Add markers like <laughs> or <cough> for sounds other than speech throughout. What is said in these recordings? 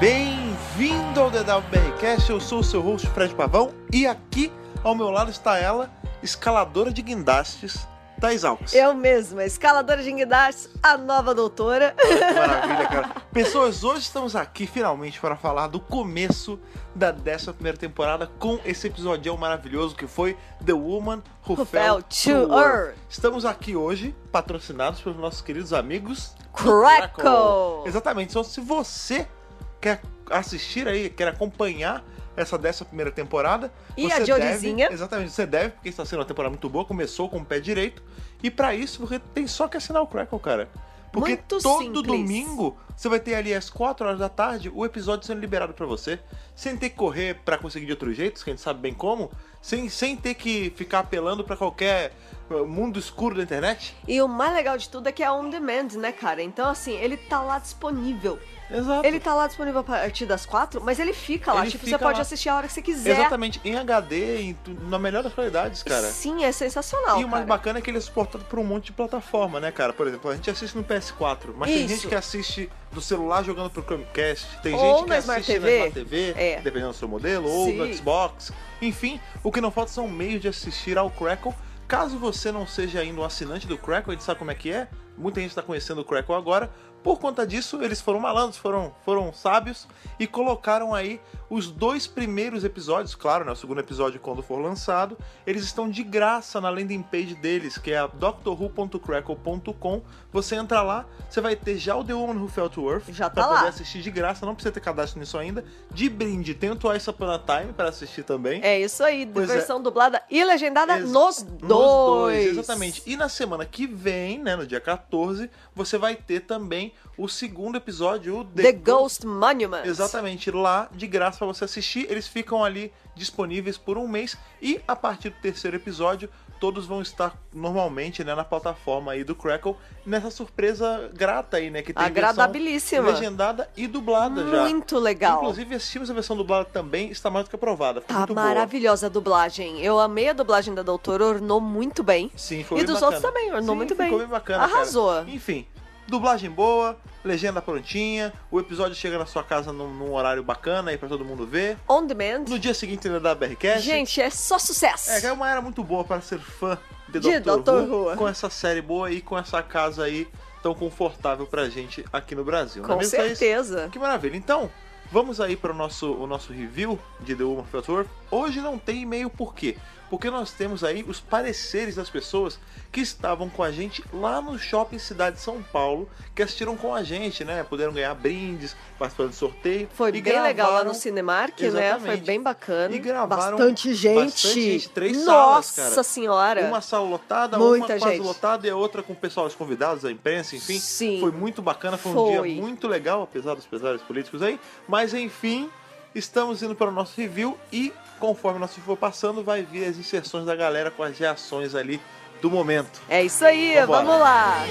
Bem-vindo ao DWBRcast, eu sou o seu host Fred Pavão e aqui ao meu lado está ela, escaladora de guindastes, Thais Alves. Eu mesma, escaladora de guindastes, a nova doutora. <laughs> Maravilha, cara. Pessoas, hoje estamos aqui finalmente para falar do começo da 11 primeira temporada com esse episódio maravilhoso que foi The Woman Who, Who Fell, Fell to to Earth. Earth. Estamos aqui hoje patrocinados pelos nossos queridos amigos Crackle! Exatamente. Então, se você quer assistir aí, quer acompanhar essa dessa primeira temporada, E você a de deve- Orizinha. exatamente, você deve, porque está sendo uma temporada muito boa, começou com o pé direito. E pra isso, você tem só que assinar o Crackle, cara. Porque Muito todo simples. domingo você vai ter ali às 4 horas da tarde o episódio sendo liberado pra você, sem ter que correr pra conseguir de outro jeito, que a gente sabe bem como, sem, sem ter que ficar apelando pra qualquer eh, mundo escuro da internet. E o mais legal de tudo é que é on demand, né, cara? Então, assim, ele tá lá disponível. Exato. Ele tá lá disponível a partir das quatro, mas ele fica lá. Ele tipo, fica você pode lá. assistir a hora que você quiser. Exatamente, em HD, em tu- na melhor das qualidades, E cara. Sim, é sensacional. E o mais cara. bacana é que ele é suportado por um monte de plataforma, né, cara? Por exemplo, a gente assiste no PS4, mas tem Isso. gente que assiste do celular jogando pro Chromecast, tem Ou gente que na Smart assiste na TV. Smart TV, É. dependendo do seu modelo, ou no Sim. Xbox. Enfim, o que não falta são meios de assistir ao Crackle. Caso você não seja ainda um assinante do Crackle, a gente sabe como é que é, muita gente está conhecendo o Crackle agora. Por conta disso, eles foram malandros, foram, foram sábios e colocaram aí os dois primeiros episódios, claro, né? O segundo episódio, quando for lançado, eles estão de graça na landing page deles, que é a doctorwho.crackle.com. Você entra lá, você vai ter já o The Woman Who Fell to Earth. Já pra tá poder lá. assistir de graça, não precisa ter cadastro nisso ainda. De brinde, tem o Twice Upon a Time para assistir também. É isso aí, Pois é. versão dublada e legendada Ex- nos dois. Nos exatamente. E na semana que vem, né, no dia 14, você vai ter também o segundo episódio, o The, Ghost Monument. Exatamente, lá de graça pra você assistir. Eles ficam ali disponíveis por um mês e a partir do terceiro episódio todos vão estar normalmente né, na plataforma aí do Crackle nessa surpresa grata aí, né? Que tem versão Agradabilíssima. legendada e dublada já. Muito legal. Inclusive assistimos a versão dublada também, está mais do que aprovada. Ficou Tá muito boa. maravilhosa a dublagem. Eu amei a dublagem da doutora, ornou muito bem. Sim, ficou E bem dos bacana. outros também, ornou Sim, muito ficou bem. bem bacana, cara. Arrasou. Enfim, dublagem boa, legenda prontinha, o episódio chega na sua casa num, num horário bacana aí pra todo mundo ver. On demand. No dia seguinte ele dá a BRCast. Gente, é só sucesso. É, é uma era muito boa para ser fã de, De Dr. Dr. Who, Who. com essa série boa e com essa casa aí tão confortável pra gente aqui no Brasil. não é Com mesmo, Thaís? certeza. Que maravilha. Então, vamos aí para o nosso, o nosso review de The Woman Felt Worth. Hoje não tem e-mail por quê? Porque nós temos aí os pareceres das pessoas que estavam com a gente lá no Shopping Cidade de São Paulo, que assistiram com a gente, né? Puderam ganhar brindes, participaram de sorteio. Foi e bem legal lá no gravaram- Cinemark, né? Exatamente. Foi bem bacana. E gravaram bastante gente. bastante gente, três salas, Nossa cara. senhora. Uma sala lotada, Muita uma quase gente. lotada e a outra com o pessoal, os convidados, a imprensa, enfim. Sim. Foi muito bacana, foi, um Foi. dia muito legal, apesar dos pesares políticos aí. Mas enfim, estamos indo para o nosso review e conforme nós for passando, vai vir as inserções da galera com as reações ali do momento. É isso aí, Vambora. vamos lá.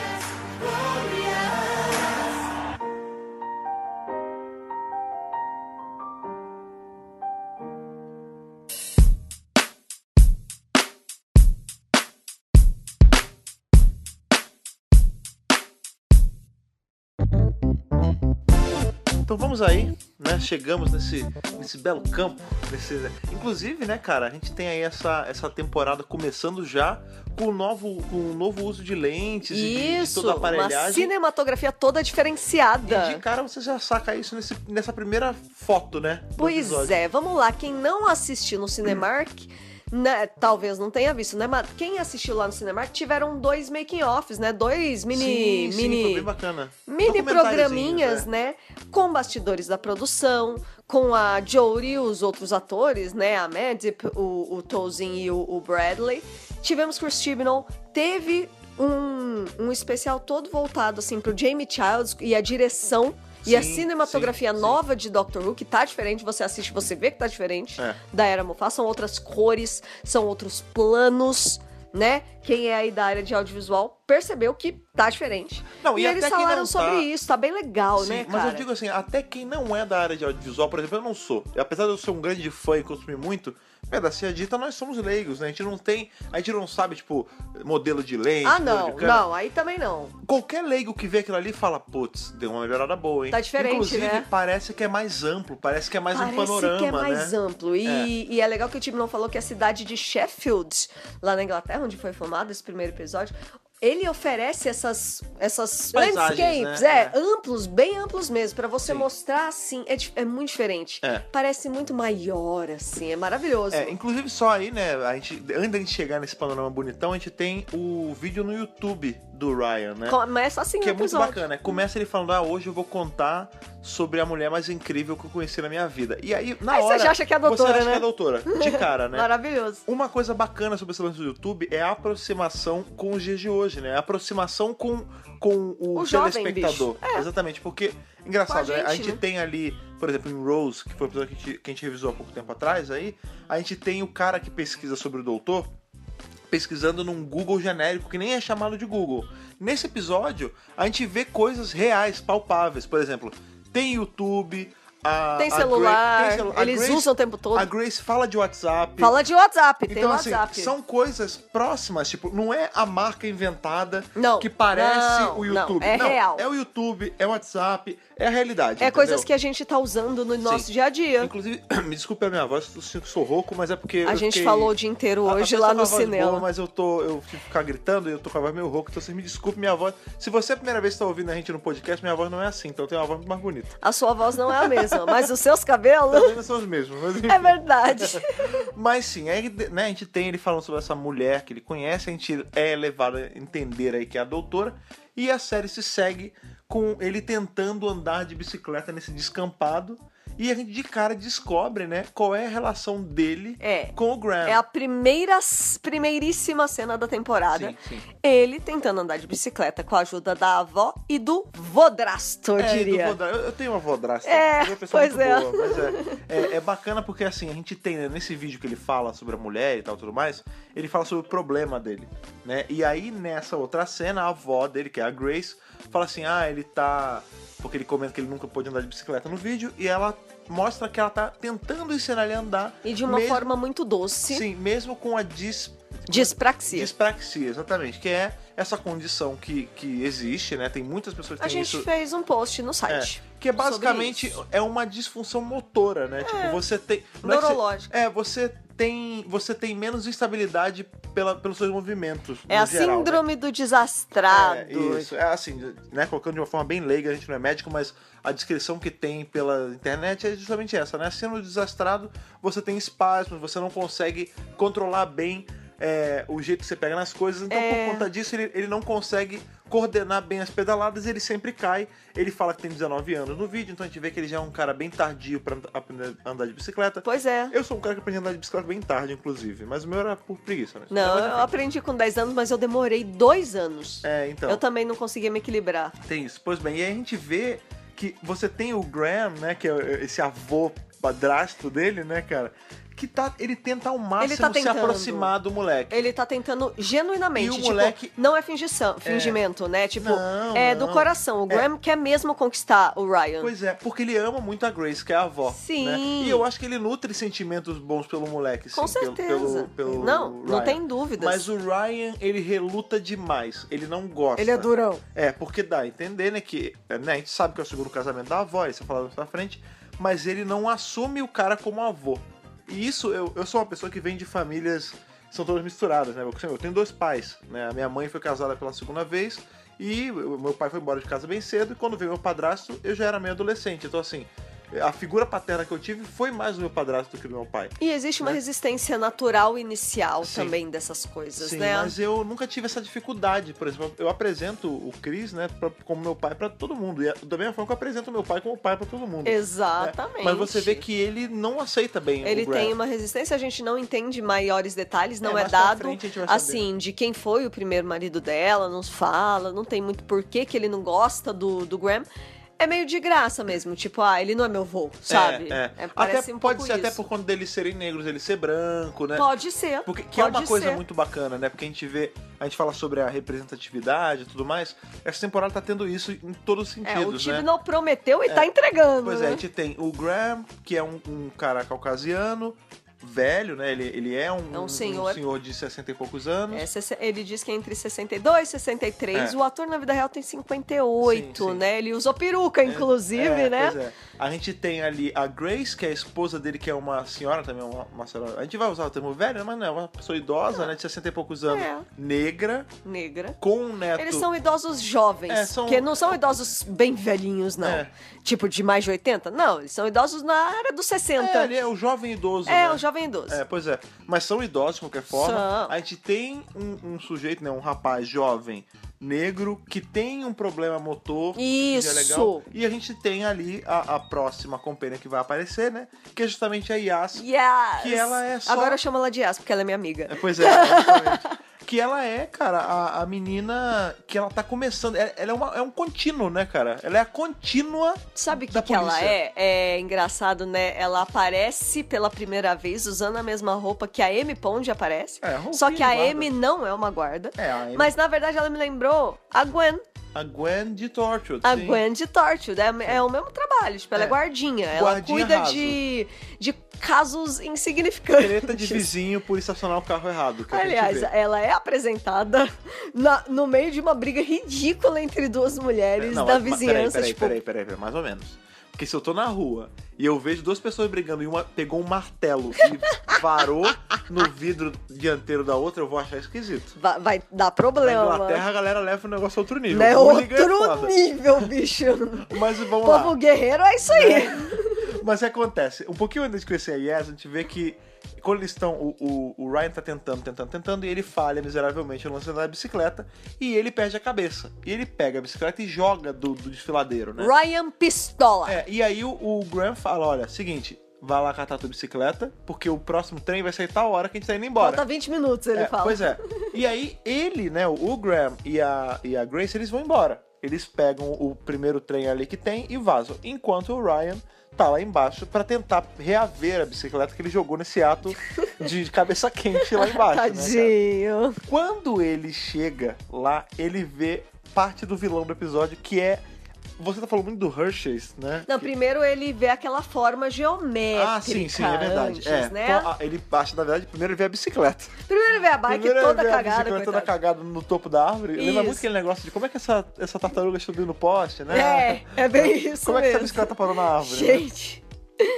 Então vamos aí, né? Chegamos nesse, nesse belo campo. Nesse, Inclusive, né, cara, a gente tem aí essa, essa temporada começando já com o novo, com o novo uso de lentes e de- de Isso, toda a uma aparelhagem. cinematografia toda E de diferenciada. cara você já saca isso nesse- nessa primeira foto, né? do Pois episódio. é, vamos lá. Quem não assistiu no Cinemark, <clears throat> né, talvez não tenha visto, né? Mas quem assistiu lá no Cinemark tiveram dois making-offs, né? Dois mini. Sim, sim, mini foi bem bacana. Tá Mini programinhas, Documentáriozinhos, né? Com bastidores da produção, com a Jodie e os outros atores, né? A Madip, o, o Tozin e o, o Bradley. Tivemos Chris Chibnall, teve um, um especial todo voltado, assim, pro Jamie Childs e a direção e a Sim, cinematografia sim, sim. nova de Doctor Who, que tá diferente, você assiste, você vê que tá diferente É. da Era Mofá. São outras cores, são outros planos, né? Quem é aí da área de audiovisual percebeu que tá diferente. Não, e, e eles até quem falaram não sobre tá- isso, tá bem legal, Sim, né, cara? mas eu digo assim, até quem não é da área de audiovisual, por exemplo, eu não sou. Apesar de eu ser um grande fã e consumir muito, pedacinha dita, nós somos leigos, né? A gente não tem, a gente não sabe, tipo, modelo de lente, Ah, modelo não, de câmera. não, aí também não. Qualquer leigo que vê aquilo ali fala, putz, deu uma melhorada boa, hein? Tá diferente, Inclusive, né? parece que é mais amplo, parece que é mais Parece um panorama, que é mais né? amplo. E É. e é legal que o time não falou que a cidade de Sheffield, lá na Inglaterra, onde foi filmado esse primeiro episódio, ele oferece essas, essas Paisagens, landscapes, né? é, amplos, bem amplos mesmo, pra você Sim. mostrar assim, é, dif- é muito diferente. É. Parece muito maior, assim, é maravilhoso. É, inclusive só aí, né, a gente, antes da gente chegar nesse panorama bonitão, a gente tem o vídeo no YouTube do Ryan, né? Começa assim o Que é muito episódio. bacana. Começa ele falando, ah, hoje eu vou contar sobre a mulher mais incrível que eu conheci na minha vida. E aí, na Aí você hora... já acha que é a doutora, Você acha né? que é a doutora, de cara, <laughs> né? Maravilhoso. Uma coisa bacana sobre esse lance do YouTube é a aproximação com os dias de hoje, né? A aproximação com, com o, O jovem, É, telespectador. Exatamente, porque, engraçado, Com a né? a gente, gente né? tem ali, por exemplo, em Rose, que foi o episódio que a gente, que a gente revisou há pouco tempo atrás, aí, a gente tem o cara que pesquisa sobre o doutor pesquisando num Google genérico que nem é chamado de Google. Nesse episódio, a gente vê coisas reais, palpáveis. Por exemplo, tem YouTube, a, Tem a Gra- celular, tem celu- a eles Grace- usam o tempo todo. A Grace fala de WhatsApp. Fala de WhatsApp, tem Então, assim, WhatsApp. são coisas próximas, tipo, não é a marca inventada Não, que parece não, o não, YouTube. é real. É o YouTube, é o WhatsApp, é a realidade. É entendeu? coisas que a gente tá usando no nosso dia a dia. Inclusive, <clears throat> me desculpe a minha voz, eu sinto que sou rouco, mas é porque. A eu gente fiquei- falou o dia inteiro A- hoje a lá pessoa no com a voz cinema. boa, mas eu tô. Eu fico ficar gritando e eu tô com a voz meio rouca, então vocês me desculpem minha voz. Se você é a primeira vez que tá ouvindo a gente no podcast, minha voz não é assim, então tem uma voz muito mais bonita. A sua voz não é a mesma, mas os seus cabelos. Também não são os mesmos, mas enfim. <laughs> É verdade. <laughs> Mas sim, aí, né, a gente tem ele falando sobre essa mulher que ele conhece, a gente é levado a entender aí que é a doutora, e a série se segue com ele tentando andar de bicicleta nesse descampado, e a gente de cara descobre, né, qual é a relação dele É. com o Graham. É a primeira, primeiríssima cena da temporada. Sim, sim. Ele tentando andar de bicicleta com a ajuda da avó e do vodrasto, eu É, do diria. Vodra- Eu, eu tenho uma vodrasta. É, eu sou uma pessoa pois muito é. boa, mas é, é. é bacana porque, assim, a gente tem, né, nesse vídeo que ele fala sobre a mulher e tal, tudo mais, ele fala sobre o problema dele, né? E aí, nessa outra cena, a avó dele, que é a Grace, fala assim, ah, ele tá... Porque ele comenta que ele nunca pôde andar de bicicleta no vídeo, e ela mostra que ela tá tentando ensinar ele a andar. E de uma mesmo- forma muito doce. Sim, mesmo com a dis... Dispraxia. Dispraxia, exatamente, que é essa condição que, que existe, né? Tem muitas pessoas que A têm gente isso fez um post no site. que é sobre basicamente isso. é uma disfunção motora, né? Tipo, você tem. não é que você- Neurológica. É, você tem. Você tem menos instabilidade pela, pelos seus movimentos. É, no a geral, né? síndrome do desastrado. É, isso, é assim, né? Colocando de uma forma bem leiga, a gente não é médico, mas a descrição que tem pela internet é justamente essa, né? Sendo desastrado, você tem espasmos, você não consegue controlar bem é, o jeito que você pega nas coisas, então É. por conta disso ele, ele não consegue coordenar bem as pedaladas, ele sempre cai. Ele fala que tem 19 anos no vídeo, então a gente vê que ele já é um cara bem tardio pra and- aprender a andar de bicicleta. Pois é. Eu sou um cara que aprendi a andar de bicicleta bem tarde, inclusive, mas o meu era por preguiça, né? Não, Mas, eu aprendi com 10 anos, mas eu demorei dois anos. é, então. Eu também não conseguia me equilibrar. Tem isso. Pois bem, e aí a gente vê que você tem o Graham, né? Que é esse avô padrasto dele, né, cara? Que tá, ele tenta ao máximo tá se tentando. aproximar do moleque. Ele tá tentando E genuinamente. o tipo, moleque- Não é fingição, fingimento, né? Tipo, Não, é não. do coração. O Graham quer mesmo conquistar o Ryan. Pois é, porque ele ama muito a Grace, que é a avó. Sim. né? E eu acho que ele nutre sentimentos bons pelo moleque. Com sim, pelo- certeza. Pelo, pelo não, não Ryan. tem dúvidas. Mas o Ryan, ele reluta demais. Ele não gosta. Ele é durão. É, porque dá a entender, né, que né, a gente sabe que é o segundo casamento da avó, isso é falado mais pra frente, mas ele não assume o cara como avô. E isso, eu, eu sou uma pessoa que vem de famílias que são todas misturadas, né? Porque, assim, eu tenho dois pais, né? A minha mãe foi casada pela segunda vez e o meu pai foi embora de casa bem cedo, e quando veio meu padrasto, eu já era meio adolescente. Então, assim, a figura paterna que eu tive foi mais do meu padrasto do que do meu pai. E existe uma né? resistência natural inicial Sim. também dessas coisas, Sim, né? mas eu nunca tive essa dificuldade. Por exemplo, eu apresento o Chris, né, pra- como meu pai pra todo mundo. E é- da mesma forma que eu apresento meu pai como pai pra todo mundo. né? Exatamente. Mas você vê que ele não aceita bem Ele assim, o Graham. tem uma resistência, a gente não entende maiores detalhes, não é, mais pra dado. frente a gente vai saber. Assim, de quem foi o primeiro marido dela, não se fala, não tem muito porquê que ele não gosta do, do Graham. é meio de graça mesmo. Tipo, ah, ele não é meu vô, sabe? É, é. parece até, um pode pouco ser até isso. por conta deles serem negros, ele ser branco, né? Pode ser. Porque que é pode uma coisa ser. muito bacana, né? Porque a gente vê, a gente fala sobre a representatividade e tudo mais. Essa temporada tá tendo isso em todos os É, o sentidos, time né? não prometeu e tá entregando. Pois é, né? a gente tem o Graham, que é um, um cara caucasiano, velho, né? Ele, ele é um, É um senhor. de 60 e poucos anos. É, sesse- ele diz que é entre 62 e 63. É. O ator na vida real tem 58, Sim, sim. né? Ele usou peruca, inclusive, É, né? Pois é. A gente tem ali a Grace, que é a esposa dele, que é uma senhora também, uma, uma senhora. A gente vai usar o termo velho, né? mas não, é uma pessoa idosa, né? De 60 e poucos anos. É. Negra, Negra. com um neto. Eles são idosos jovens, É, são- que não são idosos bem velhinhos, não. É. Tipo, de mais de 80? Não, eles são idosos na área dos 60. É, ele é o jovem idoso. É, né? o jovem idoso. É, pois é. Mas são idosos de qualquer forma. São. A gente tem um, um sujeito, né, um rapaz jovem negro que tem um problema motor. que já é legal. Isso. E a gente tem ali a, a próxima companhia que vai aparecer, né? Que é justamente a Yas. Yes! Que ela é só- Agora eu chamo ela de Yas, porque ela é minha amiga. É, pois é, exatamente. <laughs> que ela é, cara, a, a menina que ela tá começando. é- Ela é, uma- é um contínuo, né, cara? Ela é a contínua. Sabe o que, da que ela polícia. é? É engraçado, né? Ela aparece pela primeira vez usando a mesma roupa que a Amy Pond aparece. É, roupinha só que a de guarda. Amy não é uma guarda. É, a Amy- Mas na verdade ela me lembrou a Gwen. A Gwen de Torchwood. A sim. Gwen de Torchwood. É, é o mesmo trabalho. Tipo, ela é, É. guardinha. Ela Guardinha cuida raso. de, de casos insignificantes. <laughs> Treta de vizinho por estacionar o carro errado. que a gente Aliás, vê. ela é apresentada na- no meio de uma briga ridícula entre duas mulheres Não, da mas- mas vizinhança. Peraí, peraí, tipo, peraí, peraí, peraí, mais ou menos. Porque se eu tô na rua e eu vejo duas pessoas brigando e uma pegou um martelo <laughs> e varou no vidro dianteiro da outra, eu vou achar esquisito. va- vai, dar Na problema. Inglaterra a galera leva o negócio a outro nível. Né? Hooligan é Outro foda. nível, bicho. Mas vamos lá. Povo guerreiro é isso aí. Mas o que acontece? Um pouquinho antes de conhecer a Yes, a gente vê que quando eles estão. O, o- o Ryan tá tentando, tentando, tentando, e ele falha miseravelmente no lance da bicicleta e ele perde a cabeça. E ele pega a bicicleta e joga do, do desfiladeiro, né? Ryan Pistola. É, e aí o, o Graham fala: olha, seguinte, vai lá catar tua bicicleta, porque o próximo trem vai sair tal hora que a gente tá indo embora. Falta 20 minutos, ele É, fala. Pois é. E aí, ele, né, o Graham e a, e a Grace, eles vão embora. Eles pegam o primeiro trem ali que tem e vazam. Enquanto o Ryan tá lá embaixo pra tentar reaver a bicicleta que ele jogou <laughs> nesse ato de cabeça quente lá embaixo. né, cara? Tadinho. Quando ele chega lá, ele vê parte do vilão do episódio, que é... Você tá falando muito do Hershey's, né? Não, Que- primeiro ele vê aquela forma geométrica. Ah, sim, sim, é verdade. antes, é. né? Então, ah, ele acha, na verdade, primeiro ele vê a bicicleta. Primeiro ele vê a bike Primeiro toda eu vi a cagada, bicicleta é toda coitado. cagada no topo da árvore. Lembra muito Isso. aquele negócio de como é que essa, essa tartaruga subiu no poste, né? É, é bem isso Como é que essa mesmo. bicicleta parou na árvore? né? Gente,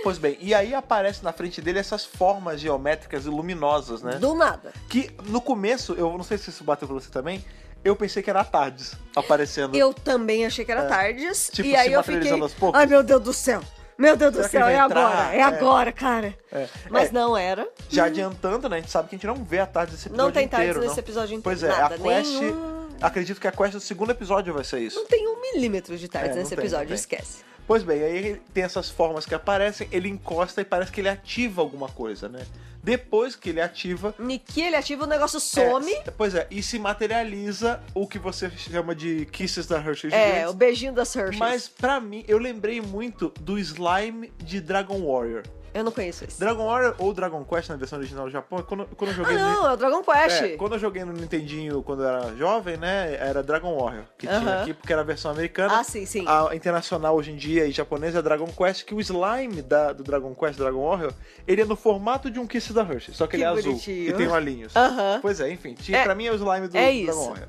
Pois bem, e aí aparece na frente dele essas formas geométricas e luminosas, né? do nada. Que no começo, eu não sei se isso bateu pra você também, eu pensei que era tardes aparecendo. Eu também achei que era tardes. Tipo, e aí se eu fiquei. materializando aos poucos. Ai, meu Deus do céu! Meu Deus do Será que céu, ele é vai entrar? agora, é, É. agora, cara. É. Mas É, não era. já adiantando, né? A gente sabe que a gente não vê a tarde desse episódio Não tem tardes inteiro, nesse não. episódio inteiro. Pois é, nada, a quest. nenhum. Acredito que a quest do segundo episódio vai ser isso. Não tem um milímetro de tardes É, não nesse tem, não episódio, tem. esquece. Pois bem, aí ele tem essas formas que aparecem, ele encosta e parece que ele ativa alguma coisa, né? Depois que ele ativa. Niki, ele ativa, o negócio some. É, pois é, e se materializa o que você chama de Kisses da Hershey É, o Gigantes. beijinho das Hershey's. Mas pra mim, eu lembrei muito do slime de Dragon Warrior. Eu não conheço esse. Dragon Warrior ou Dragon Quest na versão original do Japão, é quando, quando eu Ah, joguei no. não, é o Dragon Quest. É, quando eu joguei no Nintendinho quando eu era jovem, né? Era Dragon Warrior que Aham. tinha aqui, porque era a versão americana. Ah, sim, sim. a internacional hoje em dia e japonesa é Dragon Quest, que o slime da- do Dragon Quest, Dragon Warrior, ele é no formato de um Kiss da Hershey, só que, Que ele é bonitinho. azul e tem olhinhos. Aham. Pois é, enfim, tinha, É- pra mim é o slime do, é do Dragon isso. Warrior.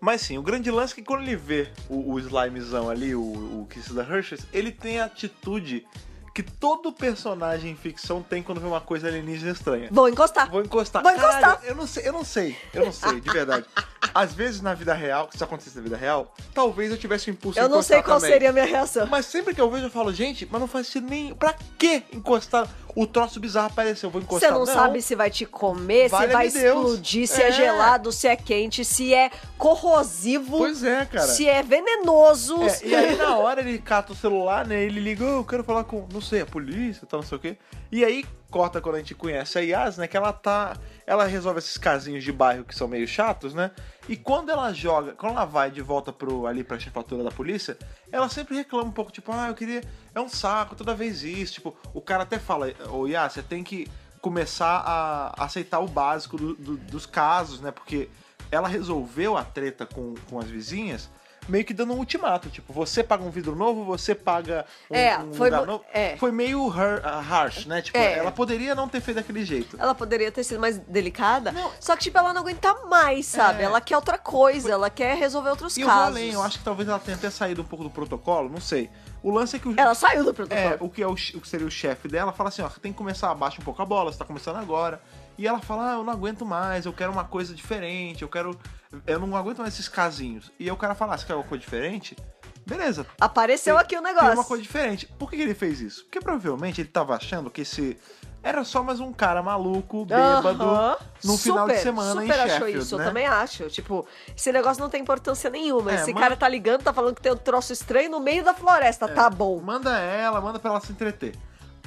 Mas sim, o grande lance é que quando ele vê o, o slimezão ali, o, o Kiss da Hershey, ele tem a atitude que todo personagem em ficção tem quando vê uma coisa alienígena estranha. Vou encostar. Vou encostar. Vou encostar. Caralho, eu não sei, eu não sei, eu não sei, de verdade. Às vezes na vida real, se isso acontecesse na vida real, talvez eu tivesse o impulso Eu de não sei encostar qual também. seria a minha reação. Mas sempre que eu vejo, eu falo, gente, mas não faz sentido nem. Pra que encostar? o troço bizarro apareceu, vou encostar. Você não, sabe se vai te comer, se Valha-me vai Deus. explodir, se é. É. gelado, se é quente, se é corrosivo, Pois é, cara. se é venenoso. É, e aí na hora ele cata o celular, né? Ele liga, "Oh, eu quero falar com, não sei, a polícia, tal, não sei o quê. E aí corta quando a gente conhece a Yas, né? Que ela tá. Ela resolve esses casinhos de bairro que são meio chatos, né? E quando ela joga, quando ela vai de volta pro, ali pra chefatura da polícia, ela sempre reclama um pouco, tipo, ah, eu queria. É um saco, toda vez isso. Tipo, o cara até fala, ô Yas, você tem que começar a aceitar o básico do- do- dos casos, né? Porque ela resolveu a treta com, com as vizinhas meio que dando um ultimato, tipo, você paga um vidro novo, você paga um, É, um foi lugar mu- novo. é. Foi meio har- ah, harsh, né? Tipo, É. ela poderia não ter feito daquele <laughs> jeito. Ela poderia ter sido mais delicada, Não. só que tipo, ela não aguenta mais, sabe? É. Ela quer outra coisa, ela quer resolver outros E eu vou casos. além, eu acho que talvez ela tenha até saído um pouco do protocolo, não sei. O lance é que o, Ela saiu do É, protocolo. o que, é o, che- o que seria o chefe dela fala assim, ó, você tem que começar abaixo um pouco a bola, você tá começando agora. E ela fala, ah, eu não aguento mais, eu quero uma coisa diferente, eu quero. Eu não aguento mais esses casinhos. E aí o cara fala, ah, você quer uma coisa diferente? Beleza. Apareceu aqui o negócio. Tem uma coisa diferente. Por que que ele fez isso? Porque provavelmente ele tava achando que esse. Era só mais um cara maluco, bêbado, Aham. no final de Super, semana em Super achou Sheffield, isso, né? eu também acho. Tipo, esse negócio não tem importância nenhuma. É, esse mas- É. cara tá ligando, tá falando que tem um troço estranho no meio da floresta. Tá bom. Manda ela, manda pra ela se entreter.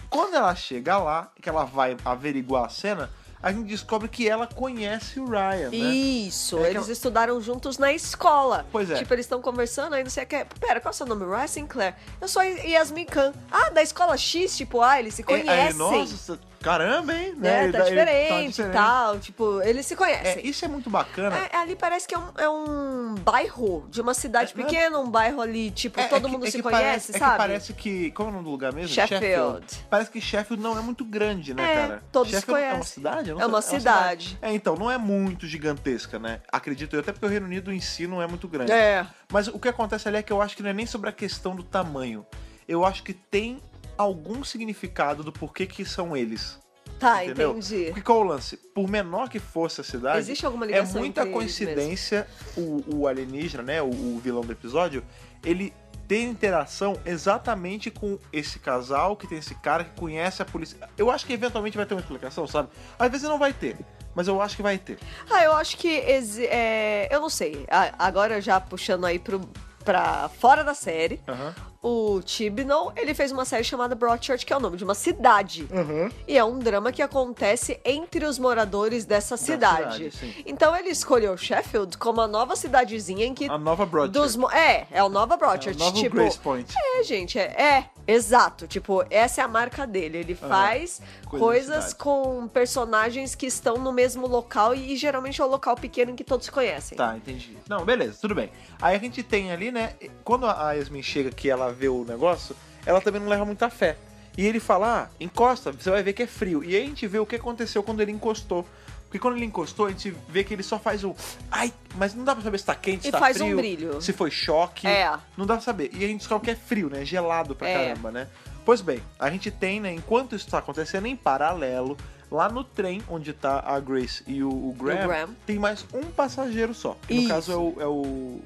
Quando ela chega lá, que ela vai averiguar a cena, a gente descobre que ela conhece o Ryan, né? Isso, É que eles ela- estudaram juntos na escola. Pois é. Tipo, eles estão conversando, aí não sei o que. é. Pera, qual é o seu nome? Ryan Sinclair. Eu sou a Yasmin Khan. Ah, da escola X, tipo, ah, eles se É, aí, conhecem. nossa, caramba, hein? né? Ele tá, dá- ele diferente e tal. Tipo, eles se É, conhecem. isso é muito bacana. É, ali parece que é um, é um bairro de uma cidade É, né? pequena, um bairro ali, tipo, É, todo é que- mundo é se que conhece, parece, É sabe? que parece que. Como é o nome do lugar mesmo? Sheffield. Parece que Sheffield não é muito grande, né, É, cara? todos se Sheffield é uma conhecem. cidade? Eu não É sei- uma cidade. É, então, não é muito gigantesca, né? Acredito eu, até porque o Reino Unido em si não é muito grande. É. Mas o que acontece ali é que eu acho que não é nem sobre a questão do tamanho. Eu acho que tem algum significado do porquê que são eles. Tá, Entendeu? entendi. Porque qual é o lance? Por menor que fosse a cidade, Existe alguma é ligação muita entre eles mesmo? coincidência o, o alienígena, né? O, o vilão do episódio, ele tem interação exatamente com esse casal que tem esse cara que conhece a polícia. Eu acho que eventualmente vai ter uma explicação, sabe? Às vezes não vai ter, mas eu acho que vai ter. Ah, eu acho que. exi- é, eu não sei. A- Agora já puxando aí pro, pra fora da série. Aham. O Tibnall, ele fez uma série chamada Broadchurch, que é o nome de uma cidade. Uhum. E é um drama que acontece entre os moradores dessa cidade. cidade, sim. então ele escolheu Sheffield como a nova cidadezinha em que. A nova Broadchurch. dos mo- é, é o Nova É o Broadchurch. novo tipo, Grace Point. É, gente, é, é, exato. Tipo, essa é a marca dele. Ele faz Coisa da coisas cidade. com personagens que estão no mesmo local e, e geralmente é um local pequeno em que todos conhecem. Tá, entendi. Não, beleza, tudo bem. Aí a gente tem ali, né? Quando a Yasmin chega que ela vê o negócio, ela também não leva muita fé. E ele fala, ah, encosta, você vai ver que é frio. E aí a gente vê o que aconteceu quando ele encostou. Porque quando ele encostou, a gente vê que ele só faz um. Ai, mas não dá pra saber se tá quente, se E tá faz um frio. brilho. Se foi choque. É. Não dá pra saber. E a gente descobre que é frio, né? Gelado pra É. caramba, né? Pois bem, a gente tem, né? Enquanto isso tá acontecendo, em paralelo, lá no trem onde tá a Grace e o, o Graham, Graham. tem mais um passageiro só. E Isso. no caso é o, é o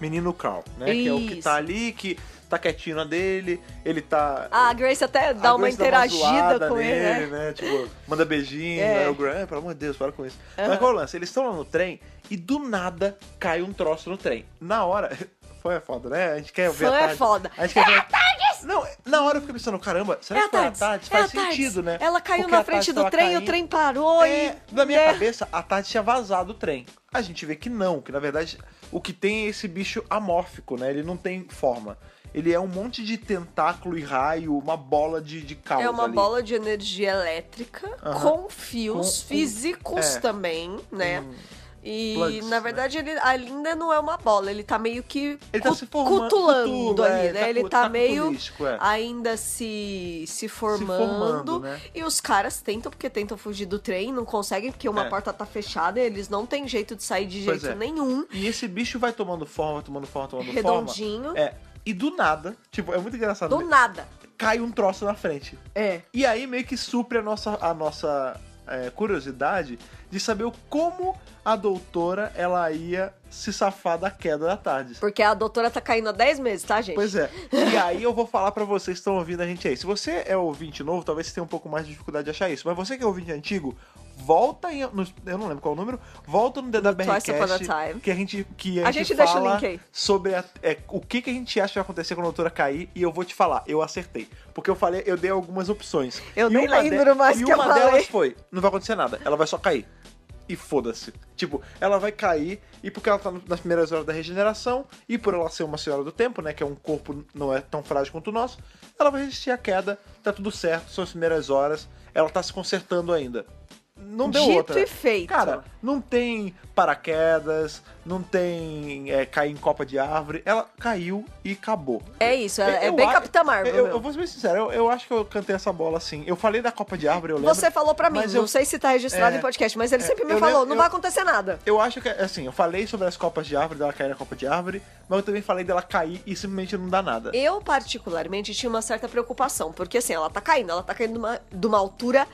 menino Carl, né? Que é o que Isso. tá ali, que tá quietinho na dele, ele tá. A Grace até dá a uma Grace interagida zoada com ele, nele, né? <laughs> Tipo, manda beijinho, É. aí o Graham, pelo amor de Deus, para com isso. Aham. Mas qual é o lance? Eles estão lá no trem e do nada cai um troço no trem. Na hora. <laughs> Foi é foda, né? A gente quer ver Fã a é tarde. foda. A gente quer ver... Não, na hora eu fiquei pensando, caramba, será É a que foi a tarde. tarde? é Ah, tá, Faz a tarde. sentido, né? Ela caiu Porque a na tarde frente do tava trem, caindo. o trem parou É, e. na minha né? cabeça, a Tati tinha vazado o trem. A gente vê que não, que na verdade o que tem é esse bicho amórfico, né? Ele não tem forma. Ele é um monte de tentáculo e raio, uma bola de, de caos É uma ali. bola de energia elétrica Aham. com fios Com- com- físicos é. também, né? E plugs, na né? verdade ele ainda não é uma bola, ele tá meio que Ele tá cu- se formando, cutulando cutulo, ali, é, né? tá ele cu- tá, tá meio cutulístico, é. ainda se, se formando. né? E os caras tentam, porque tentam fugir do trem, não conseguem, porque uma É. porta tá fechada e eles não têm jeito de sair de Pois jeito é. nenhum. E esse bicho vai tomando forma, tomando forma, tomando Redondinho. forma. É. E do nada, tipo, é muito engraçado. Do né? nada. Cai um troço na frente. É. E aí meio que supre a nossa, a nossa é, curiosidade de saber como a doutora ela ia se safar da queda da tarde. Porque a doutora tá caindo há 10 meses, tá, gente? Pois é. E aí eu vou falar pra vocês que estão ouvindo a gente aí. Se você é ouvinte novo, talvez você tenha um pouco mais de dificuldade de achar isso. Mas você que é ouvinte antigo, volta em. no- eu não lembro qual é o número. Volta no Twice Upon a DWRcast Time. que a gente que a, A gente deixa o fala link aí. sobre a- é, o que que a gente acha que vai acontecer quando a doutora cair e eu vou te falar. Eu acertei, porque eu falei, eu dei algumas opções. Eu E nem uma lembro mais E que eu uma falei. delas foi, não vai acontecer nada, ela vai só cair. E foda-se. Tipo, ela vai cair, e porque ela tá no- nas primeiras horas da regeneração, e por ela ser uma senhora do tempo, né? Que é um corpo não é tão frágil quanto o nosso, ela vai resistir à queda, tá tudo certo, são as primeiras horas, ela tá se consertando ainda. Não deu Dito outra. e feito. Cara, não tem paraquedas, não tem é, cair em copa de árvore. Ela caiu e acabou. É isso, é, é Eu bem a- Capitã Marvel. Eu, meu. eu vou ser bem sincero, eu, eu acho que eu cantei essa bola assim. Eu falei da copa de árvore, eu lembro. Você falou pra mim, mas não eu- sei se tá registrado é, em podcast, mas ele é, sempre me eu falou, lembro- não eu- vai acontecer nada. Eu acho que, assim, eu falei sobre as copas de árvore, dela cair na copa de árvore, mas eu também falei dela cair e simplesmente não dar nada. Eu, particularmente, tinha uma certa preocupação, porque assim, ela tá caindo, ela tá caindo de uma, de uma altura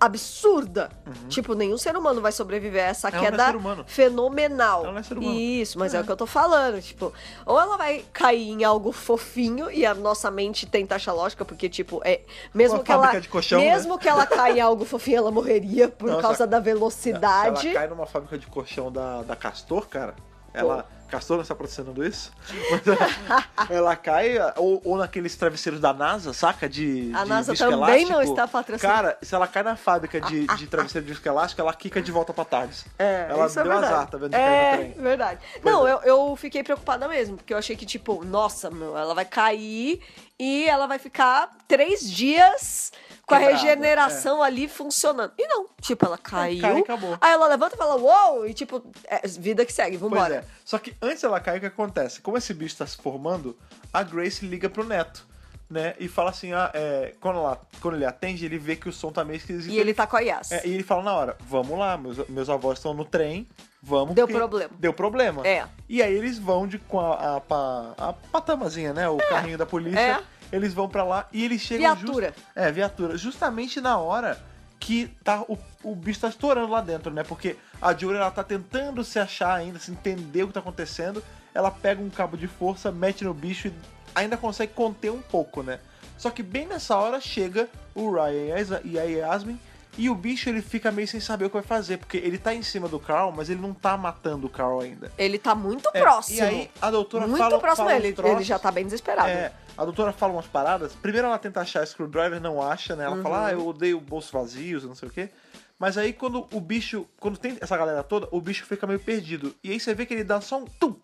absurda. Tipo, nenhum ser humano vai sobreviver a essa Ela Uhum. não é queda ser humano. fenomenal. Ela não é ser humano. Isso, mas é. o que eu tô falando. Tipo, ou ela vai cair em algo fofinho e a nossa mente tem taxa lógica, porque, tipo, é. Mesmo Uma que ela. fábrica de colchão, né? mesmo que ela caia em algo fofinho, ela morreria por Nossa, causa da Se velocidade. ela cai numa fábrica de colchão da, da Castor, cara, ela. Castor não está patrocinando isso? Mas <laughs> ela, ela cai, ou, ou naqueles travesseiros da NASA, saca? De, A de NASA disco também não elástico. está patrocinando. Cara, se ela cai na fábrica de, de <laughs> travesseiro de disco elástico, ela quica de volta pra tarde. É, ela isso é deu verdade. azar, tá vendo? de cair É, no trem. verdade. Pois não, é. eu, eu fiquei preocupada mesmo, porque eu achei que, tipo, nossa, meu, ela vai cair e ela vai ficar três dias com a Quebrada, é. regeneração ali funcionando. E não, tipo, ela caiu. cai e acabou. Aí ela levanta e fala, uou, e tipo, é, vida que segue, Pois vambora. é. Só que antes ela cair, o que acontece? Como esse bicho tá se formando, a Grace liga pro neto, né? E fala assim, ah, é, quando, ela, quando ele atende, ele vê que o som tá meio esquisito. E ele tá com a Yas. É, e ele fala na hora, vamos lá, meus, meus avós estão no trem, vamos. Deu porque problema. Deu problema. É. E aí eles vão de, com a, a, pa- a patamazinha, né? O carrinho da polícia. É. Eles vão pra lá e eles chegam... just- Viatura. é, viatura. Justamente na hora que tá, o, o bicho tá estourando lá dentro, né? Porque a Jura, ela tá tentando se achar ainda, se entender o que tá acontecendo. Ela pega um cabo de força, mete no bicho e ainda consegue conter um pouco, né? Só que bem nessa hora chega o Ryan e a Yasmin e o bicho ele fica meio sem saber o que vai fazer, porque ele tá em cima do Carl, mas ele não tá matando o Carl ainda. Ele tá muito É, próximo. E aí a doutora muito fala, próximo fala uns ele. Ele troços. já tá bem desesperado. É, a doutora fala umas paradas. Primeiro ela tenta achar a screwdriver, não acha, né? Ela fala, ah, eu odeio bolsos vazios, não sei o quê. Mas aí quando o bicho, quando tem essa galera toda, o bicho fica meio perdido. E aí você vê que ele dá só um tum.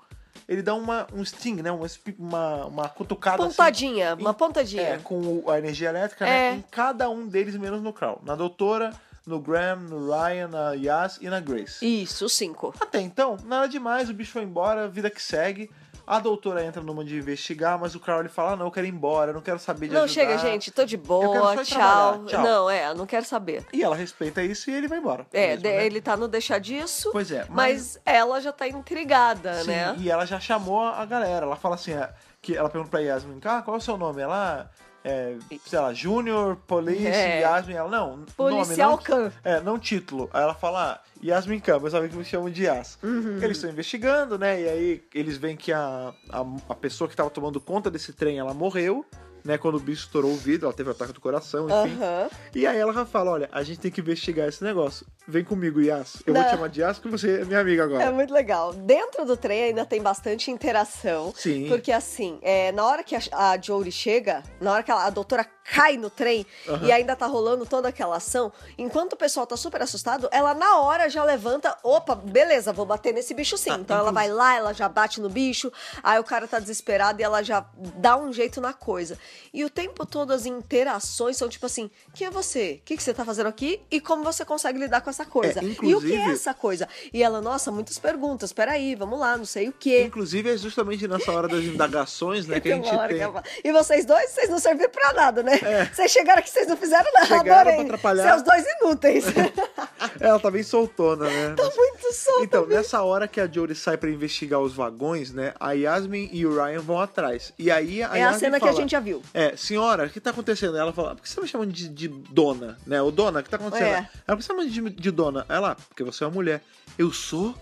Ele dá uma, um sting, né? Uma, espi- uma, uma cutucada assim. Pontadinha, uma Em- pontadinha. É, com o- a energia elétrica, É. né? Em cada um deles, menos no Crow. Na doutora, no Graham, no Ryan, na Yas e na Grace. Isso, cinco. Até então, nada demais, o bicho foi embora, vida que segue. A doutora entra numa de investigar, mas o Carl ele fala: "Ah, não, eu quero ir embora, eu não quero saber de Não, ajudar. chega, gente, tô de boa, quero só ir tchau. trabalhar, tchau. Não, é, não quero saber. E ela respeita isso e ele vai embora. É, mesmo, de- né? ele tá no deixar disso, Pois é, mas... ela já tá intrigada, Sim, né? E ela já chamou a galera. Ela fala assim: é, que ela pergunta pra Yasmin, ah, qual é o seu nome? Ela. É, sei lá, Júnior, Police, É. Yasmin. Ela, não, Policial <laughs> nome, não, Khan. É, não título. Aí ela fala, ah, Yasmin Khan, meus amigos me chamam de Yas. Uhum. Eles estão investigando, né? E aí eles veem que a, a, a pessoa que tava tomando conta desse trem, ela morreu, né? Quando o bicho estourou o vidro, ela teve um ataque do coração, enfim. Aham. E aí ela já fala, olha, a gente tem que investigar esse negócio. Vem comigo, Yas. Eu vou Não. te chamar de Yas porque você é minha amiga agora. É muito legal. Dentro do trem ainda tem bastante interação. Sim. Porque assim, é, na hora que a, a Jory chega, na hora que ela- a doutora cai no trem Aham. e ainda tá rolando toda aquela ação, enquanto o pessoal tá super assustado, ela na hora já levanta, opa, beleza, vou bater nesse bicho Ah, sim. então ela vai lá, ela já bate no bicho, aí o cara tá desesperado e ela já dá um jeito na coisa. E o tempo todo as interações são tipo assim: quem é você? O que, que você tá fazendo aqui? E como você consegue lidar com essa coisa? e o que é inclusive- essa coisa? E ela, nossa, muitas perguntas, peraí, vamos lá, não sei o quê. Inclusive, é justamente nessa hora das indagações, né? Que a <laughs> Tem uma gente hora que tem. É. ela fala, E vocês dois, vocês não serviram pra nada, né? Vocês chegaram aqui, vocês não fizeram nada. Chegaram adorei. pra atrapalhar. Seus dois inúteis. Ela tá bem soltona, né? Tô Tá muito solta. Então, nessa hora que a Jory sai pra investigar os vagões, né? A Yasmin e o Ryan vão atrás. E <laughs> aí a é a Yasmin cena que a fala, gente já viu. É, senhora, o que tá acontecendo? Ela fala, por que você tá me chamando de, de dona, né? Ô, dona, o que tá acontecendo? É. Ela, por que você tá me chamando de, de dona? Ela, porque você é uma mulher. Eu sou?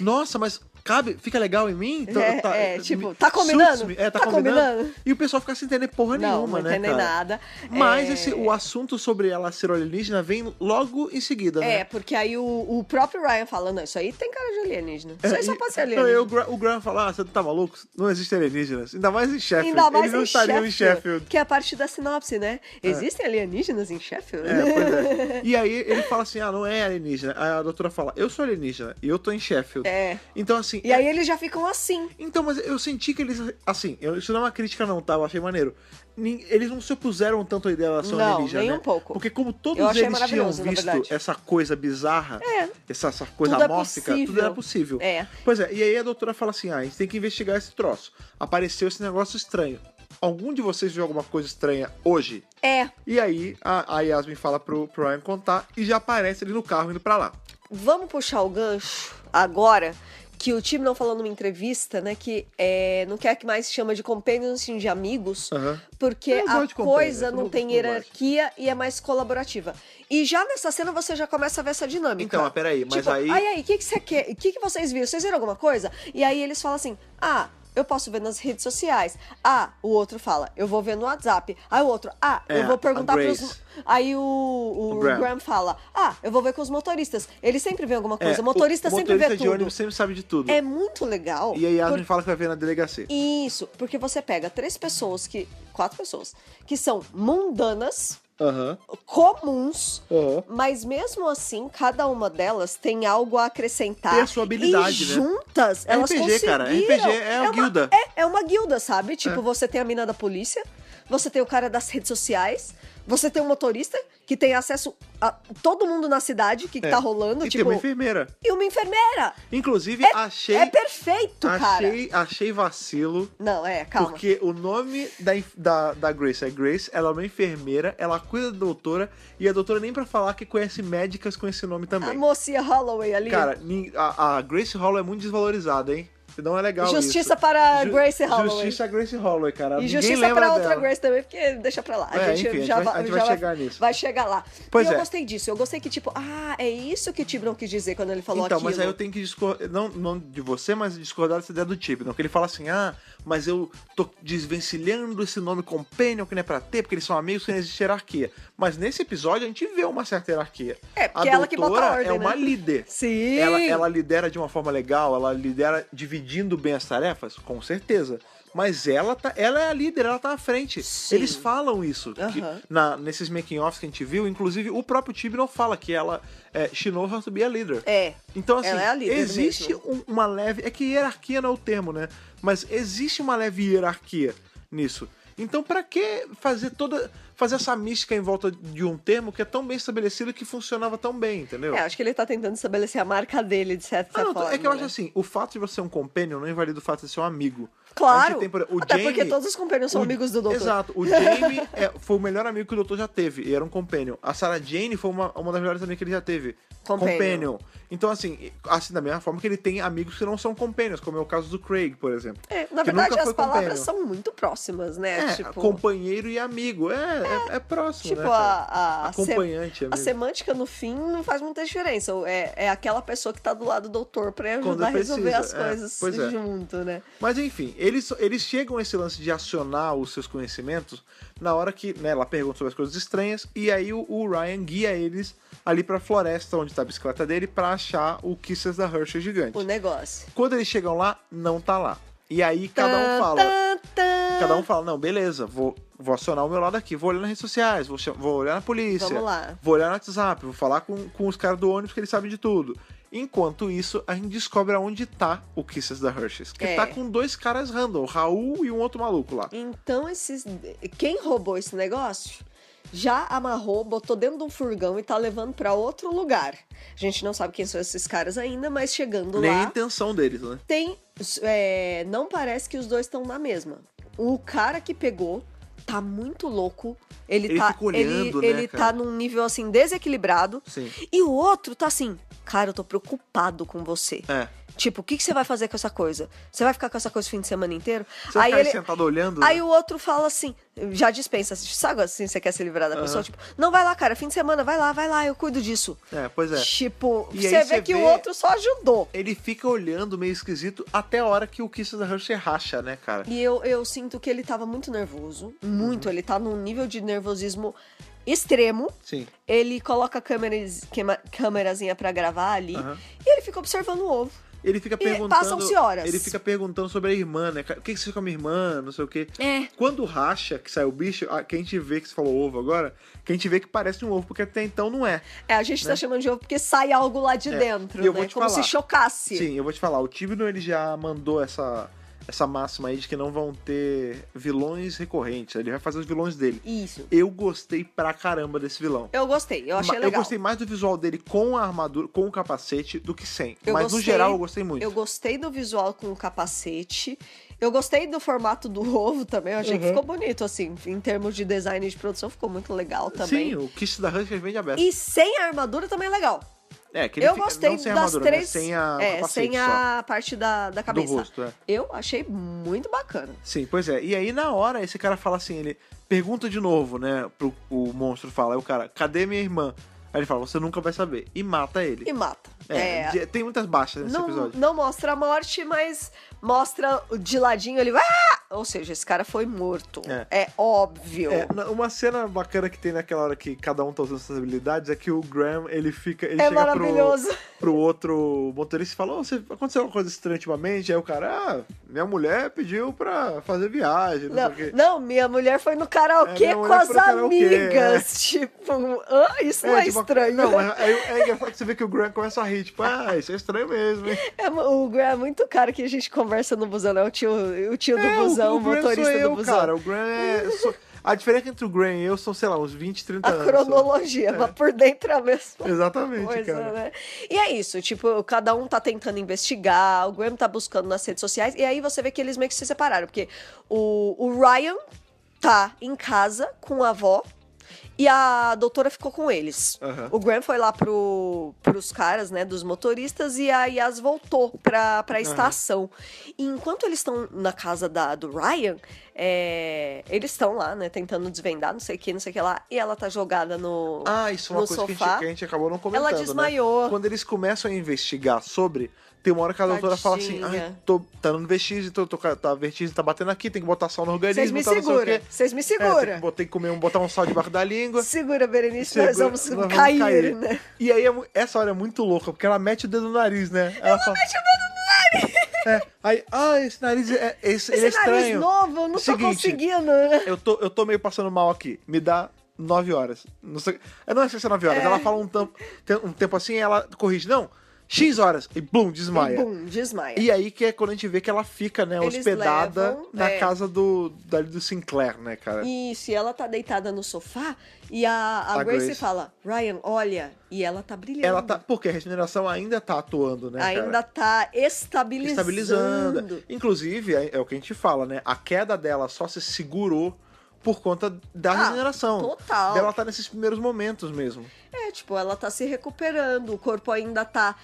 Nossa, mas cabe, fica legal em mim? Tá- É, tá- é, tipo, me- tá combinando? suits me- É, tá, Tá combinando? combinando? E o pessoal fica sem entender porra não, nenhuma, não né, entendem cara? nada. Mas É, esse, o assunto sobre ela ser alienígena vem logo em seguida, né? É, porque aí o, o próprio Ryan fala, não, isso aí tem cara de alienígena. Isso aí É, só e- pode ser Não, alienígena. e o, Gra- o Graham fala, ah, você tá maluco? Não existem alienígenas. Ainda mais em Sheffield. Ainda mais Eles não em estariam Sheffield, em Sheffield. Que é a parte da sinopse, né? Existem alienígenas em Sheffield? É, pois <laughs> é. E aí ele fala assim, ah, não é alienígena. Aí a doutora fala, eu sou alienígena e eu tô em Sheffield. É. Então assim... E aí eles já ficam assim. Então, mas eu senti que eles, assim, eu- isso não é uma crítica não, tá? Eu achei maneiro. Nin- Eles não se opuseram tanto à ideia da ação Não, alienígena, nem né? um pouco. Porque como Eu todos achei eles tinham maravilhoso, na visto verdade. essa coisa bizarra, essa, essa coisa Tudo é amórfica, tudo possível. era possível. É. Pois é, e aí a doutora fala assim, ah, a gente tem que investigar esse troço. Apareceu esse negócio estranho. Algum de vocês viu alguma coisa estranha hoje? É, E aí a, a Yasmin fala pro, pro Ryan contar e já aparece ele no carro indo pra lá. vamos puxar o gancho agora que o time não falou numa entrevista, né, que é, não quer que mais se chama de companions sim, de amigos, Aham. porque Eu gosto a de companions, é coisa eu não não tem gosto, eu gosto. hierarquia e é mais colaborativa. E já nessa cena você já começa a ver essa dinâmica. Então, mas peraí, mas Tipo, aí- Ai, aí, o que, que você quer? O que, que vocês viram? Vocês viram alguma coisa? E aí eles falam assim: ah, eu posso ver nas redes sociais. Ah, o outro fala, eu vou ver no WhatsApp. Aí o outro, ah, É, eu vou perguntar a pros. Grace. Aí o, o, O Graham. Graham fala, ah, eu vou ver com os motoristas. Eles sempre vêem alguma coisa. É, o motorista o sempre motorista vê de tudo. ônibus sempre sabe de tudo. É muito legal. E aí a Yasmin por- fala assim. que vai ver na delegacia. Isso, porque você pega três pessoas que. Quatro pessoas que são mundanas, Aham. comuns, Aham. mas mesmo assim, cada uma delas tem algo a acrescentar. Tem a sua habilidade, e né? juntas, É elas RPG, cara. conseguiram. RPG é a uma- guilda. É, é uma guilda, sabe? Tipo, você tem a mina da polícia, você tem o cara das redes sociais, você tem o motorista que tem acesso a todo mundo na cidade, o que, que tá rolando, É. E tipo. tem uma enfermeira. E uma enfermeira! Inclusive, É, achei. é perfeito, cara. achei, achei vacilo. Não, é, calma. Porque o nome da, enf- da, da Grace é Grace, ela é uma enfermeira, ela cuida da doutora, e a doutora nem pra falar que conhece médicas com esse nome A também. mocinha Holloway ali. Cara, nin- a, a Grace Holloway é muito desvalorizada, hein? Não é legal Justiça isso. para Grace Holloway. Justiça a Grace Holloway, E cara. Tá, Ninguém justiça lembra pra outra dela. Grace também, porque deixa pra lá. A É, gente enfim, a gente já, vai- va- a gente já vai chegar nisso. Vai chegar lá. Pois e eu é. gostei disso. Eu gostei que, tipo, ah, é isso que o Tibron quis dizer quando ele falou Então, aquilo. mas aí eu tenho que discordar, não, não de você, mas discordar dessa ideia do tipo, não? Que ele fala assim, ah, mas eu tô desvencilhando esse nome Companion que não é pra ter, porque eles são amigos que não existe hierarquia. Mas nesse episódio a gente vê uma certa hierarquia. É, porque a ela que doutora bota a ordem, é uma né? líder. Sim! Ela, ela lidera de uma forma legal, ela lidera dividindo bem as tarefas, com certeza. Mas ela, tá, ela é a líder, ela tá à frente. Sim. Eles falam isso. que Aham. na- nesses making-offs que a gente viu, inclusive o próprio Tibnon fala que ela é, she knows how to be a leader. É. Então, assim, Ela é a líder existe um- uma leve. É que hierarquia não é o termo, né? Mas existe uma leve hierarquia nisso. Então, pra que fazer toda. fazer essa mística em volta de um termo que é tão bem estabelecido que funcionava tão bem, entendeu? É, acho que ele tá tentando estabelecer a marca dele, de certa Ah, não, forma. é que eu acho né? assim, o fato de você ser um companion não invalida o fato de ser um amigo. Claro. A gente tem, por- o Até Jamie- porque todos os companheiros são o- amigos do doutor. Exato. O Jamie é- foi o melhor amigo que o doutor já teve, e era um companion. A Sarah Jane foi uma, uma das melhores amigas que ele já teve. Companion. Então, assim, assim, da mesma forma que ele tem amigos que não são companions, como é o caso do Craig, por exemplo. É, na que verdade, nunca as foi palavras companion. são muito próximas, né? É, companheiro e amigo. É, é, é próximo, Tipo, né? a, cara? a, a Acompanhante, sem- amigo. a semântica no fim não faz muita diferença. É, é aquela pessoa que tá do lado do doutor pra Quando ajudar a resolver precisa, as é. coisas Pois é. junto, né? Mas enfim, eles, eles chegam a esse lance de acionar os seus conhecimentos na hora que né, ela pergunta sobre as coisas estranhas e aí o, o Ryan guia eles ali pra floresta onde tá a bicicleta dele pra achar o Kisses da Hershey gigante. O negócio. Quando eles chegam lá, não tá lá. E aí cada um fala, Tan, tan. cada um fala, não, beleza, vou, vou acionar o meu lado aqui, vou olhar nas redes sociais, vou, cha- vou olhar na polícia, Vamos lá. vou olhar no WhatsApp, vou falar com, com os caras do ônibus que eles sabem de tudo. Enquanto isso, a gente descobre aonde tá o Kisses da Hershey's, que É. tá com dois caras random, o Raul e um outro maluco lá. Então, esses... quem roubou esse negócio já amarrou, botou dentro de um furgão e tá levando pra outro lugar. A gente não sabe quem são esses caras ainda, mas chegando Nem a lá, intenção deles, né? tem. é, não parece que os dois estão na mesma. O cara que pegou tá muito louco. Ele, Ele tá. fica olhando, ele né, ele tá cara? num nível assim desequilibrado. Sim. E o outro tá assim, cara, eu tô preocupado com você. É. Tipo, o que, que você vai fazer com essa coisa? Você vai ficar com essa coisa o fim de semana inteiro? Você vai ficar aí sentado olhando? Aí né? o outro fala assim, já dispensa, sabe assim, você quer se livrar da pessoa? Tipo, não, vai lá, cara, fim de semana, vai lá, vai lá, eu cuido disso. É, pois é. Tipo, E você aí vê você que o vê- outro só ajudou. Ele fica olhando meio esquisito até a hora que o Kiss da Hershey racha, né, cara? E eu, eu sinto que ele tava muito nervoso, muito, Uhum. ele tá num nível de nervosismo extremo. Sim. Ele coloca câmeras, queima- câmerazinha pra gravar ali Aham. e ele fica observando o ovo. Ele fica E perguntando. passam-se horas. Ele fica perguntando sobre a irmã, né? cara? O que, que você fez com a minha irmã? Não sei o quê. É. Quando racha, que sai o bicho, ah, que a gente vê que você falou ovo agora, que a gente vê que parece um ovo, porque até então não é. É, a gente tá chamando de ovo porque sai algo lá de É, dentro, e eu né? vou te Como falar. se chocasse. Sim, eu vou te falar, o Tibno ele já mandou essa, essa máxima aí de que não vão ter vilões recorrentes. Ele vai fazer os vilões dele. Isso. Eu gostei pra caramba desse vilão. Eu gostei, eu achei Ma- legal. gostei mais do visual dele com a armadura, com o capacete, do que sem. Eu Mas gostei- no geral eu gostei muito. Eu gostei do visual com o capacete. Eu gostei do formato do <laughs> ovo também. Eu achei que Uhum. ficou bonito, assim. Em termos de design e de produção, ficou muito legal também. Sim, o Kiss da Hunter vende aberto. E sem a armadura também é legal. É, que ele Eu fica- gostei não sem a das armadura, né? três. Sem a o é, capacete sem a parte da, da só, do cabeça. rosto, é. Eu achei muito bacana. Sim, pois é. E aí, na hora, esse cara fala assim, ele pergunta de novo, né? Pro, o monstro fala, aí o cara, cadê minha irmã? Aí ele fala, você nunca vai saber. E mata ele. E mata. É, de- tem muitas baixas nesse não, episódio. não mostra a morte, mas mostra de ladinho ele. Ah! Ou seja, esse cara foi morto. É, óbvio. É, na- uma cena bacana que tem naquela hora que cada um tá usando suas habilidades é que o Graham, ele fica. Ele É chega maravilhoso. Pro, pro outro motorista e fala: "Ô, você, aconteceu uma coisa estranha ultimamente? Aí o cara, ah, minha mulher pediu pra fazer viagem, não, Não, sei o quê. não, minha mulher foi no karaokê É, minha com mulher as foi no karaokê, amigas. <laughs> Tipo, hã? isso não é tipo, estranho. Não, mas aí é engraçado que você vê que o Graham começa a rir, tipo, ah, isso é estranho mesmo, hein? É, o Gra é muito cara que a gente conversa no busão, né? O tio, o tio do É, o- busão, o, o Graham motorista sou eu, do busão. Cara, o Graham é. sou- A diferença entre o Graham e eu são, sei lá, uns 20, 30 a anos. cronologia, mas por dentro é a mesma Exatamente, coisa, cara. né? E é isso, tipo, cada um tá tentando investigar, o Graham tá buscando nas redes sociais, e aí você vê que eles meio que se separaram, porque o, o Ryan tá em casa com a avó e a doutora ficou com eles. Aham. O Graham foi lá pro, pros caras, né, dos motoristas, e a Yas voltou pra, pra estação. E enquanto eles estão na casa da, do Ryan, é, eles estão lá, né, tentando desvendar, não sei o que, não sei o que lá, e ela tá jogada no Ah, isso é uma no coisa que a, gente, sofá. que a gente acabou não comentando. né? desmaiou. Quando eles começam a investigar sobre, tem uma hora que a doutora fala assim: Tadinha. ah, tô, tá dando vestígio, tô, tô, tá, vertigem tá batendo aqui, tem que botar sal no organismo, Vocês me tá, não sei o segura, quê." vocês me É, tem, segura. que, bo- tem que comer um, botar um sal debaixo da língua. Segura, Berenice, Segura, nós vamos nós vamos cair, cair. né? E aí, é mu- essa hora é muito louca, porque ela mete o dedo no nariz, né? Ela, fala, Tá chamando É, aí, ah, esse nariz é, é- esse, ele é esse estranho. nariz novo, eu não Seguinte, tô conseguindo, né? Eu tô, eu tô meio passando mal aqui. Me dá nove horas. Não sei, eu não sei se é nove horas. Ela fala um tempo, um tempo assim, ela corrige. Não, X horas. E blum, desmaia. E, Bum, desmaia. aí que é quando a gente vê que ela fica, né, Eles hospedada levam, na é. casa do, dali do Sinclair, né, cara? Isso, e ela tá deitada no sofá e a, a A Grace, Grace. fala, Ryan, olha, e ela tá brilhando. Ela tá. Porque a regeneração ainda tá atuando, né? cara? Ainda tá estabilizando. estabilizando. Inclusive, é, é o que a gente fala, né? A queda dela só se segurou por conta da Ah, regeneração. total. Ela tá nesses primeiros momentos mesmo. É, tipo, ela tá se recuperando, o corpo ainda tá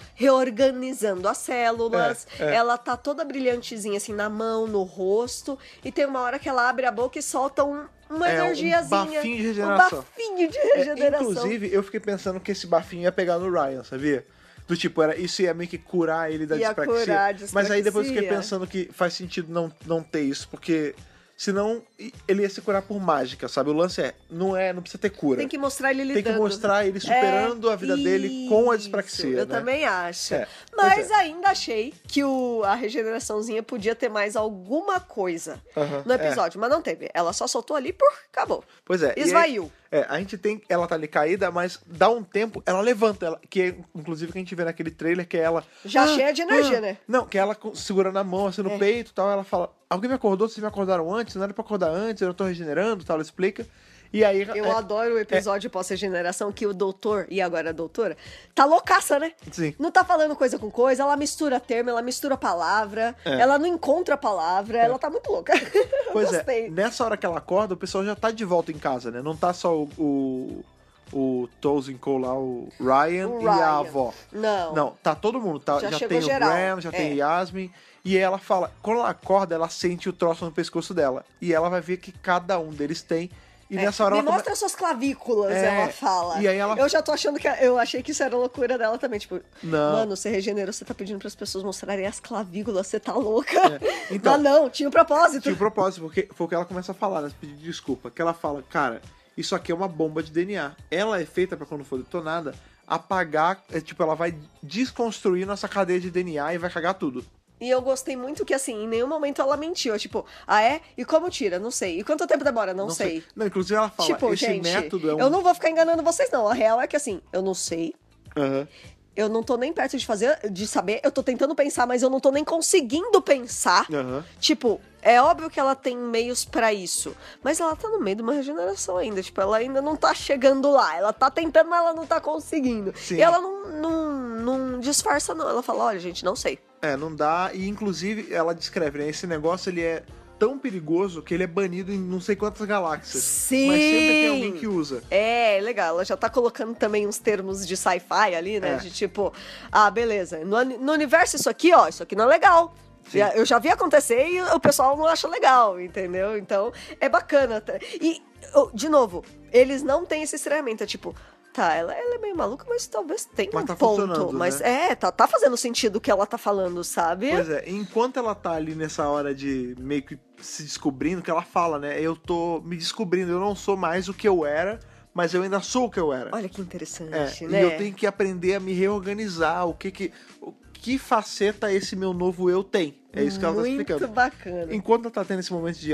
reorganizando as células, É, é. ela tá toda brilhantezinha, assim, na mão, no rosto, e tem uma hora que ela abre a boca e solta um- uma É, um energiazinha. bafinho de regeneração. Um bafinho de É, regeneração. inclusive, eu fiquei pensando que esse bafinho ia pegar no Ryan, sabia? Do tipo, era, isso ia meio que curar ele da Ia dispraxia. curar a Mas aí depois eu fiquei dispraxia. pensando que faz sentido não, não ter isso, porque senão ele ia se curar por mágica, sabe? O lance é, não é, não precisa ter cura. Tem que mostrar ele Tem lidando. É, que mostrar ele superando a vida dele com a dispraxia. Eu né? também acho. É, Mas pois é. ainda achei que o, a regeneraçãozinha podia ter mais alguma coisa Aham, no é. episódio, mas não teve. Ela só soltou ali, por acabou. Pois é. e aí- Esvaiu. é, a gente tem. Ela tá ali caída, mas dá um tempo, ela levanta. Ela, que é, inclusive, que a gente vê naquele trailer, que é ela. ah". Já cheia de energia, né? É. Não, que ela co- segurando a mão assim no peito e tal. Ela fala: Alguém me acordou, vocês me acordaram antes, não era pra acordar antes, eu não tô regenerando tal. Ela explica. E aí. Eu é- adoro o episódio pós-regeneração que o doutor, e agora a doutora, tá loucaça, né? Sim. Não tá falando coisa com coisa, ela mistura termo, ela mistura palavra, É. ela não encontra palavra, ela tá muito louca. <laughs> Eu Pois Gostei. é, nessa hora que ela acorda, o pessoal já tá de volta em casa, né? Não tá só o. o... O Tolzien Cole lá, o Ryan, O e a Ryan. avó. Não. Não, tá todo mundo. Tá, já Já chegou tem geral, o Graham, já tem é. Yasmin. E ela fala. Quando ela acorda, ela sente o troço no pescoço dela. E ela vai ver que cada um deles tem. E É, nessa hora Me ela come- mostra suas clavículas, É, ela fala. e aí ela- Eu já tô achando que. Eu achei que isso era loucura dela também. Tipo, Não. mano, você regenerou, você tá pedindo pras pessoas mostrarem as clavículas, você tá louca. É, então- Mas não, tinha um propósito. Tinha um propósito, porque foi o que ela começa a falar, né? Pedir desculpa. Que ela fala, cara, isso aqui é uma bomba de DNA. Ela é feita pra quando for detonada, apagar. É, tipo, ela vai desconstruir nossa cadeia de DNA e vai cagar tudo. <laughs> E eu gostei muito que, assim, em nenhum momento ela mentiu. Tipo, ah, é? E como tira? Não sei. E quanto tempo demora? Não, sei. Não, inclusive ela fala, Tipo, esse gente, método é um. eu não vou ficar enganando vocês, não. A real é que, assim, eu não sei. Aham. Eu não tô nem perto de fazer, de saber. Eu tô tentando pensar, mas eu não tô nem conseguindo pensar. Aham. Tipo, é óbvio que ela tem meios pra isso, mas ela tá no meio de uma regeneração ainda. Tipo, ela ainda não tá chegando lá. Ela tá tentando, mas ela não tá conseguindo. Sim. E ela não, não, não disfarça, não. Ela fala: olha, gente, não sei. É, não dá. E inclusive ela descreve, né? Esse negócio ele é tão perigoso que ele é banido em não sei quantas galáxias. Sim! Mas sempre tem alguém que usa. É, legal. Ela já tá colocando também uns termos de sci-fi ali, né? É. De tipo, ah, beleza. No, ani- no universo, isso aqui, ó, isso aqui não é legal. Sim. Já- Eu já vi acontecer e o pessoal não acha legal, entendeu? Então, é bacana. tá? E, oh, de novo, eles não têm esse estranhamento. É tipo, tá, ela, ela é meio maluca, mas talvez tenha Mas um tá ponto. funcionando, né? Mas é, tá, tá fazendo sentido o que ela tá falando, sabe? Pois é, enquanto ela tá ali nessa hora de meio que se descobrindo, que ela fala, né? Eu tô me descobrindo, eu não sou mais o que eu era, mas eu ainda sou o que eu era. Olha que interessante, É, né? E eu tenho que aprender a me reorganizar, o que que. O que faceta esse meu novo eu tem? É isso que ela tá Muito explicando. bacana. Enquanto ela tá tendo esse momento de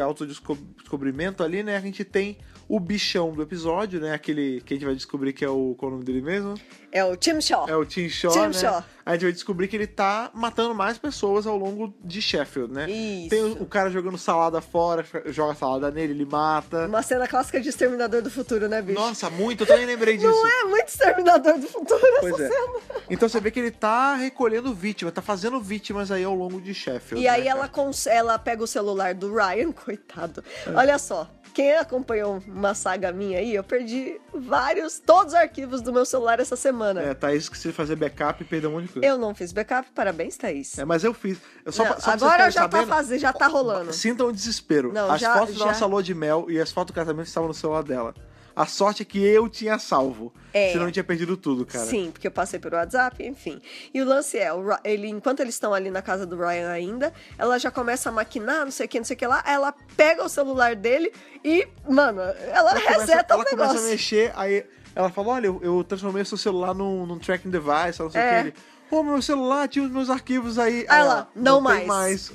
autodescobrimento ali, né? A gente tem o bichão do episódio, né? Aquele que a gente vai descobrir que é o. Qual é o nome dele mesmo? É o Tim Shaw. É o Tim Shaw. Tim né? Shaw. A gente vai descobrir que ele tá matando mais pessoas ao longo de Sheffield, né? Isso. Tem o, o cara jogando salada fora, joga salada nele, ele mata. Uma cena clássica de Exterminador do Futuro, né, bicho? Nossa, muito, eu também lembrei disso. Não é muito Exterminador do Futuro Pois essa é. cena. Então você vê que ele tá recolhendo vítimas, tá fazendo vítimas aí ao longo de Sheffield. E aí né, ela, cara? cons- ela pega o celular do Ryan, <laughs> coitado. É. Olha só, quem acompanhou uma saga minha aí, eu perdi vários, todos os arquivos do meu celular essa semana. É, Thaís que se fazer backup e perdeu um monte de coisa. Eu não fiz backup, parabéns, Thaís. É, mas eu fiz. Eu só, Não, pra- só pra vocês agora ficarem já tá sabendo, fazendo, já tá rolando. Sintam o desespero. Não, as já- fotos já- da nossa lua de mel e as fotos do casamento estavam no celular dela. A sorte é que eu tinha salvo. É. Senão eu tinha perdido tudo, cara. Sim, porque eu passei pelo WhatsApp, enfim. E o lance é, o Ri- ele, enquanto eles estão ali na casa do Ryan ainda, ela já começa a maquinar, não sei o que, não sei o que lá. Ela pega o celular dele e, mano, ela, reseta ela o começa é negócio. a mexer, aí ela fala: Olha, eu, eu transformei o seu celular num, num tracking device, ela não sei o É. que. Ele, Ô, meu celular tinha os meus arquivos aí. Aí Aí ela, "Não tem mais."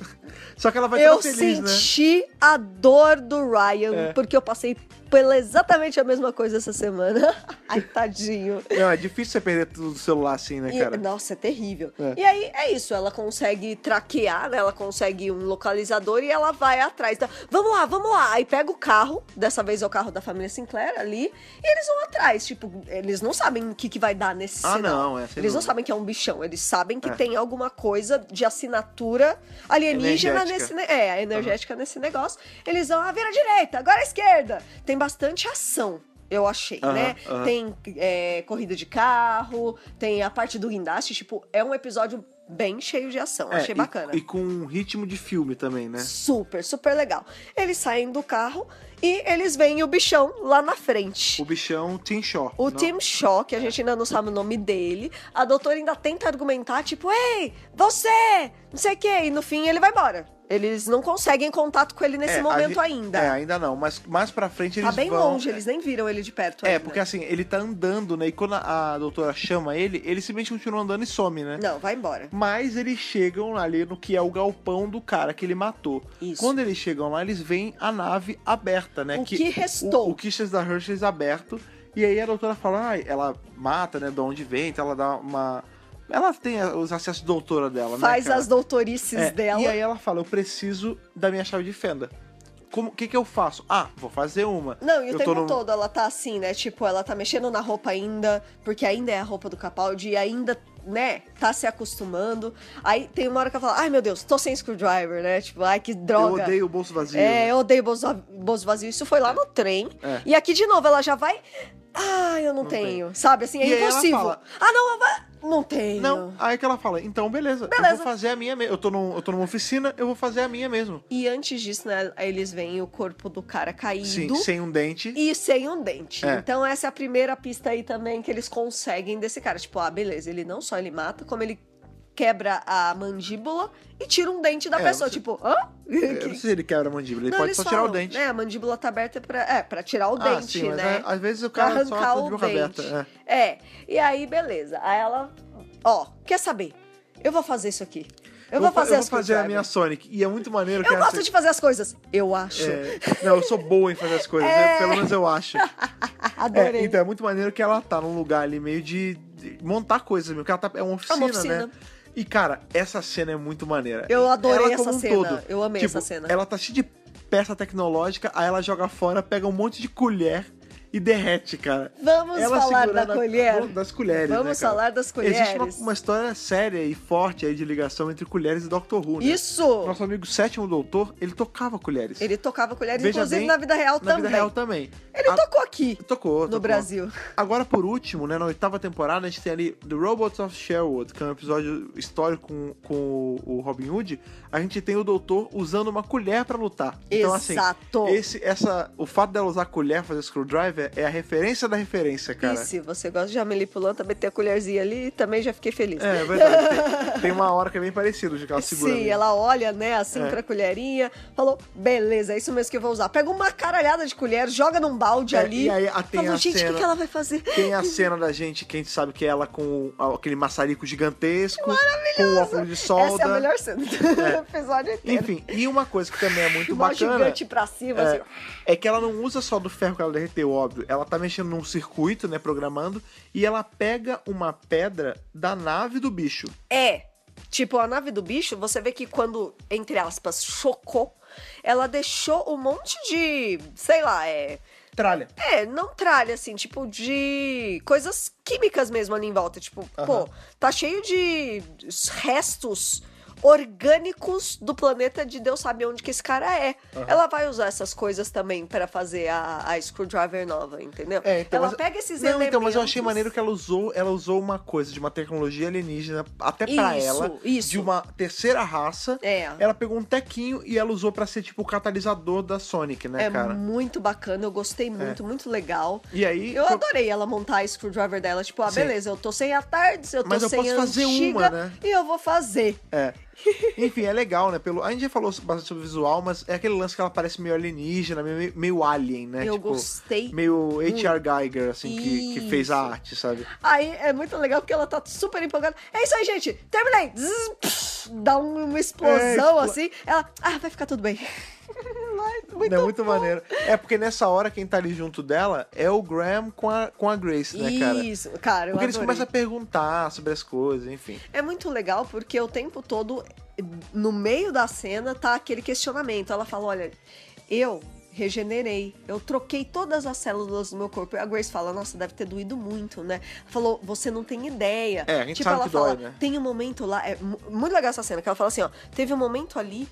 Só que ela vai eu toda feliz, né? senti a dor do Ryan, É. porque eu passei pela exatamente a mesma coisa essa semana. <laughs> Ai, tadinho. Não, <laughs> é difícil você perder tudo do celular assim, né, E- cara? nossa, é terrível. É. E aí é isso, ela consegue traquear, né? Ela consegue um localizador e ela vai atrás. Da... Vamos lá, vamos lá. Aí pega o carro, dessa vez é o carro da família Sinclair ali, e eles vão atrás. Tipo, eles não sabem o que, que vai dar nesse Ah, sinal. não, é, Eles sem não dúvida. sabem que é um bichão, eles sabem que É. tem alguma coisa de assinatura alienígena Energética. nesse. ne- É, energética nesse negócio. Eles vão, ah, vira à direita, agora à esquerda. Tem bastante ação. Eu achei, Aham, né? aham. Tem tem é, corrida de carro, tem a parte do guindaste, tipo, é um episódio bem cheio de ação. É, Então, achei e- bacana. E com um ritmo de filme também, né? Super, super legal. Eles saem do carro e eles veem o bichão lá na frente. O bichão Tim Shaw. O Não- Tim Shaw, que a gente ainda não sabe o nome dele, a doutora ainda tenta argumentar, tipo, ei, você, não sei o quê, e no fim ele vai embora. Eles não conseguem contato com ele nesse É, a momento gente- ainda. É, ainda não, mas mais pra frente eles tá bem vão... longe, eles nem viram ele de perto É, ainda. porque assim, ele tá andando, né? E quando a, a doutora chama ele, ele simplesmente continua andando e some, né? Não, vai embora. Mas eles chegam ali no que é o galpão do cara que ele matou. Isso. Quando eles chegam lá, eles veem a nave aberta, né? O que restou. O, o Kisses da Hershey's aberto. E aí a doutora fala, ah, ela mata, né? De onde vem, então ela dá uma... Ela tem a- os acessos de doutora dela, né? Faz cara? as doutorices É, dela. E aí ela fala, eu preciso da minha chave de fenda. como, que que eu faço? Ah, vou fazer uma. Não, e o eu tempo tô no- todo ela tá assim, né? Tipo, ela tá mexendo na roupa ainda, porque ainda é a roupa do Capaldi e ainda, né, tá se acostumando. Aí tem uma hora que ela fala, ai meu Deus, tô sem screwdriver, né? Tipo, ai que droga. Eu odeio o bolso vazio. né? É, eu odeio bolso, bolso vazio. Isso foi lá no trem. É. E aqui de novo ela já vai. Ah, eu não, Não tenho. tenho. Sabe assim, é E aí ela impossível. fala- ah, não, eu vou- não tenho. Não, aí que ela fala, então beleza, eu Beleza. vou fazer a minha mesmo. Eu, tô num- eu tô numa oficina, eu vou fazer a minha mesmo. E antes disso, né, eles veem o corpo do cara caído Sim, sem um dente. e sem um dente. É. Então essa é a primeira pista aí também que eles conseguem desse cara. Tipo, ah, beleza, ele não só ele mata, como ele quebra a mandíbula e tira um dente da É, pessoa. você- Tipo, hã? Eu não sei se ele quebra a mandíbula, ele Não, pode eles só tirar falam, o dente. Né, a mandíbula tá aberta pra, é, pra tirar o ah, dente, sim, mas né? é- às vezes o Pra cara só arrancar tá de o boca dente. aberta. é. É. E aí, beleza. Aí ela, ó, quer saber? Eu vou fazer isso aqui. Eu, vou, fa- fazer eu as vou fazer a minha coisas. Sonic. E é muito maneiro que Eu ela gosto de fazer as coisas. Eu acho. É, não, eu sou boa em fazer as coisas, É. eu- pelo menos eu acho. <laughs> <laughs> Adorei. É, então é muito maneiro que ela tá num lugar ali meio de, de montar coisas mesmo, que ela tá, é uma oficina, oficina. né? E, cara, essa cena é muito maneira. Eu adorei Ela essa como um cena, todo. eu amei Tipo, essa cena. Ela tá cheia de peça tecnológica, aí ela joga fora, pega um monte de colher e derrete, cara. Vamos Ela falar da segurando a- colher. das colheres, Vamos né, cara? falar das colheres. Existe uma, uma história séria e forte aí de ligação entre colheres e Doctor Who, né? Isso! Nosso amigo Sétimo Doutor, ele tocava colheres. Ele tocava colheres, Veja inclusive bem, na vida real Na também. vida real também. Ele A- tocou aqui, Tocou, no tocou. Brasil. Agora, por último, né, na oitava temporada, a gente tem ali The Robots of Sherwood, que é um episódio histórico com, com o- o Robin Hood. A gente tem o doutor usando uma colher pra lutar. Então, assim, Exato. esse, essa, o fato dela usar colher fazer screwdriver é a referência da referência, cara. E se você gosta de Amelie Poulain, também tem a colherzinha ali, também já fiquei feliz. <laughs> É, é verdade. tem, tem uma hora que é bem parecida, de que ela segura. Sim, mesmo. ela olha, né, assim, É. pra colherinha, falou, beleza, é isso mesmo que eu vou usar. Pega uma caralhada de colher, joga num balde É, ali. e aí, ah, tem falou, a gente, o que cena- que ela vai fazer? Tem <laughs> a cena da gente que a gente sabe que é ela com aquele maçarico gigantesco, com o óculos de solda. Essa é a melhor cena do episódio inteiro. Enfim, e uma coisa que também é <laughs> muito o mal bacana gigante pra cima, é, assim. é que ela não usa só do ferro que ela derreteu, óbvio. Ela tá mexendo num circuito, né, programando, e ela pega uma pedra da nave do bicho. É. Tipo, a nave do bicho, você vê que quando, entre aspas, chocou, ela deixou um monte de, sei lá, é. Tralha. É, não tralha, assim, tipo, de coisas químicas mesmo ali em volta. Tipo, Aham. pô, tá cheio de restos orgânicos do planeta de Deus sabe onde que esse cara é. Ela vai usar essas coisas também pra fazer a, a screwdriver nova, entendeu? É, então, ela mas- pega esses Não, elementos... então, mas eu achei maneiro que ela usou, ela usou uma coisa de uma tecnologia alienígena, até pra Isso, ela, isso. de uma terceira raça. É. Ela pegou um tequinho e ela usou pra ser tipo o catalisador da Sonic, né, É cara? É. muito bacana, eu gostei muito, muito legal. E aí, Eu pro- adorei ela montar a screwdriver dela. Tipo, ah, Sim. beleza, eu tô sem a tarde, eu tô Mas eu sem posso a fazer antiga, uma, né? E eu vou fazer. É. Enfim, é legal, né? Pelo... A gente já falou bastante sobre o visual, mas é aquele lance que ela parece meio alienígena, meio, meio alien, né? Eu tipo, gostei Meio H.R. Geiger, assim, que, que fez a Isso. arte, sabe? Aí é muito legal porque ela tá super empolgada. É isso aí, gente. Terminei. Zzz, pss, dá um- uma É, explosão explo- assim. Ela, ah, vai ficar tudo bem. Mas <laughs> muito é muito bom. maneiro. É porque nessa hora quem tá ali junto dela é o Graham com a, com a Grace, né, cara? Isso, cara, eu Porque eles adorei. começam a perguntar sobre as coisas, enfim. É muito legal porque o tempo todo, no meio da cena, tá aquele questionamento. Ela fala: olha, eu regenerei, eu troquei todas as células do meu corpo. A Grace fala: nossa, deve ter doído muito, né? Falou: você não tem ideia. É, a gente tipo, sabe ela que fala: dói, né? tem um momento lá, é mu- muito legal essa cena, que ela fala assim: ó, teve um momento ali.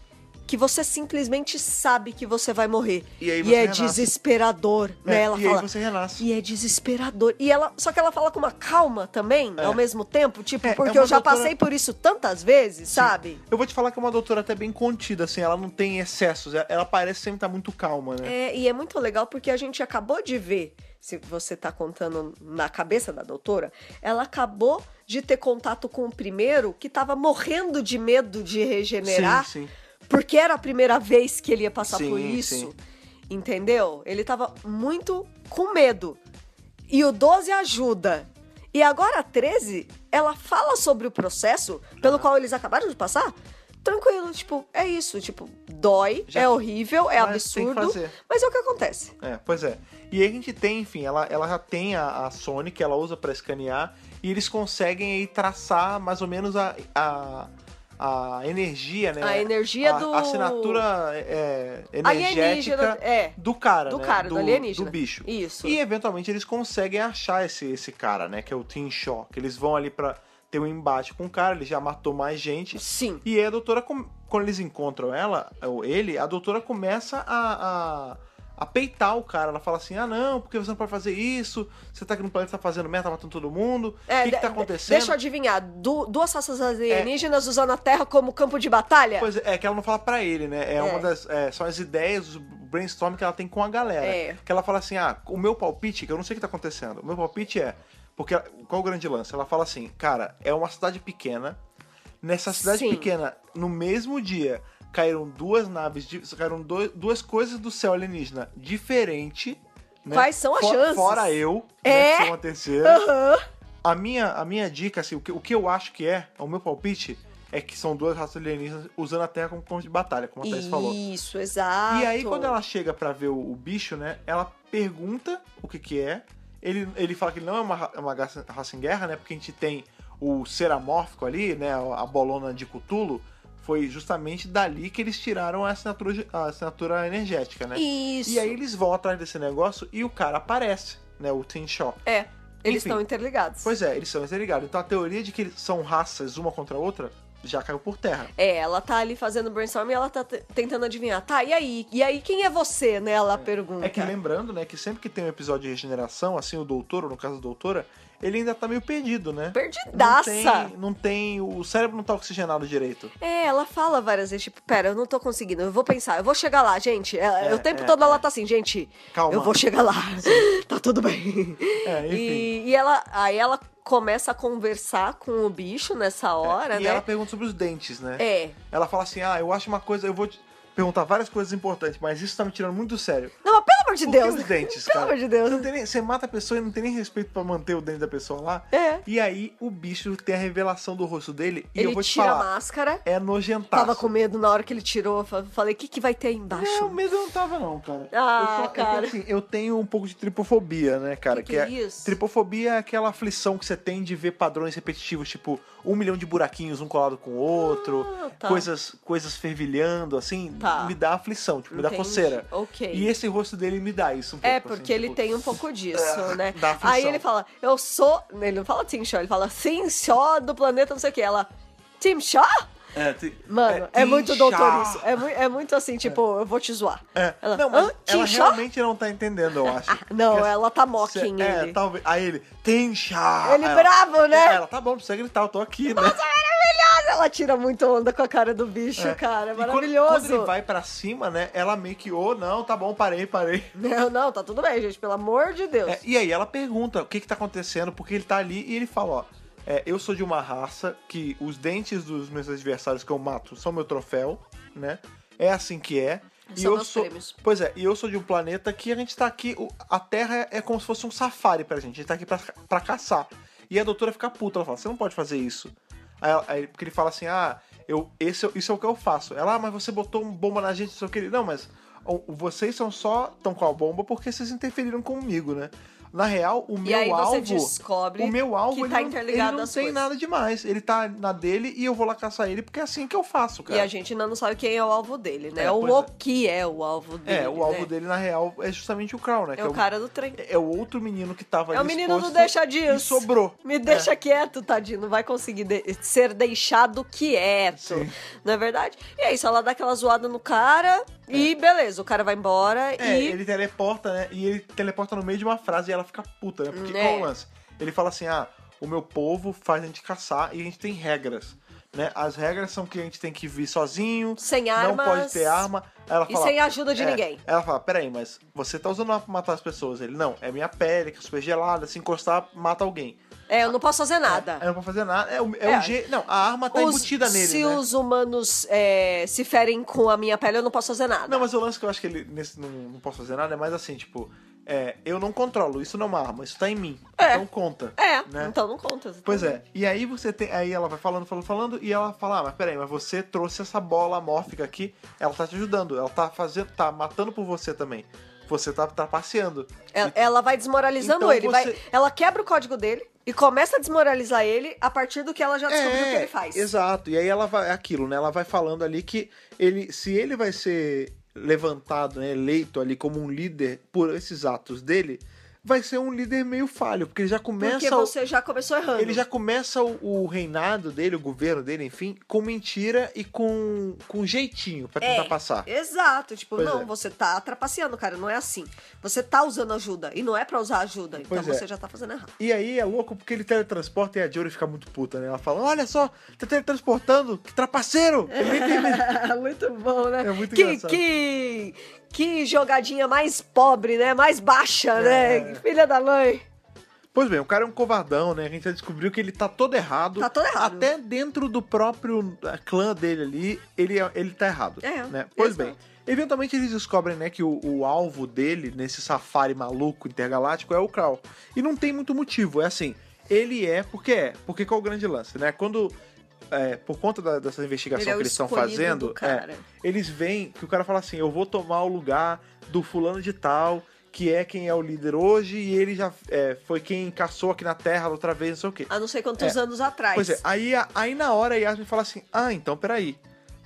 Que você simplesmente sabe que você vai morrer. E aí você é renasce. desesperador, né? É, Ela e aí fala. você renasce. E é desesperador. E ela, só que ela fala com uma calma também, ao mesmo tempo, tipo, É, é porque uma eu já doutora- passei por isso tantas vezes, sabe? Eu vou te falar que é uma doutora até bem contida, assim, ela não tem excessos, ela- ela parece sempre estar muito calma, né? É, e é muito legal porque a gente acabou de ver, se você tá contando na cabeça da doutora, ela acabou de ter contato com o primeiro que tava morrendo de medo de regenerar, Sim, sim. porque era a primeira vez que ele ia passar Sim, por isso. sim. Entendeu? Ele tava muito com medo. E o 12 ajuda. E agora a 13, ela fala sobre o processo pelo qual eles acabaram de passar. Tranquilo, tipo, é isso, tipo, dói, Já- é horrível, é Mas tem que absurdo, fazer. mas é o que acontece. É, pois é. E aí a gente tem, enfim, ela, ela já tem a, a Sony que ela usa pra escanear e eles conseguem aí traçar mais ou menos a, a, a energia, né? A energia do- A assinatura é, Alienígena, energética é. do cara, Do né? cara, do alienígena. Do bicho. Isso. E eventualmente eles conseguem achar esse, esse cara, né? Que é o Tim Shaw. Que eles vão ali pra ter um embate com o cara, ele já matou mais gente. Sim. E aí a doutora, com- quando eles encontram ela, ou ele, a doutora começa a, a, a peitar o cara. Ela fala assim: ah, não, porque você não pode fazer isso? Você tá aqui no planeta, tá fazendo merda, tá matando todo mundo. O É, que, que de- tá acontecendo? É. Deixa eu adivinhar. Du- duas raças alienígenas usando a Terra como campo de batalha? Pois é, é que ela não fala pra ele, né? É, É. uma das. é, são as ideias, o brainstorm que ela tem com a galera. É. Que ela fala assim: ah, o meu palpite, que eu não sei o que tá acontecendo, o meu palpite é. Porque qual o grande lance? Ela fala assim, cara, é uma cidade pequena. Nessa cidade Sim. pequena, no mesmo dia, caíram duas naves, de- caíram dois- duas coisas do céu alienígena diferente. né? Quais são as Fo- chances? Fora eu, É. né, que sou uma terceira. Aham. A minha, a minha dica, assim, o que, o que eu acho que é, o meu palpite, é que são duas raças alienígenas usando a Terra como campo de batalha, como a Thais falou. Isso, exato. E aí, quando ela chega pra ver o, o bicho, né, ela pergunta o que que é. Ele, ele fala que não é uma, ra- é uma raça, raça em guerra, né, porque a gente tem o ser amórfico ali, né, a a bolona de Cthulhu. Foi justamente dali que eles tiraram a assinatura, de- a assinatura energética, né? Isso. E aí eles vão atrás desse negócio e o cara aparece, né, o Tim Shaw. É, eles Enfim. estão interligados. Pois é, eles são interligados. Então a teoria de que eles são raças uma contra a outra já caiu por terra. É, ela tá ali fazendo brainstorm e ela tá te- tentando adivinhar. Tá, e aí? E aí, quem é você, né? Ela pergunta. É que lembrando, né, que sempre que tem um episódio de regeneração, assim, o doutor, ou no caso a doutora, ele ainda tá meio perdido, né? Não Perdidaça! tem, não tem. O cérebro não tá oxigenado direito. É, ela fala várias vezes, tipo, pera, eu não tô conseguindo, eu vou pensar, eu vou chegar lá, gente. Ela- É, o tempo é, todo é. ela tá assim, gente, Calma. eu vou chegar <laughs> lá, tá tudo bem. É, enfim. E, e ela, aí ela começa a conversar com o bicho nessa hora, É, e né? ela pergunta sobre os dentes, né? É. Ela fala assim: ah, eu acho uma coisa, eu vou te perguntar várias coisas importantes, mas isso tá me tirando muito do sério. Não, mas pelo amor de Por Deus. que os dentes, pelo cara? amor de Não Deus. tem nem- você mata a pessoa e não tem nem respeito pra manter o dente da pessoa lá. É. E aí o bicho tem a revelação do rosto dele e Ele eu vou te tira a falar. máscara. É nojentaço. Tava com medo na hora que ele tirou. fa- Falei, o que, que vai ter aí embaixo? Não, medo eu não tava não, Tipo, cara. Ah, eu é que, cara. assim, eu tenho um pouco de tripofobia, né, cara? Que que é isso? Tripofobia é aquela aflição que você tem de ver padrões repetitivos, tipo um milhão de buraquinhos um colado com o outro, Ah, tá. coisas, coisas fervilhando, assim, Tá. me dá aflição, tipo, me dá Entendi. coceira. Ok. E esse rosto dele me dá isso um pouco. É, porque assim, ele tipo, é, tem um pouco disso, né? dá aflição. Aí ele fala, eu sou. Ele não fala Tim Shaw, ele fala Tim Shaw do planeta, não sei o que. Ela, Tim Shaw? É, ti- Mano, é, Tim muito doutor Shaw. isso. É, mui- é muito assim, tipo, eu vou te zoar. É. Ela, não, mas "Hã? Tim ela Shaw? realmente não tá entendendo, eu <laughs> acho. Não, Porque- assim, ela tá mocking é, ele. talvez. Aí ele, tem chá. Ele Aí bravo, né? Ela, tá bom, não precisa gritar, eu <laughs> tô aqui, né? Nossa, maravilhosa! é Ela tira muito onda com a cara do bicho, cara. É. E quando- Maravilhoso. Quando ele vai pra cima, né? Ela meio que, ô, não, tá bom, parei, parei. <laughs> Não, não, tá tudo bem, gente. Pelo amor de Deus. É, e aí ela pergunta o que que tá acontecendo, porque ele tá ali e ele fala, ó, é, eu sou de uma raça que os dentes dos meus adversários que eu mato são meu troféu, né? É assim que é. e São eu meus sou, prêmios. Pois é, e eu sou de um planeta que a gente tá aqui, o- a Terra é, é como se fosse um safari pra gente, a gente tá aqui pra, pra caçar. E a doutora fica puta, ela fala, você não pode fazer isso. Aí, ela- aí- porque ele fala assim, ah, eu, esse, é- isso é o que eu faço. Ela, ah, mas você botou um bomba na gente, não sei o que. Ele, Não, mas o- vocês são só tão com a bomba porque vocês interferiram comigo, né? Na real, o E meu aí você alvo... descobre o meu alvo que tá ele não, ele interligado não às tem coisas. nada demais. Ele tá na dele e eu vou lá caçar ele porque é assim que eu faço, cara. E a gente ainda não sabe quem é o alvo dele, né? É, Ou pois o é. que é o alvo dele. É, o alvo né? dele, na real, é justamente o Crown, né? que É o cara do trem. É o outro menino que tava É ali o menino do exposto deixa disso. E sobrou. É. Me deixa quieto, tadinho. Não vai conseguir de- ser deixado quieto. Sim. Não é verdade? E é isso, ela dá aquela zoada no cara e beleza, o cara vai embora É, É, e. ele teleporta, né? E ele teleporta no meio de uma frase e ela fica puta, né? Porque É. qual o lance? Ele fala assim, ah, o meu povo faz a gente caçar e a gente tem regras, né? As regras são que a gente tem que vir sozinho. Sem Não armas. pode ter arma. Aí Ela E fala, sem ajuda de é, ninguém. Ela fala, peraí, mas você tá usando arma pra matar as pessoas. Ele, não, é minha pele, que é super gelada, se encostar, mata alguém. É, eu não posso fazer nada. Aí não pode fazer nada. É, o- é, É. o jeito... Não, a arma tá Os- embutida nele, se né? os humanos é, se ferem com a minha pele, eu não posso fazer nada. Não, mas o lance que eu acho que ele nesse, não, não posso fazer nada é mais assim, tipo, é, eu não controlo, isso não é uma arma, isso tá em mim. É. Então conta. É, né? então não conta. Pois é, e aí você tem. Aí ela vai falando, falando, falando, e ela fala, ah, mas peraí, mas você trouxe essa bola amórfica aqui, ela tá te ajudando, ela tá fazendo. tá matando por você também. Você tá trapaceando. Ela, ela vai desmoralizando Então ele. vai- você- ela quebra o código dele. E começa a desmoralizar ele a partir do que ela já descobriu É, que ele faz. Exato. E aí ela vai é aquilo, né? Ela vai falando ali que ele, se ele vai ser levantado, né, eleito ali como um líder por esses atos dele, vai ser um líder meio falho, porque ele já Porque começa o- você é já começou errando. ele já começa o, o reinado dele, o governo dele, enfim, com mentira e com, com jeitinho pra tentar É. passar. Exato, tipo, Pois não, é. você tá trapaceando, cara, não é assim. Você tá usando ajuda, e não é pra usar ajuda, então Pois é. você já tá fazendo errado. E aí é louco porque ele teletransporta e a Jory fica muito puta, né? Ela fala: Olha só, tá teletransportando, <laughs> que trapaceiro! Ele nem tem muito bom, né? É muito que, engraçado. Que, que jogadinha mais pobre, né? Mais baixa, É. né? Filha da mãe. Pois bem, o cara é um covardão, né? A gente já descobriu que ele tá todo errado. Tá todo errado. Até dentro do próprio ah, clã dele ali, ele, é- ele tá errado. É, né? Pois exato. bem, eventualmente eles descobrem, né, que o, o alvo dele, nesse safari maluco intergaláctico, é o Kral. E não tem muito motivo, é assim, ele é porque é. Porque qual é o grande lance, né? Quando... é, por conta da- dessa investigação Ele é o que eles estão escolhido fazendo, do cara. é, eles veem que o cara fala assim: eu vou tomar o lugar do fulano de tal, que é quem é o líder hoje, e ele já é, foi quem caçou aqui na Terra outra vez, não sei o quê. Há não sei quantos anos atrás. Pois é, aí, a- aí na hora a Yasmin fala assim: ah, então peraí.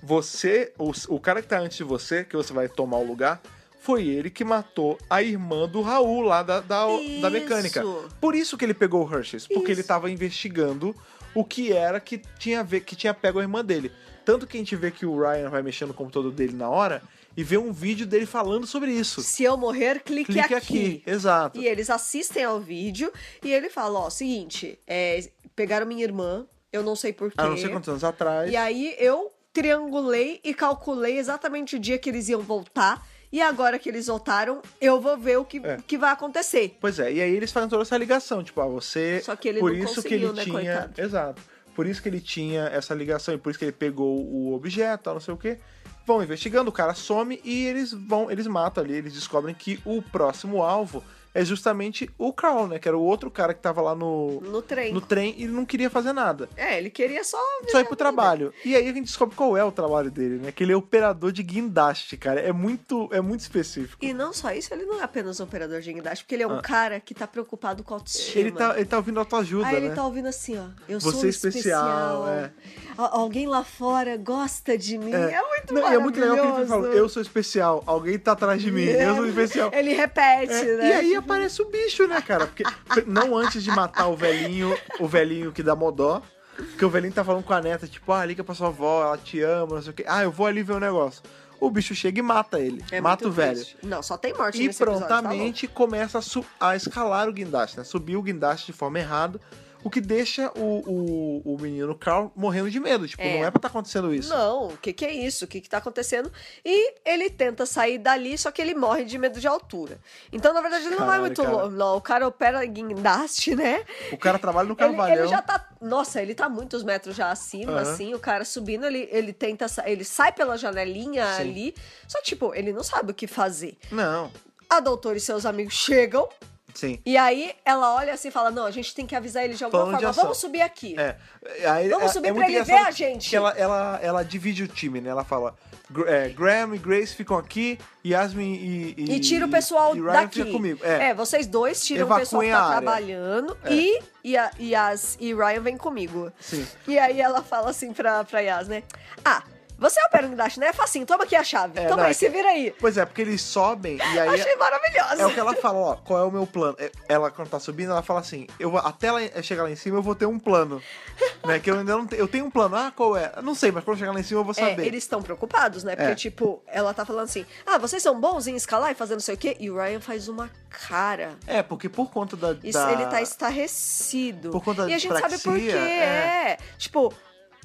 Você, o, o cara que tá antes de você, que você vai tomar o lugar, foi ele que matou a irmã do Raul lá da, da, da mecânica. Isso. Por isso que ele pegou o Hershey's, porque Isso. ele tava investigando o que era que tinha, a ver, que tinha pego a irmã dele. Tanto que a gente vê que o Ryan vai mexendo no computador dele na hora e vê um vídeo dele falando sobre isso. Se eu morrer, clique, Clique aqui. aqui. Exato. E eles assistem ao vídeo e ele fala: Ó, seguinte, é, pegaram minha irmã, eu não sei porquê. Há Ah, não sei quantos anos atrás. E aí eu triangulei e calculei exatamente o dia que eles iam voltar. E agora que eles voltaram, eu vou ver o que, É. o que vai acontecer. Pois é, e aí eles fazem toda essa ligação, tipo, ah, você. Só que ele por não isso que conseguiu, ele né, tinha. coitado. Exato. Por isso que ele tinha essa ligação e por isso que ele pegou o objeto, tal, não sei o quê. Vão investigando, o cara some e eles vão, eles matam ali, eles descobrem que o próximo alvo é justamente o Carl, né? Que era o outro cara que tava lá no, No trem. no trem e ele não queria fazer nada. É, ele queria só. Só ir pro trabalho. E aí a gente descobre qual é o trabalho dele, né? Que ele é operador de guindaste, cara. É muito, é muito específico. E não só isso, ele não é apenas um operador de guindaste, porque ele é um Ah. cara que tá preocupado com a autoestima. Ele tá, ele tá ouvindo autoajuda, Aí né? ele tá ouvindo assim, ó. Eu sou Você é especial. especial, é. Al- Alguém lá fora gosta de mim. É, muito Não, maravilhoso. É. e é muito legal que ele fala, eu sou especial, alguém tá atrás de mim, <laughs> eu sou especial. Ele repete, É, né? E aí aparece o bicho, né, cara? Porque pre- não antes de matar o velhinho, o velhinho que dá modó, porque o velhinho tá falando com a neta, tipo, ah, liga pra sua avó, ela te ama, não sei o quê. Ah, eu vou ali ver um negócio. O bicho chega e mata ele, É mata o muito velho. triste. Não, só tem morte E nesse episódio, tá louco. prontamente começa a, su- a escalar o guindaste, né? Subir o guindaste de forma errada, o que deixa o, o, o menino Carl morrendo de medo. Tipo, É. não é pra tá acontecendo isso. Não, o que, que é isso? O que, que tá acontecendo? E ele tenta sair dali, só que ele morre de medo de altura. Então, na verdade, ele não vai Caralho, muito cara. longe. Não, o cara opera guindaste, né? O cara trabalha no Ele, carvalhão. ele já tá. Nossa, ele tá muitos metros já acima, Aham. assim. O cara subindo, ele, ele tenta. sa- Ele sai pela janelinha Sim. ali. Só, tipo, ele não sabe o que fazer. Não, A doutora e seus amigos chegam. sim. E aí ela olha assim e fala: Não, a gente tem que avisar ele de alguma Plano de forma. ação. Vamos subir aqui. É. Aí, Vamos é- subir é pra muito ele ver engraçado a gente. que Ela, ela, ela divide o time, né? Ela fala: Gr- é, Graham e Grace ficam aqui, Yasmin e. E tira o pessoal e Ryan daqui. Fica comigo. É. vocês dois tiram o Evacuem pessoal que a tá área. trabalhando É. e, e, a- e as, e Ryan vem comigo. Sim. E aí ela fala assim pra, pra Yas, né? Ah, você é o Perno Dash, né? É facinho, toma aqui a chave. É, toma não, aí, é se que- vira aí. Pois é, porque eles sobem e aí. Achei maravilhosa. É o que ela fala, ó, qual é o meu plano? É, Ela, quando tá subindo, ela fala assim, eu, vou- até ela chegar lá em cima, eu vou ter um plano. <laughs> né, que eu ainda não tenho, eu tenho um plano, ah, qual é? Eu Não sei, mas quando eu chegar lá em cima, eu vou É, saber. eles estão preocupados, né? Porque, É. tipo, ela tá falando assim: ah, vocês são bons em escalar e fazer não sei o quê. E o Ryan faz uma cara. É, porque por conta da... Isso, da- Ele tá estarrecido. Por conta da e a gente sabe por quê. dispraxia, É. é. Tipo,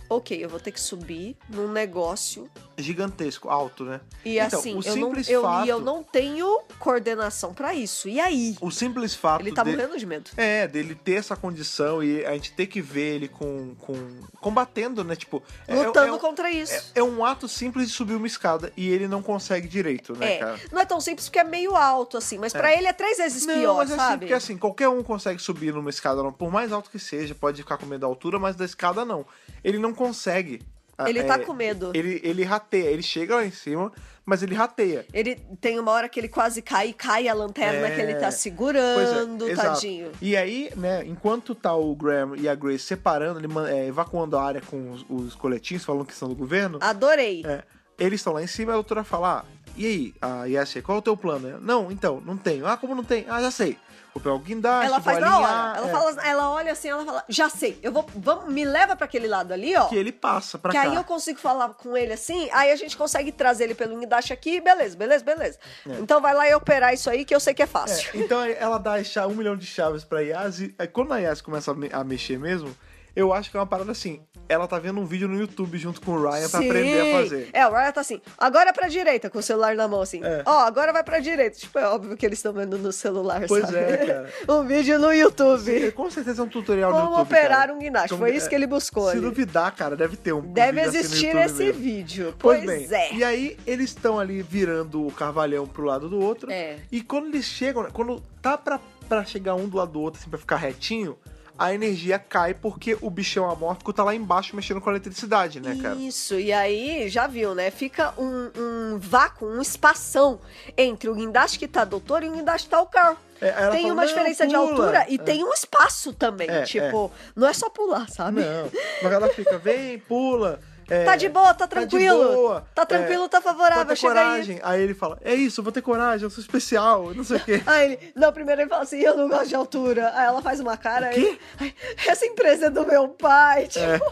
ok, eu vou ter que subir num negócio. Gigantesco, alto, né? E Então, assim, o eu, não, simples eu, fato- e eu não tenho coordenação pra isso. E aí? O simples fato Ele tá de- morrendo de medo. É, dele ter essa condição e a gente ter que ver ele com, com combatendo, né? Tipo, é- é- Lutando é, um- contra isso. é, é um ato simples de subir uma escada e ele não consegue direito, né, É, cara? não é tão simples porque é meio alto, assim, mas pra ele é três vezes Não, pior, mas é assim, sabe? porque assim, qualquer um consegue subir numa escada, não, por mais alto que seja, pode ficar com medo da altura, mas da escada não. Ele não consegue. Ah, Ele é, tá com medo. Ele, ele rateia, ele chega lá em cima, mas ele rateia. Ele tem uma hora que ele quase cai e cai a lanterna É. que ele tá Pois é, segurando, exato. tadinho. E aí, né, enquanto tá o Graham e a Grace separando, ele, man- é, evacuando a área com os, os coletinhos, falando que são do governo, Adorei. é, eles estão lá em cima e a doutora fala, ah, e aí, a Yasha, qual é o teu plano? Eu, Não, então, não tenho. Ah, como não tem? Ah, já sei. Vou pegar o guindaste, Ela vou faz na alinhar, hora. Ela, é, fala, ela olha assim, ela fala: Já sei, eu vou. Vamos, me leva pra aquele lado ali, assim, ó. que ele passa pra Que cá. aí eu consigo falar com ele assim, aí a gente consegue trazer ele pelo guindaste aqui, beleza, beleza, beleza. Então vai lá e operar isso aí que eu sei que é fácil. É, <laughs> então aí ela dá as cha- um milhão de chaves pra Yasi. Aí quando a Yasi começa a, me- a mexer mesmo, eu acho que é uma parada assim. Ela tá vendo um vídeo no YouTube junto com o Ryan pra Sim. aprender tá a fazer. É, o Ryan tá assim, agora pra direita, com o celular na mão, assim. É. Ó, agora vai pra direita. Tipo, é óbvio que eles estão vendo no celular, Pois sabe? <laughs> é, cara. um vídeo no YouTube. É, Com certeza é um tutorial no Como YouTube. operar cara. um guindaste. Como- Foi isso que ele buscou Se ali. duvidar, cara, deve ter um. um Deve vídeo assim no existir YouTube esse mesmo. vídeo. Pois, Pois, bem, é. e aí eles estão ali virando o carvalhão pro lado do outro. É. E quando eles chegam, né, quando tá pra, pra chegar um do lado do outro, assim, pra ficar retinho, a energia cai porque o bichão amórfico tá lá embaixo mexendo com a eletricidade, né, cara? Isso, e aí, já viu, né? Fica um, um vácuo, um espação entre o guindaste que tá doutor e o guindaste que tá o Carl. É, aí ela tem fala, uma "Não, diferença de pula." altura e É. tem um espaço também. É, tipo, não é só pular, sabe? Não. Mas ela fica, vem, pula. é, Tá de boa, tá tá de tranquilo. Tá, boa, é, tranquilo, tá Vai favorável, ter chega coragem. Aí. ele fala, é isso, eu vou ter coragem, eu sou especial, <laughs> não sei o quê. aí. Aí ele, não, primeiro ele fala assim, eu não gosto de altura. Aí ela faz uma cara, aí, "Ai, essa empresa é do meu pai, tipo,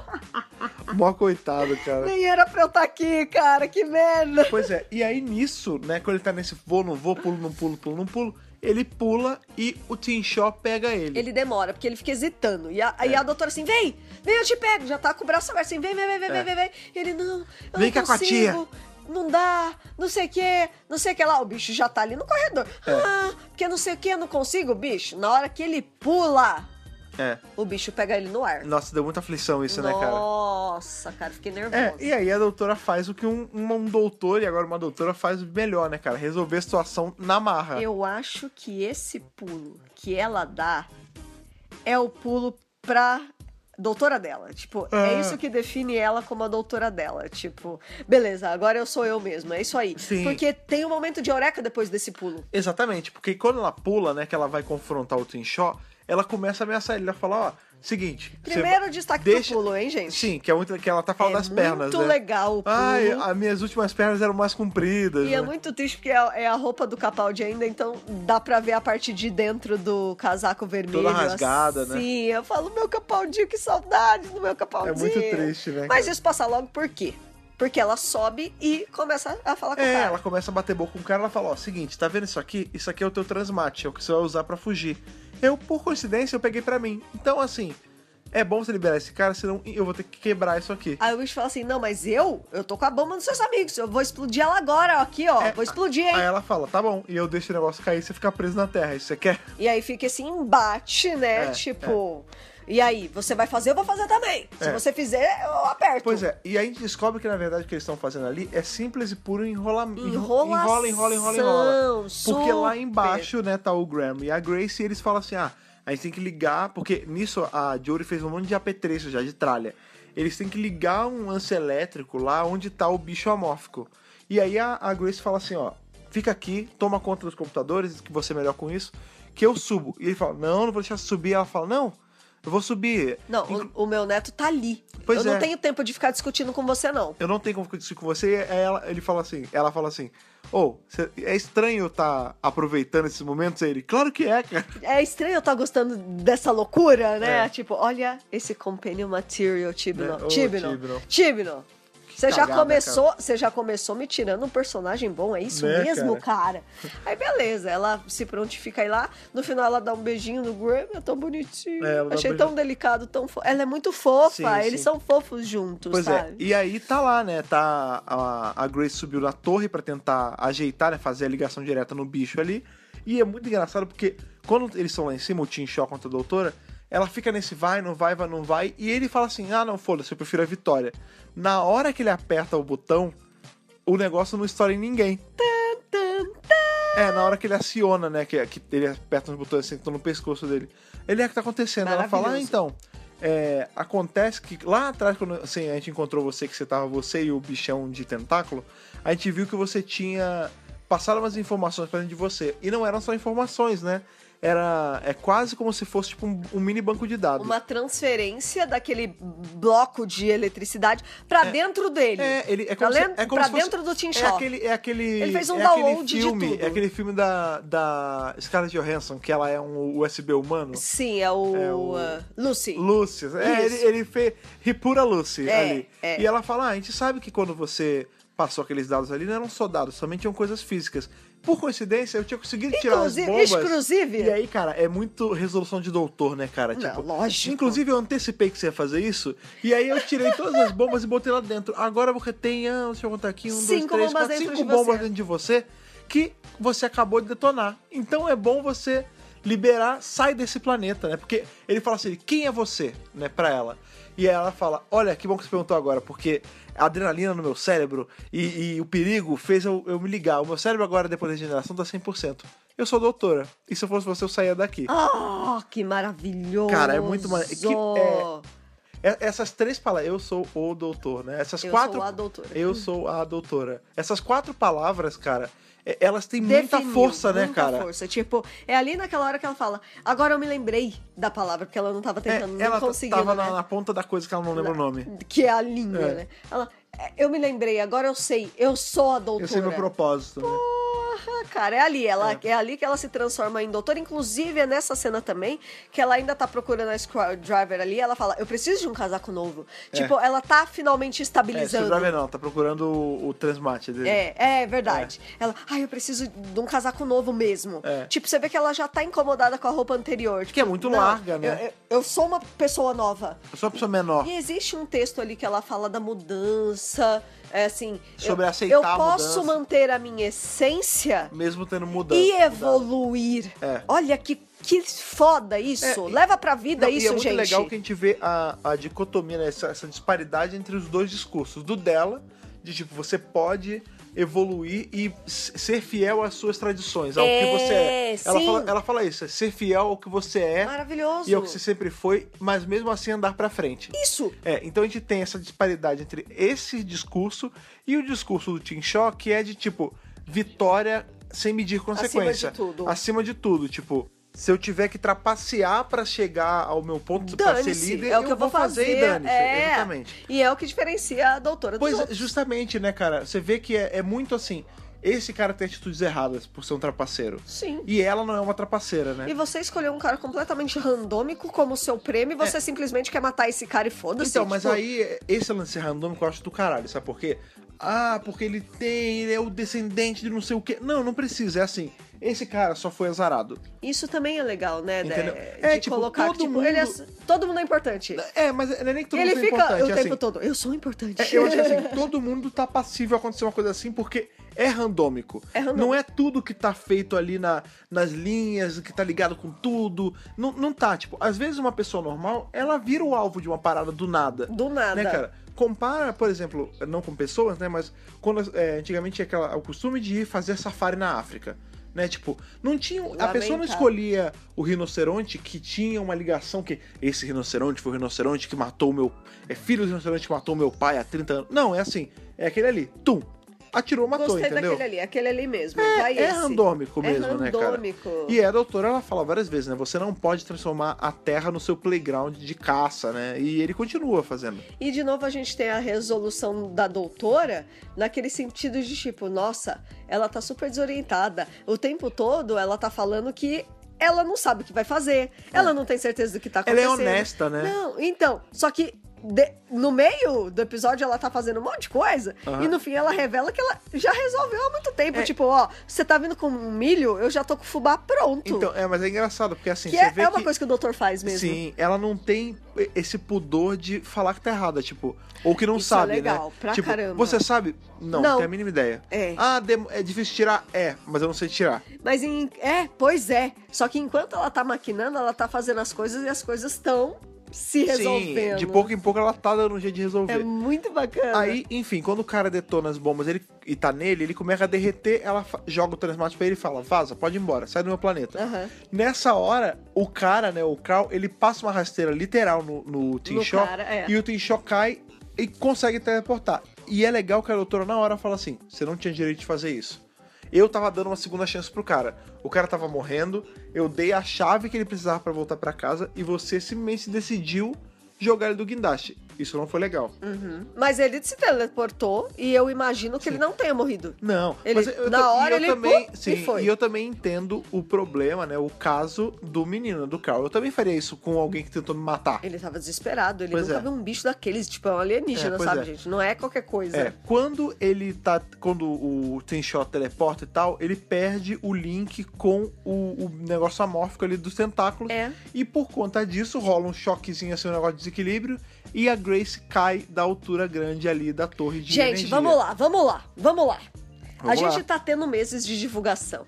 Mó coitado, cara. nem era pra eu estar aqui, cara, que merda. Pois é, e aí nisso, né, quando ele tá nesse vou, não vou, pulo, não pulo, pulo, não pulo, ele pula e o Tim Shaw pega ele. Ele demora, porque ele fica hesitando. E a, É. aí a doutora assim, vem, vem, eu te pego. Já tá com o braço aberto, assim, vem, vem, vem, vem, É. vem, vem, vem. E ele, não, eu Vem cá não com a tia. consigo. Não dá, não sei o que, não sei o que lá. O bicho já tá ali no corredor. É. Ah, porque não sei o que, eu não consigo, bicho. Na hora que ele pula, É. o bicho pega ele no ar. Nossa, deu muita aflição isso, né, cara? Nossa, cara, fiquei nervosa. É, e aí a doutora faz o que um, um- um doutor e agora uma doutora faz melhor, né, cara? Resolver a situação na marra. Eu acho que esse pulo que ela dá é o pulo pra doutora dela. Tipo, Ah. é isso que define ela como a doutora dela. Tipo, beleza, agora eu sou eu mesma. É isso aí. Sim. Porque tem um momento de eureka depois desse pulo. Exatamente, porque quando ela pula, né, que ela vai confrontar o Tim Shaw, ela começa a ameaçar ele, ela fala, ó, seguinte... você Primeiro vai- destaque deixa- do pulo, hein, gente? Sim, que é muito que ela tá falando É das pernas, muito né? legal o pulo. Ai, as minhas últimas pernas eram mais compridas, E é né? muito triste porque é é a roupa do Capaldi ainda, então dá pra ver a parte de dentro do casaco vermelho. rasgada, né? Sim, eu falo, meu Capaldinho, que saudade do meu Capaldinho. É muito triste, né, Mas cara? isso passa logo por quê? Porque ela sobe e começa a falar com o É, cara. ela começa a bater boca com o cara, ela fala, ó, seguinte, tá vendo isso aqui? Isso aqui é o teu transmate, é o que você vai usar pra fugir. Eu, por coincidência, eu peguei pra mim. Então, assim, é bom você liberar esse cara, senão eu vou ter que quebrar isso aqui. Aí o bicho fala assim, não, mas eu? Eu tô com a bomba dos seus amigos, eu vou explodir ela agora, ó, aqui, ó, É, vou explodir, hein? Aí ela fala, tá bom, e eu deixo o negócio cair, você fica preso na terra, isso você quer? E aí fica esse embate, né, É, tipo... E aí, você vai fazer, eu vou fazer também. Se É. você fizer, eu aperto. Pois é, e aí a gente descobre que, na verdade, o que eles estão fazendo ali é simples e puro enrolamento. Enrolação, Enrola, enrola, enrola, enrola. Porque lá super. embaixo, né, tá o Graham e a Grace, e eles falam assim, ah, a gente tem que ligar, porque nisso a Jory fez um monte de apetrecho já, de tralha. Eles têm que ligar um lance elétrico lá onde tá o bicho amórfico. E aí a, a Grace fala assim, ó, fica aqui, toma conta dos computadores, que você é melhor com isso, que eu subo. E ele fala, não, não vou deixar você subir. Ela fala, não, eu vou subir. Não, Inclu- o, o meu neto tá ali. Pois eu é. não tenho tempo de ficar discutindo com você, não. eu não tenho como discutir com você. Aí ela, ele fala assim, ela fala assim, ô, cê- é estranho eu tá aproveitando esses momentos? Aí ele, claro que é, cara. É estranho eu estar gostando dessa loucura, né? É. Tipo, olha esse companion material, Tibno. Né? Ô, Tibno. Tibno. Tibno. Você já, cagada, começou, você já começou me tirando um personagem bom, é isso Né, mesmo, cara? Aí beleza, ela se prontifica aí lá, no final ela dá um beijinho no Graham, é tão bonitinho. É, ela dá um Achei beijinho. tão delicado, tão fofo. Ela é muito fofa, Sim, eles sim. são fofos juntos, Pois é, sabe? e aí tá lá, né? Tá, a, a Grace subiu na torre pra tentar ajeitar, né? Fazer a ligação direta no bicho ali. E é muito engraçado porque quando eles estão lá em cima, o Tim Shaw contra a doutora, ela fica nesse vai, não vai, vai, não vai. E ele fala assim: ah, não, foda-se, eu prefiro a vitória. Na hora que ele aperta o botão, o negócio não estoura em ninguém. Tan, É, na hora que ele aciona, né? Que, que ele aperta os botões assim, que estão no pescoço dele. Ele é o que tá acontecendo. Ela fala, ah, Maravilhoso. então. É, acontece que lá atrás, quando assim, a gente encontrou você, que você tava você e o bichão de tentáculo, a gente viu que você tinha passado umas informações pra gente de você. E não eram só informações, né? Era é quase como se fosse tipo um, um mini banco de dados. Uma transferência daquele bloco de eletricidade pra dentro dele. É, ele é pra como se, len- é como Tá pra se fosse- dentro do Tim é Shaw. aquele, é aquele. Ele fez um é aquele download de filme, tudo. É aquele filme da, da Scarlett Johansson, que ela é um USB humano. Sim, é o, É o- uh, Lucy. Lucy. É, ele, Isso. ele fez Ripura Lucy É, ali. é. E ela fala: ah, a gente sabe que quando você passou aqueles dados ali, não eram só dados, também tinham coisas físicas. Por coincidência, eu tinha conseguido tirar as Inclusive- bombas. exclusive. E aí, cara, é muito resolução de doutor, né, cara? Não, Tipo, lógico. Inclusive, eu antecipei que você ia fazer isso. E aí eu tirei todas as bombas e botei lá dentro. Agora você tem, ah, deixa eu contar aqui, um, dois, Cinco três, bombas quatro, dentro cinco de bombas você. dentro de você que você acabou de detonar. Então é bom você liberar, sai desse planeta, né? Porque ele fala assim, quem é você, né, pra ela? E ela fala, olha, que bom que você perguntou agora, porque a adrenalina no meu cérebro e, e o perigo fez eu, eu me ligar. O meu cérebro agora, depois da regeneração, tá 100%. Eu sou doutora, e se eu fosse você, eu saía daqui. Ah, que maravilhoso! Cara, é muito mara- que- é, É- Essas três palavras, eu sou o doutor, né? Essas Eu quatro. sou a doutora. Eu sou a doutora. Essas quatro palavras, cara, é- elas têm muita Definiu, força, né, muita cara? força. Tipo, é ali naquela hora que ela fala, agora eu me lembrei da palavra, porque ela não tava É, tentando, ela não t- conseguindo, tava né? na, na ponta da coisa que ela não lembra o nome. Que é a linha, É. né? Ela, "É, eu me lembrei, agora eu sei, eu sou a doutora. Eu sei meu propósito, né? Porra, cara, é ali, ela, é. ali que ela se transforma em doutora. Inclusive, é nessa cena também que ela ainda tá procurando a Screwdriver ali. Ela fala, eu preciso de um casaco novo. Tipo, ela tá finalmente É, estabilizando. Silvia não, tá procurando o, o transmate dele. É, é verdade. Ela, ai, eu preciso de um casaco novo mesmo. É. Tipo, você vê que ela já tá incomodada com a roupa anterior. Tipo, Que é muito não, larga, né? Eu, eu- eu sou uma pessoa nova. Eu sou a pessoa menor. E existe um texto ali que ela fala da mudança, é assim. Sobre eu, aceitar Eu a posso mudança. manter a minha essência Mesmo tendo mudado. e evoluir. É. Olha que, que foda isso. É, e- Leva pra vida Não, isso, e é muito gente. legal que a gente vê a, a dicotomia, né, essa, essa disparidade entre os dois discursos. Do dela, de tipo, você pode evoluir e s- ser fiel às suas tradições, ao que É, você é. Ela sim. fala, ela fala isso, é ser fiel ao que você é Maravilhoso. e ao que você sempre foi, mas mesmo assim andar pra frente. Isso. É, então a gente tem essa disparidade entre esse discurso e o discurso do Tim Shaw, que é de tipo, vitória sem medir consequência. de tudo. Acima de tudo, tipo, se eu tiver que trapacear pra chegar ao meu ponto pra ser Dane-se. líder, É o que eu vou fazer, e dane-se. é. Exatamente. E é o que diferencia a doutora Pois dos é, justamente, né, cara? Você vê que é, é muito assim. Esse cara tem atitudes erradas por ser um trapaceiro. Sim. E ela não é uma trapaceira, né? E você escolheu um cara completamente randômico como seu prêmio e você simplesmente quer matar esse cara e foda-se. É. Então, mas tipo, aí, esse lance randômico eu acho do caralho, sabe por quê? Ah, porque ele tem, ele é o descendente de não sei o quê. Não, não precisa, é assim. Esse cara só foi azarado. Isso também é legal, né? né, Entendeu? De É, tipo, colocar todo que, tipo, ele é- mundo- todo mundo é importante. É, mas não é nem que todo e ele mundo é fica importante, o é tempo assim. todo. Eu sou importante. É, eu acho <laughs> que assim, todo mundo tá passível a acontecer uma coisa assim porque é randômico. É randômico. Não é tudo que tá feito ali na, nas linhas, que tá ligado com tudo. Não, não tá, tipo, às vezes uma pessoa normal, ela vira o alvo de uma parada do nada. Do nada. Né, cara? Compara, por exemplo, não com pessoas, né? Mas quando é, antigamente tinha aquela, o costume de ir fazer safari na África. Né? Tipo, não tinha. A pessoa não Lamentável. escolhia o rinoceronte que tinha uma ligação que esse rinoceronte foi o rinoceronte que matou o meu. É filho do rinoceronte que matou meu pai há 30 anos. Não, é assim. É aquele ali. Tum. Atirou, matou, Gostei entendeu? daquele ali, aquele ali mesmo. vai É, é esse. randômico É mesmo, né, cara? randômico. E a doutora, ela fala várias vezes, né? Você não pode transformar a terra no seu playground de caça, né? E ele continua fazendo. E de novo a gente tem a resolução da doutora naquele sentido de tipo, nossa, ela tá super desorientada. O tempo todo ela tá falando que ela não sabe o que vai fazer. Ela não tem certeza do que tá É. Ela é acontecendo. honesta, né? Não, então, só que de- no meio do episódio ela tá fazendo um monte de coisa Aham. É. e no fim ela revela que ela já resolveu há muito tempo. Tipo, ó, você tá vindo com um milho, eu já tô com o fubá pronto. Então, é, mas é engraçado, porque assim, que você é, vê é uma que... coisa que o doutor faz mesmo. Sim, ela não tem esse pudor de falar que tá errada, tipo, ou que não Isso é sabe, legal, né? pra tipo, caramba. você sabe? Não, Não. não tenho a mínima ideia. É. Ah, dem- é difícil tirar? É, mas eu não sei tirar. Mas em. É, pois é. Só que enquanto ela tá maquinando, ela tá fazendo as coisas e as coisas estão se resolvendo. Sim, de pouco em pouco ela tá dando um jeito de resolver. É muito bacana. Aí, enfim, quando o cara detona as bombas ele, e tá nele, ele começa a derreter, ela fa- joga o transmate pra ele e fala: vaza, pode ir embora, sai do meu planeta. Aham. Nessa hora, o cara, né, o Carl, ele passa uma rasteira literal no, no Tim No Shaw cara, é. e o Tim Shaw cai e consegue teleportar. E é legal que a doutora na hora fala assim: você não tinha direito de fazer isso. Eu tava dando uma segunda chance pro cara. O cara tava morrendo, eu dei a chave que ele precisava pra voltar pra casa e você simplesmente decidiu jogar ele do guindaste. Isso não foi legal. Uhum. Mas ele se teleportou e eu imagino que ele não tenha morrido. Não, Ele- mas eu, na e hora eu ele, também, pum, sim, e foi. e eu também entendo o problema, né, o caso do menino, do Carl. Eu também faria isso com alguém que tentou me matar. Ele tava desesperado, ele Pois nunca é. viu um bicho daqueles, tipo, é um alienígena, É, pois sabe, é. gente? Não é qualquer coisa. É, quando ele tá. Quando o Tinshot teleporta e tal, ele perde o link com o, o negócio amórfico ali dos tentáculos. É. E por conta disso, rola um choquezinho assim, um negócio de desequilíbrio. E a Grace cai da altura grande ali da torre de Gente, energia. vamos lá, vamos lá, vamos lá. a Vamos gente lá. tá tendo meses de divulgação.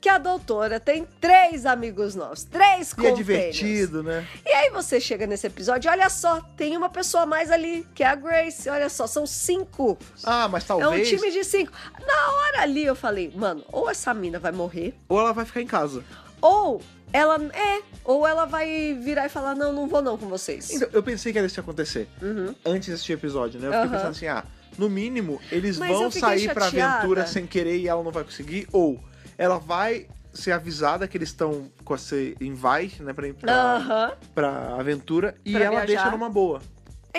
Que a doutora tem três amigos novos, três E é companheiros. divertido, né? E aí você chega nesse episódio, olha só, tem uma pessoa a mais ali, que é a Grace. Olha só, são cinco. Ah, mas É um talvez. time de cinco. Na hora ali eu falei, mano, ou essa mina vai morrer, Ou ela vai ficar em casa. ou ela é, ou ela vai virar e falar, não, não vou não com vocês. Então, eu pensei que era isso que ia acontecer. Uhum. Antes desse episódio, né? Eu fiquei Aham. pensando assim, ah, no mínimo, eles Mas eu vão fiquei sair pra chateada. aventura sem querer e ela não vai conseguir. Ou ela vai ser avisada que eles estão com esse invite, né? Pra, ir pra, Aham. pra aventura. E Ah. Pra ela viajar. deixa numa boa.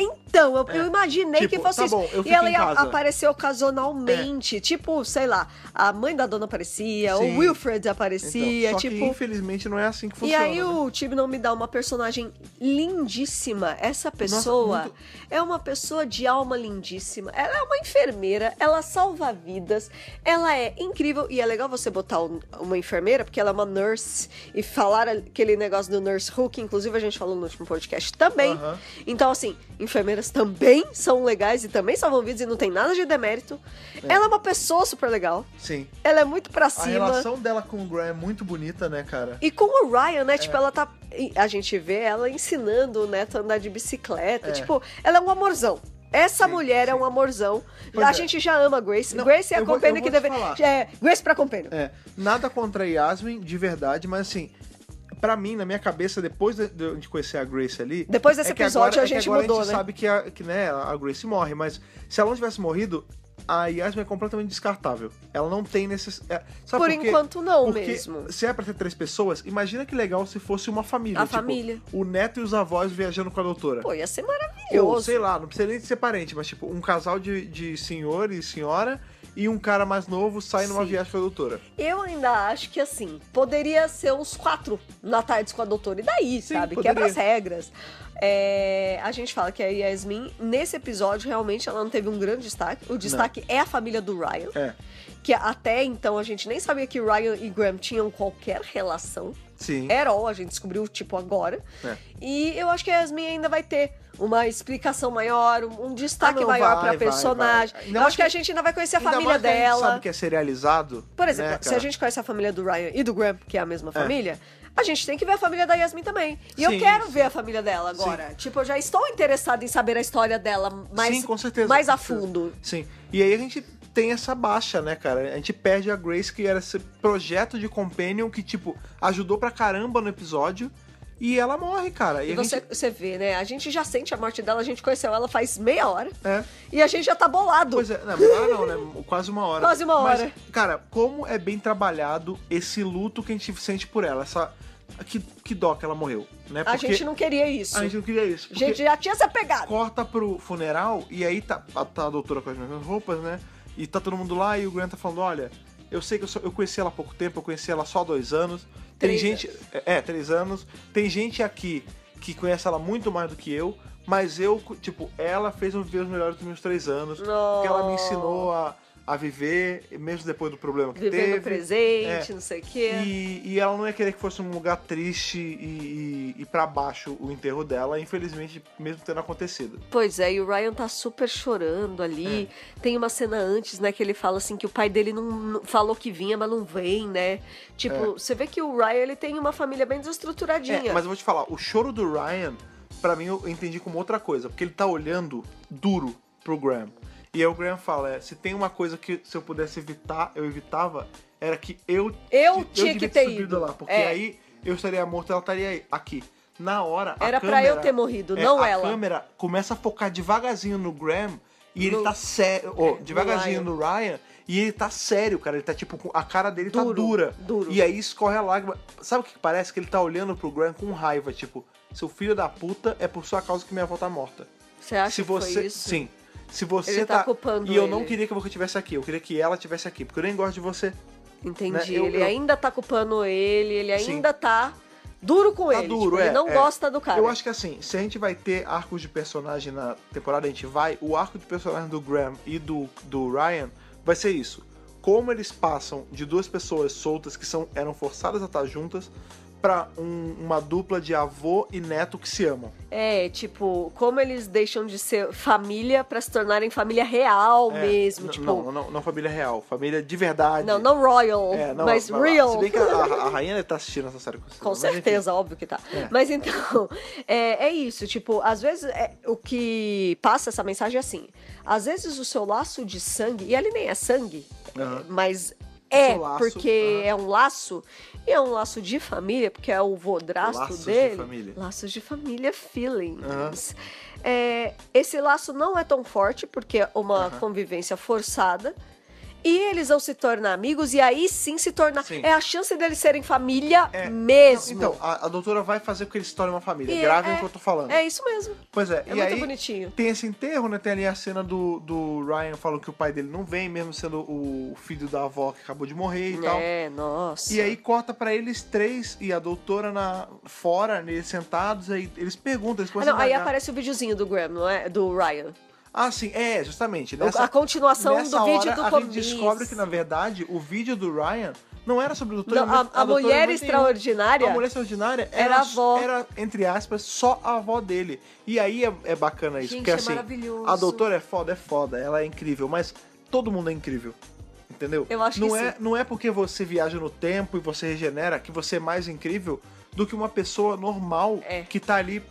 Então, eu, É. eu imaginei Tipo, que fosse tá isso. bom, eu e fico ela em ia casa. É. aparecer ocasionalmente. Tipo, sei lá, a mãe da dona aparecia, Sim. o Wilfred Então, aparecia, só que, tipo. infelizmente, não é assim que E funciona. aí né? o Tibi não me dá uma personagem lindíssima. Essa pessoa muito- é uma pessoa de alma lindíssima. Ela é uma enfermeira, ela salva vidas, ela é incrível e é legal você botar um- uma enfermeira porque ela é uma nurse e falar aquele negócio do nurse who, que inclusive a gente falou no último podcast também. Aham. Então assim, enfermeiras também são legais e também salvam vidas e não tem nada de demérito. Ela é uma pessoa super legal. Sim. Ela é muito pra A cima. relação dela com o Graham é muito bonita, né, cara? E com o Ryan, né? Tipo, ela tá. A gente vê ela ensinando o neto a andar de bicicleta. É. Tipo, ela é um amorzão. Essa Sim, mulher é sim. um amorzão. Pois a é. gente já ama a Grace. Não, Grace é a eu vou- eu companhia vou que te deve. falar. É, Grace pra companhia. É, nada contra a Yasmin, de verdade, mas assim, pra mim, na minha cabeça, depois de, de- de conhecer a Grace ali. Depois desse é que episódio, agora- a é que gente agora mudou, a gente né? sabe que, a, que né, a Grace morre, mas se ela não tivesse morrido, a Yasmin é completamente descartável. Ela não tem necessidade. Sabe Por quê? enquanto, não Porque mesmo. Se é pra ter três pessoas, imagina que legal se fosse uma família. A tipo, família. O neto e os avós viajando com a doutora. Pô, ia ser Ou, maravilhoso. sei lá, não precisa nem de ser parente, mas tipo, um casal de, de senhor e senhora e um cara mais novo sai numa Sim. viagem com a doutora. Eu ainda acho que assim, poderia ser uns quatro na tarde com a doutora. E daí, Sim, sabe? poderia. Quebra as regras. É, a gente fala que a Yasmin, nesse episódio, realmente ela não teve um grande destaque. O destaque é a família do Ryan. É. Que até então a gente nem sabia que Ryan e Graham tinham qualquer relação. Sim. Era all, a gente descobriu, tipo, agora. É. E eu acho que a Yasmin ainda vai ter uma explicação maior, um, um destaque Ah, não, maior vai, pra vai, personagem. vai. Eu Não, acho acho que a que- gente ainda vai conhecer a Ainda família mais que A gente dela. sabe que é serializado. Por exemplo, né, se cara? a gente conhece a família do Ryan e do Graham, que é a mesma família, a gente tem que ver a família da Yasmin também. E eu Sim, quero sim. ver a família dela agora. Tipo, eu já estou interessada em saber a história dela mais, Sim, com certeza. mais a com certeza. fundo. Sim. E aí a gente tem essa baixa, né, cara? A gente perde a Grace, que era esse projeto de Companion que, tipo, ajudou pra caramba no episódio. E ela morre, cara. E, E a você, gente- você vê, né? A gente já sente a morte dela, a gente conheceu ela faz meia hora. É. E a gente já tá bolado. Pois é, não, lá não, né? Quase uma hora. Quase uma hora. Mas, cara, como é bem trabalhado esse luto que a gente sente por ela. Essa... Que, que dó que ela morreu, né? a gente não queria isso. a gente não queria isso. A porque- gente já tinha essa pegada. corta pro funeral e aí tá, tá a doutora com as mesmas roupas, né? E tá todo mundo lá e o Grant tá falando, olha, eu sei que eu, só, eu conheci ela há pouco tempo, eu conheci ela só há dois anos. Tem Três gente. É, é, três anos. Tem gente aqui que conhece ela muito mais do que eu, mas eu, tipo, ela fez eu viver os melhores dos meus três anos. Porque ela me ensinou a, a viver, mesmo depois do problema que Viver teve. no presente, É. não sei o quê. E, e ela não ia querer que fosse um lugar triste e, e, e para baixo o enterro dela, infelizmente, mesmo tendo acontecido. Pois é, e o Ryan tá super chorando ali. É. Tem uma cena antes, né, que ele fala assim que o pai dele não, não- falou que vinha, mas não vem, né? Tipo, você vê que o Ryan ele tem uma família bem É, né, desestruturadinha. mas eu vou te falar, o choro do Ryan pra mim eu entendi como outra coisa, porque ele tá olhando duro pro Graham. E aí o Graham fala, é, se tem uma coisa que se eu pudesse evitar, eu evitava, era que eu Eu tinha devia que ter subido ido. lá, porque É. aí eu estaria morto, ela estaria aí, aqui. Na hora, a Era pra câmera, eu ter morrido, é, não a ela. câmera começa a focar devagarzinho no Graham e ele No- É, tá sério, ó, no devagarzinho no Ryan e ele tá sério, cara, ele tá tipo com- a cara dele tá Duro, dura. duro. E aí escorre a lágrima. Sabe o que parece que ele tá olhando pro Graham com raiva, tipo, seu filho da puta, é por sua causa que minha avó tá morta. Você acha Se que foi você, isso? sim. Se você Ele tá tá culpando E eu não ele. queria que você tivesse aqui, eu queria que ela tivesse aqui, porque eu nem gosto de você. Entendi. né? Eu- ele eu- ainda tá culpando ele, ele Sim. ainda tá duro com Tá ele. duro, tipo, ele é, não é. gosta do cara. Eu acho que assim, se a gente vai ter arcos de personagem na temporada, a gente vai. O arco de personagem do Graham e do, do Ryan vai ser isso. Como eles passam de duas pessoas soltas que são, eram forçadas a estar juntas pra um- uma dupla de avô e neto que se amam. É, tipo, como eles deixam de ser família pra se tornarem família real É, mesmo. n- Tipo, não, não, não família real, família de verdade. não, não royal, É, não, mas lá. real. Se bem que a, a, a rainha deve tá assistindo essa série com, você, Com mas enfim. certeza, óbvio que tá. É. Mas então, <laughs> é, é isso. Tipo, às vezes é, o que passa essa mensagem é assim. Às vezes o seu laço de sangue, e ele nem é sangue, Aham. é, mas O é, seu laço, porque aham. é um laço, e é um laço de família, porque é o vodrasto Laços de dele. família. Laços de família feelings. É, esse laço não é tão forte, porque é uma Aham. convivência forçada. E eles vão se tornar amigos, e aí sim se tornar. Sim. É a chance deles serem família É, mesmo. Então, a, a doutora vai fazer com que eles se tornem uma família. assim? E Gravem é- o que eu tô falando. É isso mesmo. Pois é, É e muito aí bonitinho. tem esse enterro, né? Tem ali a cena do, do Ryan falando que o pai dele não vem, mesmo sendo o filho da avó que acabou de morrer e tal. É, nossa. E aí corta pra eles três e a doutora na fora, eles sentados, aí eles perguntam, eles Ah, começam não, a aí indagar. aparece o videozinho do Graham, não é? Do Ryan. Ah, sim, é, justamente. O- Nessa, a continuação nessa do vídeo hora, do a começo. gente descobre que, na verdade, o vídeo do Ryan não era sobre a doutora. Não, mas a, a doutora mulher não tem- extraordinária. A mulher extraordinária era, Era a avó. era, entre aspas, só a avó dele. E aí é, é bacana isso, Gente, porque é assim, maravilhoso. a doutora é foda, é foda, ela é incrível, mas todo mundo é incrível. Entendeu? Eu acho que não é, sim. Não é porque você viaja no tempo e você regenera que você é mais incrível do que uma pessoa normal É. que tá ali,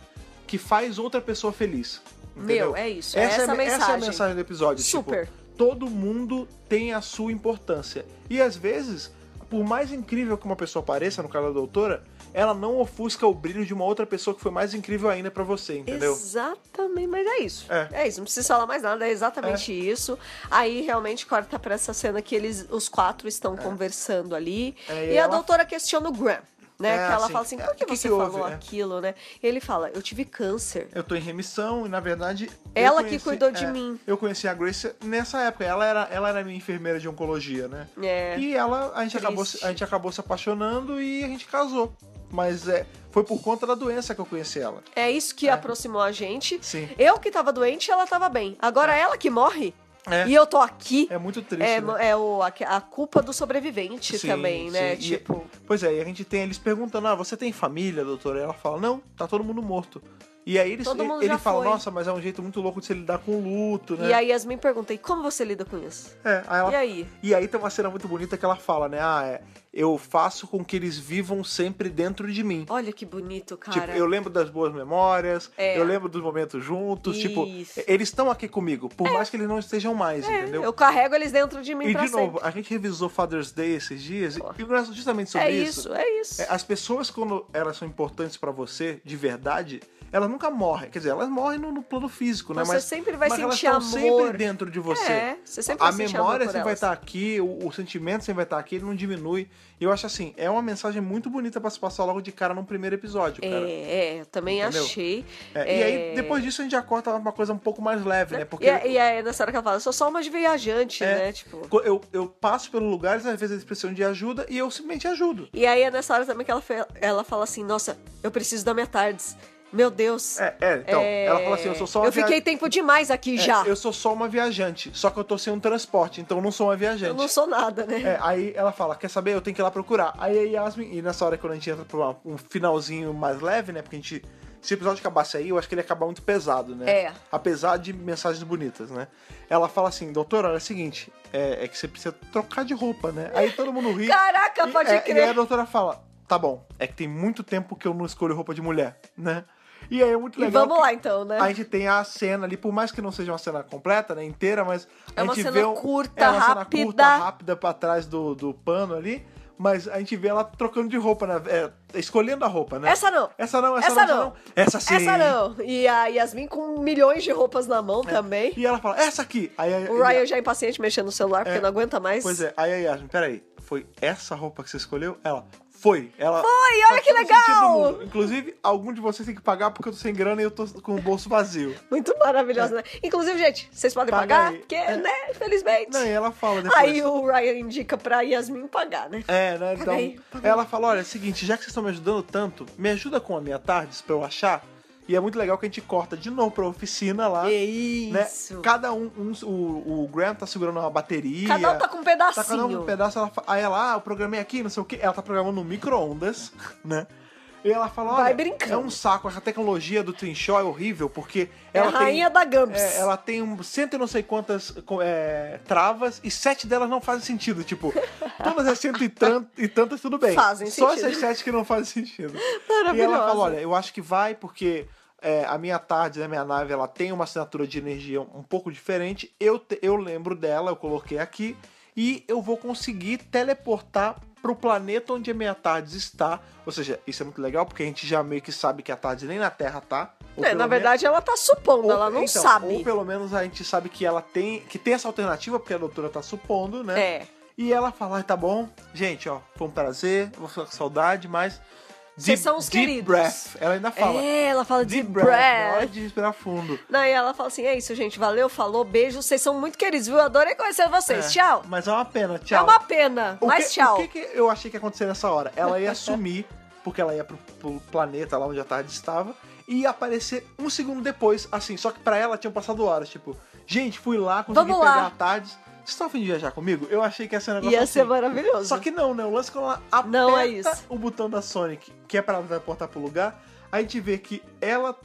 que faz outra pessoa feliz. Entendeu? Meu, é isso. é essa, a me- mensagem. essa é a mensagem do episódio. Super. Tipo, todo mundo tem a sua importância. E às vezes, por mais incrível que uma pessoa pareça, no caso da doutora, ela não ofusca o brilho de uma outra pessoa que foi mais incrível ainda pra você, entendeu? Exatamente, mas é isso. É. É. isso, não precisa falar mais nada, é exatamente isso. Aí realmente corta pra essa cena que eles, os quatro estão conversando ali. É, e e a ela- doutora questiona o Graham, né? É, que ela assim, fala assim: é, por que, que que você houve, falou é? aquilo, né? Ele fala: eu tive câncer. Eu tô em remissão e, na verdade. eu Ela que cuidou de é, mim. Eu conheci a Grace nessa época. Ela era, ela era minha enfermeira de oncologia, né? É. E ela, a gente, acabou, se- Triste. a gente acabou se apaixonando e a gente casou. Mas é, foi por conta da doença que eu conheci ela. É isso que aproximou a gente. Sim. Eu que tava doente, ela tava bem. Agora ela que morre É. e eu tô aqui. É muito triste. É, né? é o, a, a culpa do sobrevivente Sim, também, né? sim. E- Tipo, Pois é, e a gente tem eles perguntando: ah, você tem família, doutora? E ela fala: não, tá todo mundo morto. E aí eles, Todo ele, mundo ele já fala: foi. nossa, mas é um jeito muito louco de se lidar com o luto, né? e aí Yasmin pergunta: e como você lida com isso? É, aí ela- E aí? e aí tem uma cena muito bonita que ela fala, né? Ah, é, eu faço com que eles vivam sempre dentro de mim. Olha que bonito, cara. Tipo, eu lembro das boas memórias, É. eu lembro dos momentos juntos, tipo, Isso. eles estão aqui comigo, por mais que eles não estejam mais, É, entendeu? eu carrego eles dentro de mim E pra de novo, a gente revisou Father's Day esses dias e Pô. conversou justamente sempre. sobre É isso, é isso. É, As pessoas, quando elas são importantes pra você, de verdade, elas nunca morrem. Quer dizer, elas morrem no, no plano físico, né? Você Mas, sempre vai mas sentir elas estão amor. sempre dentro de você. É, você sempre a vai sentir amor memória por sempre vai elas. estar aqui, o, o sentimento sempre vai estar aqui, ele não diminui. E eu acho assim, é uma mensagem muito bonita pra se passar logo de cara num primeiro episódio, cara. É, é, eu também Entendeu? achei. É, E aí, É. depois disso, a gente já corta uma coisa um pouco mais leve, né? Porque E, é- e é nessa hora que ela fala, eu sou só uma de viajante, É. né? Tipo. eu, eu passo pelos lugares, às vezes eles precisam de ajuda, e eu simplesmente ajudo. E aí é nessa hora também que ela, fe- ela fala assim, nossa, eu preciso da minha tardes. Meu Deus. É, é, então, ela fala assim, eu sou só uma Eu fiquei via- tempo demais aqui É, já. eu sou só uma viajante, só que eu tô sem um transporte, então eu não sou uma viajante. Eu não sou nada, né? É, aí ela fala, quer saber? Eu tenho que ir lá procurar. Aí a Yasmin, e nessa hora quando a gente entra pra uma- um finalzinho mais leve, né? Porque a gente. Se o episódio acabasse aí, eu acho que ele ia acabar muito pesado, né? É. Apesar de mensagens bonitas, né? Ela fala assim, doutora, olha é o seguinte, é, é que você precisa trocar de roupa, né? Aí todo mundo ri. Caraca, e, pode é, E aí a crer. doutora fala, tá bom, é que tem muito tempo que eu não escolho roupa de mulher, né? E aí é muito E legal. vamos que lá então, né? A gente tem a cena ali, por mais que não seja uma cena completa, né, inteira, mas É a uma gente cena vê um, curta, é uma cena curta, rápida. rápida pra trás do, do pano ali, mas a gente vê ela trocando de roupa, né, é, escolhendo a roupa, né? Essa não. Essa não, essa, Essa não, não. Essa sim. Essa não. E a Yasmin com milhões de roupas na mão também. É. E ela fala, essa aqui. Aí, aí, O Ryan já é impaciente mexendo no celular porque É. não aguenta mais. Pois é, aí a Yasmin, peraí, foi essa roupa que você escolheu? Ela, foi. Ela, Foi, olha faz que todo sentido do legal! mundo. Inclusive, algum de vocês tem que pagar porque eu tô sem grana e eu tô com o bolso vazio. Muito maravilhosa, né? Inclusive, gente, vocês podem É. Paga pagar, aí. porque, É. né, infelizmente. Não, e ela fala depois. Aí o Ryan indica pra Yasmin pagar, né? É, né? Então, aí, ela fala, olha, é o seguinte, já que vocês estão me ajudando tanto, me ajuda com a minha tardes pra eu achar. E é muito legal que a gente corta de novo pra oficina lá. É né? Isso. Cada um, um- o, o Graham tá segurando uma bateria. Cada um tá com um pedacinho. Tá cada um um pedaço, ela fa- aí ela, ah, eu programei aqui, não sei o que. Ela tá programando no micro-ondas, né? E ela fala, Vai olha, brincando. é um saco, essa tecnologia do Trinchó é horrível, porque É a ela tem... rainha da Gumps. É, ela tem um cento e não sei quantas co- é, travas e sete delas não fazem sentido. <laughs> Tipo, todas as cento e, tan- e tantas, tudo bem. Fazem Só sentido. essas sete que não fazem sentido. E Maravilhosa. ela fala: olha, eu acho que vai porque. é, a minha tarde, a minha nave, ela tem uma assinatura de energia um pouco diferente. Eu, te- eu lembro dela, eu coloquei aqui. E eu vou conseguir teleportar pro planeta onde a minha tarde está. Ou seja, isso é muito legal, porque a gente já meio que sabe que a tarde nem na Terra tá. ou É, pelo na menos- verdade, ela tá supondo, ou- ela não então, Ou sabe. pelo menos a gente sabe que ela tem. Que tem essa alternativa, porque a doutora tá supondo, né? É. E ela fala, "Ah, tá bom, gente, ó, foi um prazer, vou ficar com saudade, mas. Vocês são os deep queridos." breath. Ela ainda fala. É, ela fala de deep breath. breath. Na hora é de respirar fundo. Daí ela fala assim: é isso, gente. Valeu, falou, beijo. Vocês são muito queridos, viu? Adorei conhecer vocês. É, Tchau. Mas é uma pena, tchau. É uma pena, O mas que- tchau. O que, que eu achei que ia acontecer nessa hora? Ela <laughs> ia sumir, porque ela ia pro, pro planeta lá onde a tarde estava, e ia aparecer um segundo depois, assim, só que pra ela tinham passado horas, tipo, gente, fui lá, consegui Vamos lá. pegar a tarde. Vocês estão afim de viajar comigo? Eu achei que ia ser um negócio Ia assim. ser maravilhoso. Só que não, né? O lance é quando ela aperta Não é isso. o botão da Sonic, que é pra ela teleportar pro lugar, a gente vê que ela t-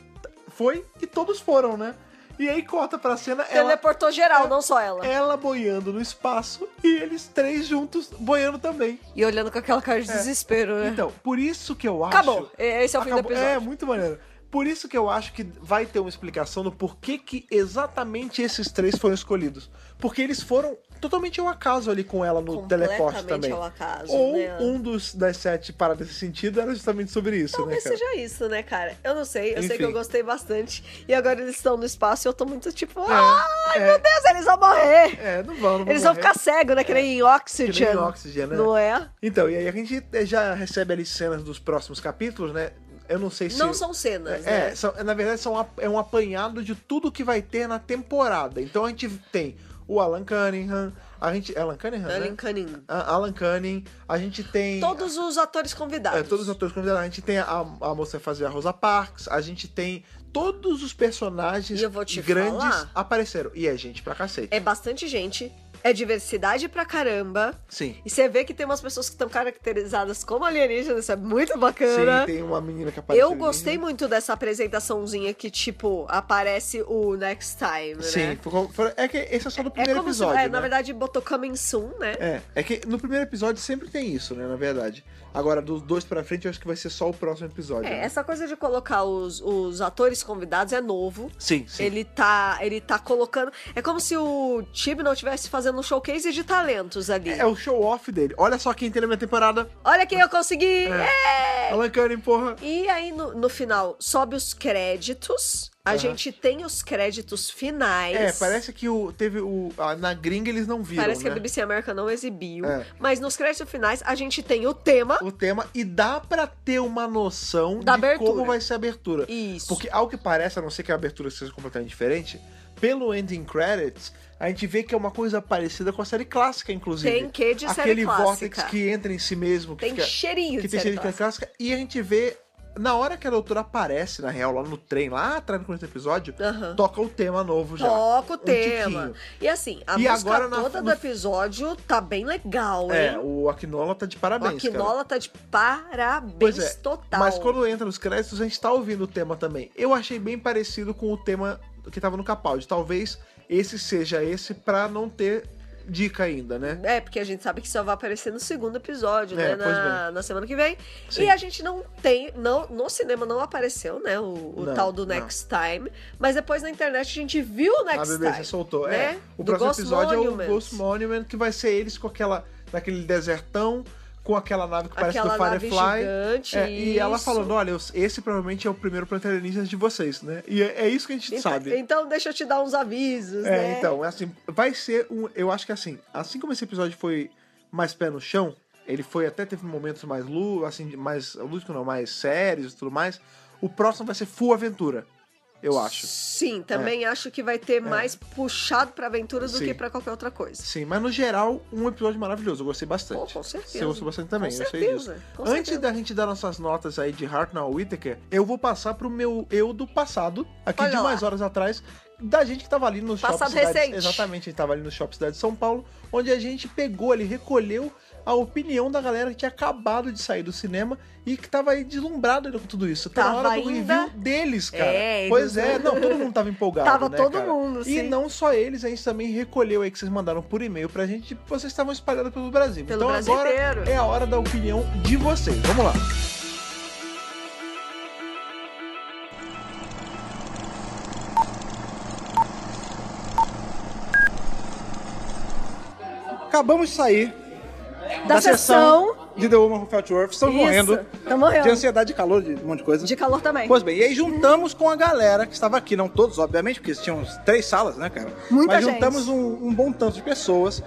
foi e todos foram, né? E aí corta pra cena, ela Teleportou geral, É- não só ela. ela boiando no espaço e eles três juntos boiando também. É. E olhando com aquela cara de desespero, né? Então, por isso que eu acho. Acabou. E- Esse é o fim Acabou. do É, episódio. muito maneiro. Por isso que eu acho que vai ter uma explicação do porquê que exatamente esses três foram escolhidos. Porque eles foram totalmente ao acaso ali com ela no teleporte Completamente também. ao acaso, Ou né? um dos das sete paradas nesse sentido era justamente sobre isso, Talvez né, cara? seja isso, né, cara? Eu não sei, eu sei Enfim. que eu gostei bastante. E agora eles estão no espaço e eu tô muito tipo, É, ai é. meu Deus, eles vão morrer! É, não vão, não eles vão morrer. É, ficar cegos, né? Que nem em Oxygen. Que nem em Oxygen, né? Não é? Então, e aí a gente eh, já recebe ali cenas dos próximos capítulos, né? Eu não sei se. Não são cenas, É, né? são- na verdade são, ap- é um apanhado de tudo que vai ter na temporada. Então a gente tem o Alan Cunningham, a gente. é Alan Cunningham? né? Alan Cunningham. A- Alan Cunning, a gente tem. Todos os atores convidados. é, todos os atores convidados. A gente tem a, a moça que fazia a Rosa Parks, a gente tem todos os personagens E eu vou te grandes falar. apareceram. E é gente pra cacete. É bastante gente, é diversidade pra caramba. Sim. E você vê que tem umas pessoas que estão caracterizadas como alienígenas, isso é muito Sim, bacana. tem uma menina que apareceu. Eu gostei muito dessa apresentaçãozinha que, tipo, aparece o Next Time, Sim, né? ficou- foi- é que esse é só do É primeiro como episódio. se, é, né? na verdade, botou Coming Soon, né? É, é que no primeiro episódio sempre tem isso, né, na verdade. Agora, dos dois pra frente, eu acho que vai ser só o próximo episódio. É, né? essa coisa de colocar os, os atores convidados é novo. Sim, sim. Ele tá, ele tá colocando. É como se o Chib não estivesse fazendo um showcase de talentos ali. É o show-off dele. Olha só quem tem na minha temporada. É. Olha quem eu consegui! Alan Cunning, porra. E aí, no, no final, sobe os créditos. A Aham. gente tem os créditos finais. É, parece que o, teve o... ah, Na gringa eles não viram, Parece que é a né? BBC América não exibiu. É. Mas nos créditos finais, a gente tem o tema. O tema. E dá pra ter uma noção Da de abertura. como vai ser a abertura. Isso. Porque, ao que parece, a não ser que a abertura seja completamente diferente, pelo ending credits, a gente vê que é uma coisa parecida com a série clássica, inclusive. Tem quê de série Aquele clássica? vórtex que entra em si mesmo, que tem fica... cheirinho que de tem série cheiro de clássica. clássica. E a gente vê, na hora que a doutora aparece, na real, lá no trem, lá atrás no começo do episódio, Aham. toca o tema novo já. Toca o Um tema. tiquinho. E assim, a E música agora na- toda no- do episódio tá bem legal, É, hein? o Aquinola tá de O parabéns, cara. Aquinola tá de parabéns Pois é, total. mas quando entra nos créditos, a gente tá ouvindo o tema também. Eu achei bem parecido com o tema que tava no Capaldi. Talvez esse seja esse pra não ter dica ainda, né? É, porque a gente sabe que só vai aparecer no segundo episódio, É, né? pois Na, na semana que vem. Sim. E a gente não tem. Não, no cinema não apareceu, né? O, o Não, tal do não. Next Time. Mas depois na internet a gente viu o A Next BBC Time. soltou. É. né? O Do próximo Ghost episódio é Monument. o Ghost Monument, que vai ser eles com aquela. naquele desertão, com aquela nave que parece Aquela do nave Firefly. gigante. É, e ela isso. falando, olha, os- esse provavelmente é o primeiro planeta alienígena de vocês, né? E é, é isso que a gente Então, sabe. então deixa eu te dar uns avisos, É, né? então, é assim, vai ser um. Eu acho que assim, assim como esse episódio foi mais pé no chão, ele foi até teve momentos mais lú, assim, de- mais lúdico não, mais sérios e tudo mais. O próximo vai ser full aventura, eu acho. Sim, também acho que vai ter mais puxado pra aventura do É. Sim. que pra qualquer outra coisa. Sim, mas no geral, um episódio maravilhoso. Eu gostei bastante. Pô, com certeza. Você gostou bastante também, Com eu sei certeza, disso. com Antes certeza. da gente dar nossas notas aí de Hartnell Whittaker, eu vou passar pro meu eu do passado, aqui Olha de lá. mais horas atrás, da gente que tava ali no Passado shopping. Cidade- recente. Exatamente, a gente tava ali no shopping Cidade de São Paulo, onde a gente pegou ali, recolheu a opinião da galera que tinha acabado de sair do cinema e que tava aí deslumbrada com tudo isso. Tá na Tava hora do ainda- review deles, cara. É, pois eles- é, não, todo mundo tava empolgado. Tava né, todo cara? mundo, E sim. não só eles, a gente também recolheu aí que vocês mandaram por e-mail pra gente, tipo, vocês estavam espalhados pelo Brasil. Pelo então Brasil agora inteiro. é a hora da opinião de vocês. Vamos lá. Acabamos de sair Da, sessão. de The Woman Who Felt Worth. Estamos Isso, morrendo tá morrendo. de ansiedade, de calor, de um monte de coisa. De calor também. Pois bem, e aí juntamos com a galera que estava aqui, não todos, obviamente, porque tinham uns três salas, né, cara? Muita Mas gente. juntamos um, um bom tanto de pessoas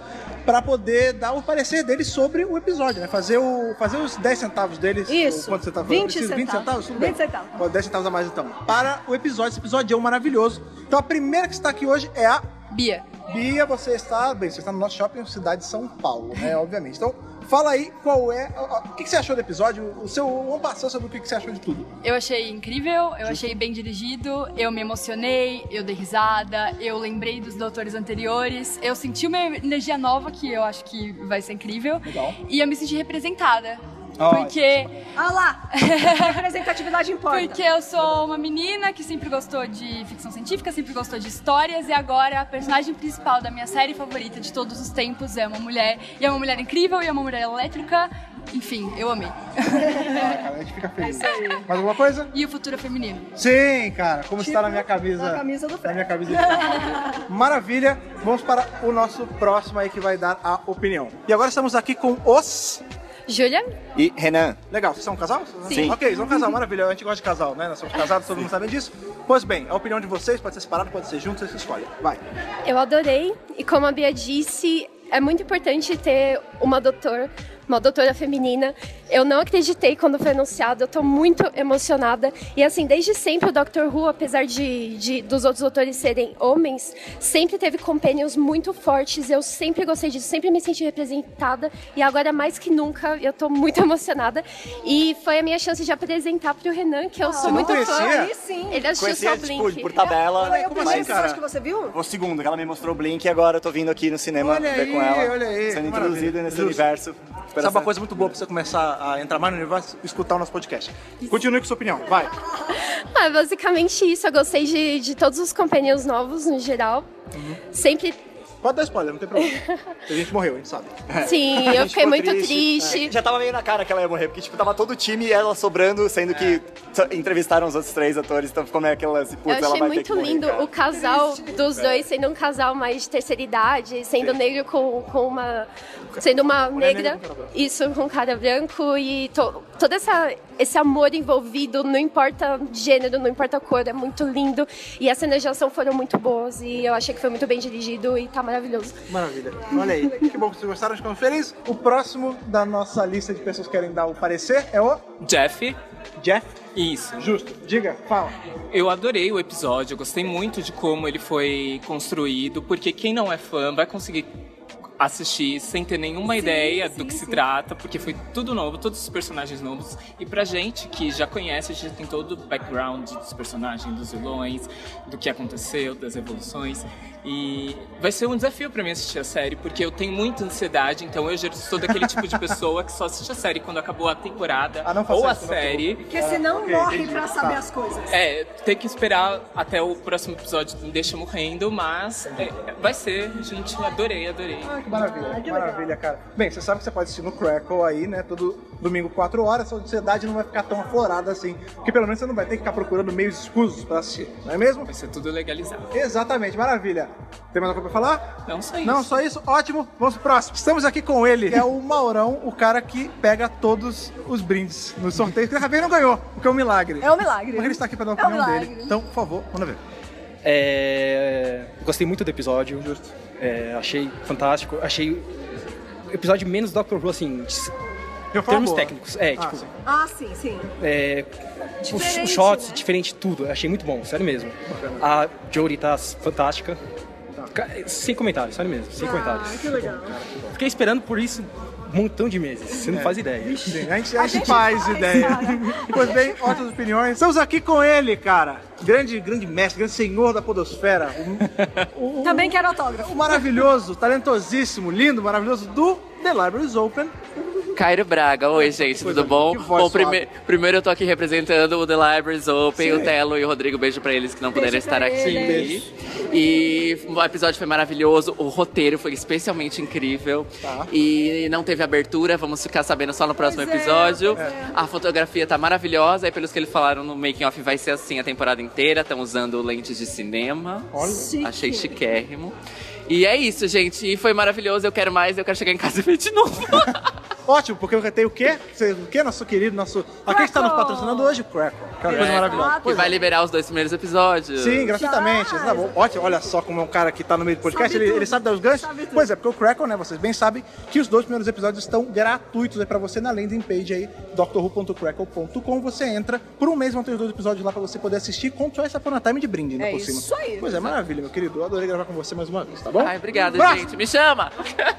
para poder dar o parecer deles sobre o episódio, né? Fazer, o, fazer os 10 centavos deles. Isso. ou Quanto você tá 20 20 centavos. centavos? Tudo 20 bem. centavos. Pô, 10 centavos a mais então. Para o episódio, esse episódio é um maravilhoso. Então a primeira que está aqui hoje é a Bia. Bia, você está. Bem, você está no nosso shopping cidade de São Paulo, né? <laughs> Obviamente. Então, fala aí qual é. ó, ó, O que que você achou do episódio? O seu um passão sobre o que que você achou <laughs> de tudo. Eu achei incrível, eu achei bem dirigido, eu me emocionei, eu dei risada, eu lembrei dos doutores anteriores, eu senti uma energia nova que eu acho que vai ser incrível. Legal. E eu me senti representada. Ó, Porque, <laughs> Olha lá! Representatividade importa. porque eu sou uma menina que sempre gostou de ficção científica, sempre gostou de histórias, e agora a personagem principal da minha série favorita de todos os tempos é uma mulher. E é uma mulher incrível, e é uma mulher elétrica. Enfim, eu amei. Ah, cara, a gente fica feliz. É Mais alguma coisa? E o futuro é feminino. <laughs> Sim, cara. Como está na minha camisa? Tipo, na camisa do Na Fred. minha camisa. <laughs> Maravilha. Vamos para o nosso próximo aí que vai dar a opinião. E agora estamos aqui com os. Júlia? E Renan, Legal, vocês são um casal? Sim. Ok, são um casal, maravilha. A gente gosta de casal, né? Nós somos casados, todo mundo sabe disso. Pois bem, a opinião de vocês pode ser separada, pode ser junto, vocês que escolhem. Vai. Eu adorei e como a Bia disse, é muito importante ter uma doutora, uma doutora feminina. Eu não acreditei quando foi anunciado, eu tô muito emocionada. E assim, desde sempre o Doctor Who, apesar de, de- dos outros doutores serem homens, sempre teve companions muito fortes. Eu sempre gostei disso, sempre me senti representada e agora mais que nunca eu tô muito <laughs> emocionada. E foi a minha chance de apresentar pro Renan, que eu sou Ah, não muito conhecia? fã. Aí sim. Ele assistiu só conhecia o tipo, Blink. por tabela, Foi o como primeiro assim, episódio cara? que você viu? o segundo, que ela me mostrou o Blink e agora eu tô vindo aqui no cinema Olha ver aí, com ela. olha aí, Sendo que introduzido maravilha. nesse Justo. universo. Espero Sabe uma ser- coisa muito boa pra você começar a entrar mais no universo? Escutar o nosso podcast. Continue com sua opinião, vai. Ah, basicamente isso. Eu gostei de, de todos os companheiros novos, no geral. Sempre, Pode dar spoiler, não tem problema. A gente morreu, a gente sabe. sim, <laughs> A eu gente fiquei ficou muito triste. É, triste. Já tava meio na cara que ela ia morrer, porque tipo, tava todo o time e ela sobrando, sendo É. que t- entrevistaram os outros três atores, então ficou meio aquele lance, putz, <laughs> Eu ela achei vai ter muito que morrer, lindo cara. o casal dos dois sendo um casal mais de terceira idade, sendo negro com, com uma. sendo uma Mulher negra, negra com cara branca. isso, com um cara branco e to, todo essa, esse amor envolvido, não importa gênero, não importa cor, é muito lindo. E as cenas de ação foram muito boas e eu achei que foi muito bem dirigido e tá maravilhoso. Maravilha. Olha aí. Que bom que vocês gostaram, ficamos felizes. O próximo da nossa lista de pessoas que querem dar o parecer é o Jeff, Jeff. isso. Justo. Diga, fala. Eu adorei o episódio, eu gostei muito de como ele foi construído, porque quem não é fã vai conseguir assistir sem ter nenhuma ideia do que se trata, porque foi tudo novo, todos os personagens novos. E pra gente que já conhece, a gente tem todo o background dos personagens, dos vilões, do que aconteceu, das evoluções. E vai ser um desafio pra mim assistir a série, porque eu tenho muita ansiedade, então eu já sou daquele tipo de pessoa que só assiste a série quando acabou a temporada Ah, não faça ou a isso, não. série. Porque senão Ah, ok, morre entendi. pra saber Tá. as coisas. É, ter que esperar até o próximo episódio do me deixa morrendo, mas é, vai ser, gente, adorei, adorei. Ah, que Maravilha, Ah, que maravilha, cara. Bem, você sabe que você pode assistir no Crackle aí, né? Todo domingo, 4 horas, sua ansiedade não vai ficar tão aflorada assim. Porque pelo menos você não vai ter que ficar procurando meios escusos pra assistir, não é mesmo? Vai ser tudo legalizado. Exatamente, maravilha. Tem mais alguma coisa pra falar? Não só isso. Não, só isso. Ótimo, vamos pro próximo. Estamos aqui com ele, que é o Maurão, o cara que pega todos os brindes no sorteio. Que dessa vez não ganhou, o que é um milagre. É um milagre. Mas ele está aqui pra dar a É um opinião dele. milagre. Então, por favor, manda ver. É, gostei muito do episódio. É, achei fantástico. Achei o episódio menos Doctor Who, assim, em Eu falo termos boa. técnicos. É, Ah, tipo, sim. Ah, sim, sim. é, os Diferente, shots, né? diferente tudo. Achei muito bom, sério mesmo. A Jory tá fantástica. Tá. Ca- Sem comentários, sério mesmo, sem comentários. Ah, que legal. Fiquei esperando por isso um montão de meses, você não faz ideia. É. Sim, a gente, a A gente gente faz, faz, ideia. cara. pois bem, ótimas opiniões. Estamos aqui com ele, cara. Grande, grande mestre, grande senhor da podosfera. O, o- Também quero autógrafo. o maravilhoso, talentosíssimo, lindo, maravilhoso do The Libraries Open. Cairo Braga, oi gente, tudo bom? que voz Bom, prime- Primeiro eu tô aqui representando o The Libraries Open, Sim. o Telo e o Rodrigo, beijo pra eles que não puderam pra estar aqui. E o episódio foi maravilhoso, o roteiro foi especialmente incrível. Tá. E não teve abertura, vamos ficar sabendo só no próximo Pois é, episódio. pois é. A fotografia tá maravilhosa, e pelos que eles falaram no making off vai ser assim a temporada inteira, estão usando lentes de cinema. Chique. Achei chiquérrimo. E é isso, gente. E foi maravilhoso. Eu quero mais, eu quero chegar em casa e ver de novo. Ótimo, porque eu tem o quê? Você- O quê, nosso querido, nosso... Aqui que está nos Crackle. patrocinando hoje, o Crackle. Que é uma coisa Crackle, maravilhosa. Ah, Que Pois vai é. liberar os dois primeiros episódios. Sim, gratuitamente. Tá bom. Ótimo, olha só como é um cara que tá no meio do podcast, Sabe ele, tudo. ele sabe dar os ganchos. Sabe tudo. pois é, porque o Crackle, né, vocês bem sabem que os dois primeiros episódios estão gratuitos aí pra você na landing page aí, drwho.crackle.com. Você entra, por um mês vão ter os dois episódios lá pra você poder assistir com só essa Pona Time de brinde, né, É por cima. isso aí. Pois é, maravilha, meu querido. Eu adorei gravar com você mais uma vez, tá bom? Ai, obrigada, Próximo. gente. Me chama!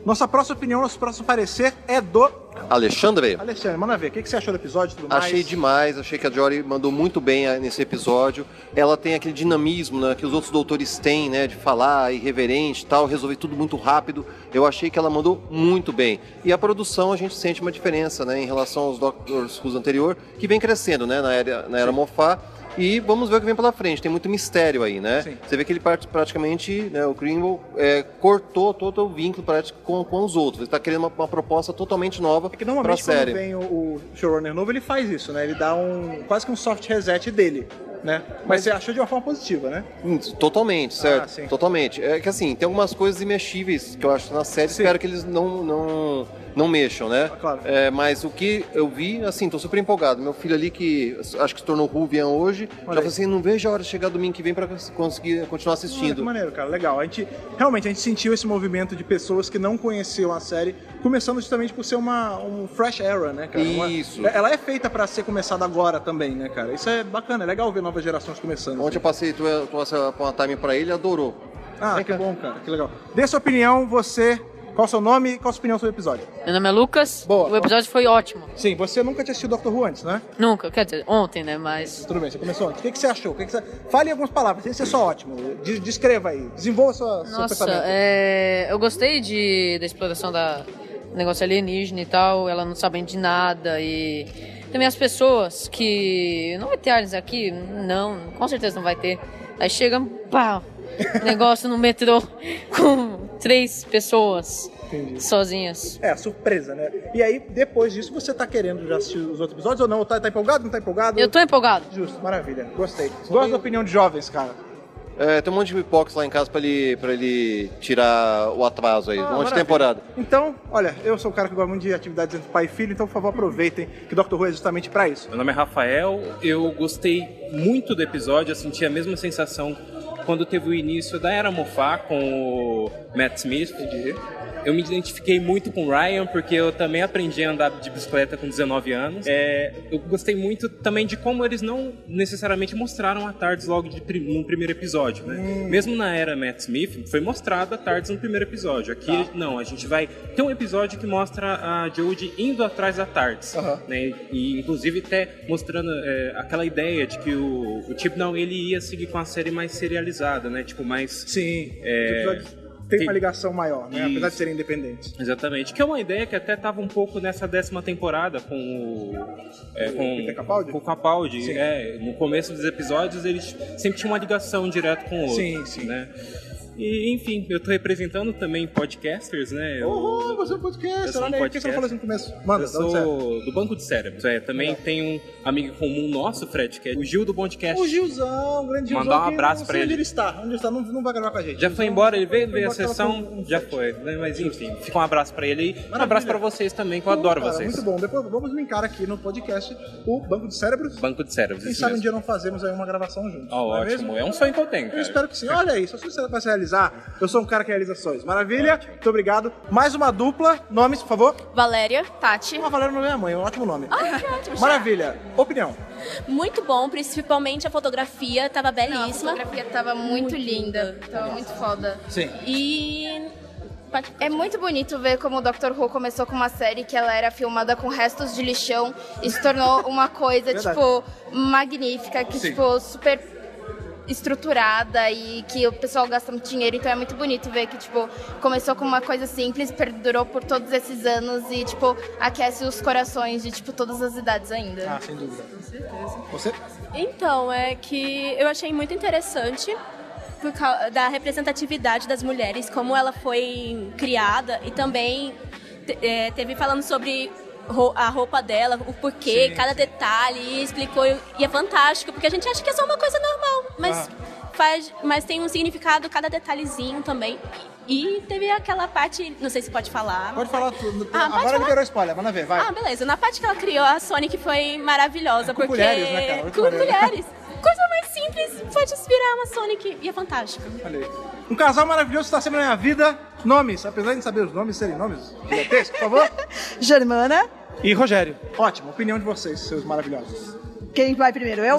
Nossa próxima opinião, nosso próximo parecer é do Alexandre, Alexandre. Manda ver, o que, que você achou do episódio e tudo mais? achei demais, achei que a Jory mandou muito bem eh, nesse episódio. Ela tem aquele dinamismo né, que os outros doutores têm, né? De falar, irreverente e tal, resolver tudo muito rápido. Eu achei que ela mandou muito bem. E a produção a gente sente uma diferença, né? Em relação aos Doctors Who anterior, que vem crescendo, né? Na era, na era Mofá. E vamos ver o que vem pela frente. Tem muito mistério aí, né? Você vê que ele part- praticamente, né, o Greenwald eh, cortou todo o vínculo prático com, com os outros. Ele está querendo uma, uma proposta totalmente nova É que para a normalmente quando série. vem o, o showrunner novo, ele faz isso, né? Ele dá um quase que um soft reset dele, né? Mas você achou de uma forma positiva, né? Hum, Totalmente, Ah, certo. sim. Totalmente. É que assim, tem algumas coisas imexíveis que eu acho que na série, Sim. espero que eles não, não, não mexam, né? Ah, claro. É, mas o que eu vi, assim, tô super empolgado. Meu filho ali, que acho que se tornou Ruvian hoje, já falou assim: não vejo a hora de chegar domingo que vem pra conseguir continuar Olha que assistindo. maneiro, cara, legal. A gente realmente a gente sentiu esse movimento de pessoas que não conheciam a série, começando justamente por ser uma um fresh era, né, cara? Uma- Isso. ela é feita pra ser começada agora também, né, cara? Isso é bacana, é legal ver novas gerações começando. assim. Ontem eu passei tua, tua, tua time pra ele, adorou. Ah, que bom, cara, que legal. Dê sua opinião, você. Qual o seu nome e qual a sua opinião sobre o episódio? Meu nome é Lucas. Boa. O episódio foi ótimo. Sim, você nunca tinha assistido Doctor Who antes, né? Nunca, quer dizer, ontem, né? Mas. Tudo bem, você começou antes. O que, que você achou? O que que você- Fale em algumas palavras, sem ser só ótimo. De- Descreva aí, desenvolva sua, seu Nossa, pensamento. é, eu gostei de, da exploração da do negócio alienígena e tal, ela não sabendo de nada e também as pessoas que não vai ter aliens aqui, não, com certeza não vai ter. Aí chega, <laughs> pá, negócio no metrô <laughs> com três pessoas Entendi. sozinhas. É, surpresa, né? E aí, depois disso, você tá querendo já assistir os outros episódios ou não? Tá, tá empolgado? Não tá empolgado? Eu tô empolgado. Justo, maravilha. Gostei. Gosto da opinião de jovens, cara. É, tem um monte de pipox lá em casa pra ele, pra ele tirar o atraso aí, um monte Ah, maravilha. de temporada. Então, olha, eu sou um cara que gosta muito de atividades entre pai e filho, então, por favor, aproveitem que Dr. Who é justamente pra isso. Meu nome é Rafael, eu gostei muito do episódio, eu senti a mesma sensação quando teve o início da Era Mofá com o Matt Smith. Eu me identifiquei muito com o Ryan, porque eu também aprendi a andar de bicicleta com 19 anos. É, eu gostei muito também de como eles não necessariamente mostraram a Tardes logo de prim- no primeiro episódio, né? Mesmo na era Matt Smith, foi mostrada a Tardes no primeiro episódio. Aqui, não, a gente vai ter um episódio que mostra a Jodie indo atrás da Tardes, né? E, inclusive, até mostrando é, aquela ideia de que o, o Chibnall, ele ia seguir com a série mais serializada, né? Tipo, mais... é, Sim. Os episódios têm tem- uma ligação maior, né? Isso. Apesar de serem independentes. Exatamente. Que é uma ideia que até estava um pouco nessa décima temporada com o. é, com, Peter Capaldi? com o Capaldi. Sim. é. no começo dos episódios eles sempre tinham uma ligação direta com o outro. Sim, sim. Né? E, enfim, eu tô representando também podcasters, né? Eu- Uhul, você é um podcast. sou um Olha aí, por que você não falou podcaster. isso no começo? Manda, eu dá onde você é. sou um do Banco de Cérebros. É, também tem um amigo comum nosso, Fred, que é o Gil do Bondcast. O Gilzão, o grande Gilzão. Mandar um que abraço não pra sei ele. Onde ele está? Onde ele está? Não, não vai gravar com a gente. Já foi embora, ele veio Foi ver a embora, tava um sessão, já foi. né? Mas enfim, fica um abraço pra ele e um abraço pra vocês também, que eu adoro Cara, vocês. Muito bom. Depois vamos linkar aqui no podcast o Banco de Cérebros. Banco de Cérebros, Quem isso sabe um mesmo. dia não fazemos aí uma gravação juntos. Ó, não é ótimo. mesmo? É um sonho que eu tenho, Eu cara. espero que sim. Olha aí, só se você vai se realizar. Eu sou um cara que realiza sonhos. Maravilha, muito obrigado. Mais uma dupla. Nomes, por favor. Valéria, Tati. Uma Valéria não é minha mãe, é um ótimo nome. Ah, que ótimo, já. Maravilha. Opinião. Muito bom, principalmente a fotografia, tava belíssima. a fotografia tava muito linda, tava É muito foda. Sim. E é muito bonito ver como o Dr. Who começou com uma série que ela era filmada com restos de lixão e se tornou uma coisa, Verdade. tipo, magnífica, que, Sim. tipo, super estruturada e que o pessoal gasta muito dinheiro, então é muito bonito ver que, tipo, começou com uma coisa simples, perdurou por todos esses anos e, tipo, aquece os corações de, tipo, todas as idades ainda. Ah, sem dúvida. Você? Então, é que eu achei muito interessante por cau- da representatividade das mulheres, como ela foi criada e também te- é, teve falando sobre ro- a roupa dela, o porquê, cada detalhe, e explicou e é fantástico, porque a gente acha que é só uma coisa normal, mas faz, mas tem um significado cada detalhezinho também. E teve aquela parte, não sei se pode falar. Pode falar tudo. Ah, pode Agora falar? liberou spoiler, manda ver, vai. Ah, beleza. Na parte que ela criou, a Sonic foi maravilhosa. porque... mulheres, né, cara? Olha que Com maneiro. mulheres. Coisa mais simples, pode inspirar uma Sonic e é fantástico. Olha aí. Um casal maravilhoso está sempre na minha vida. Nomes, apesar de não saber os nomes serem nomes gigantescos, por favor. Germana. E Rogério. Ótimo, opinião de vocês, seus maravilhosos. Quem vai primeiro? Eu?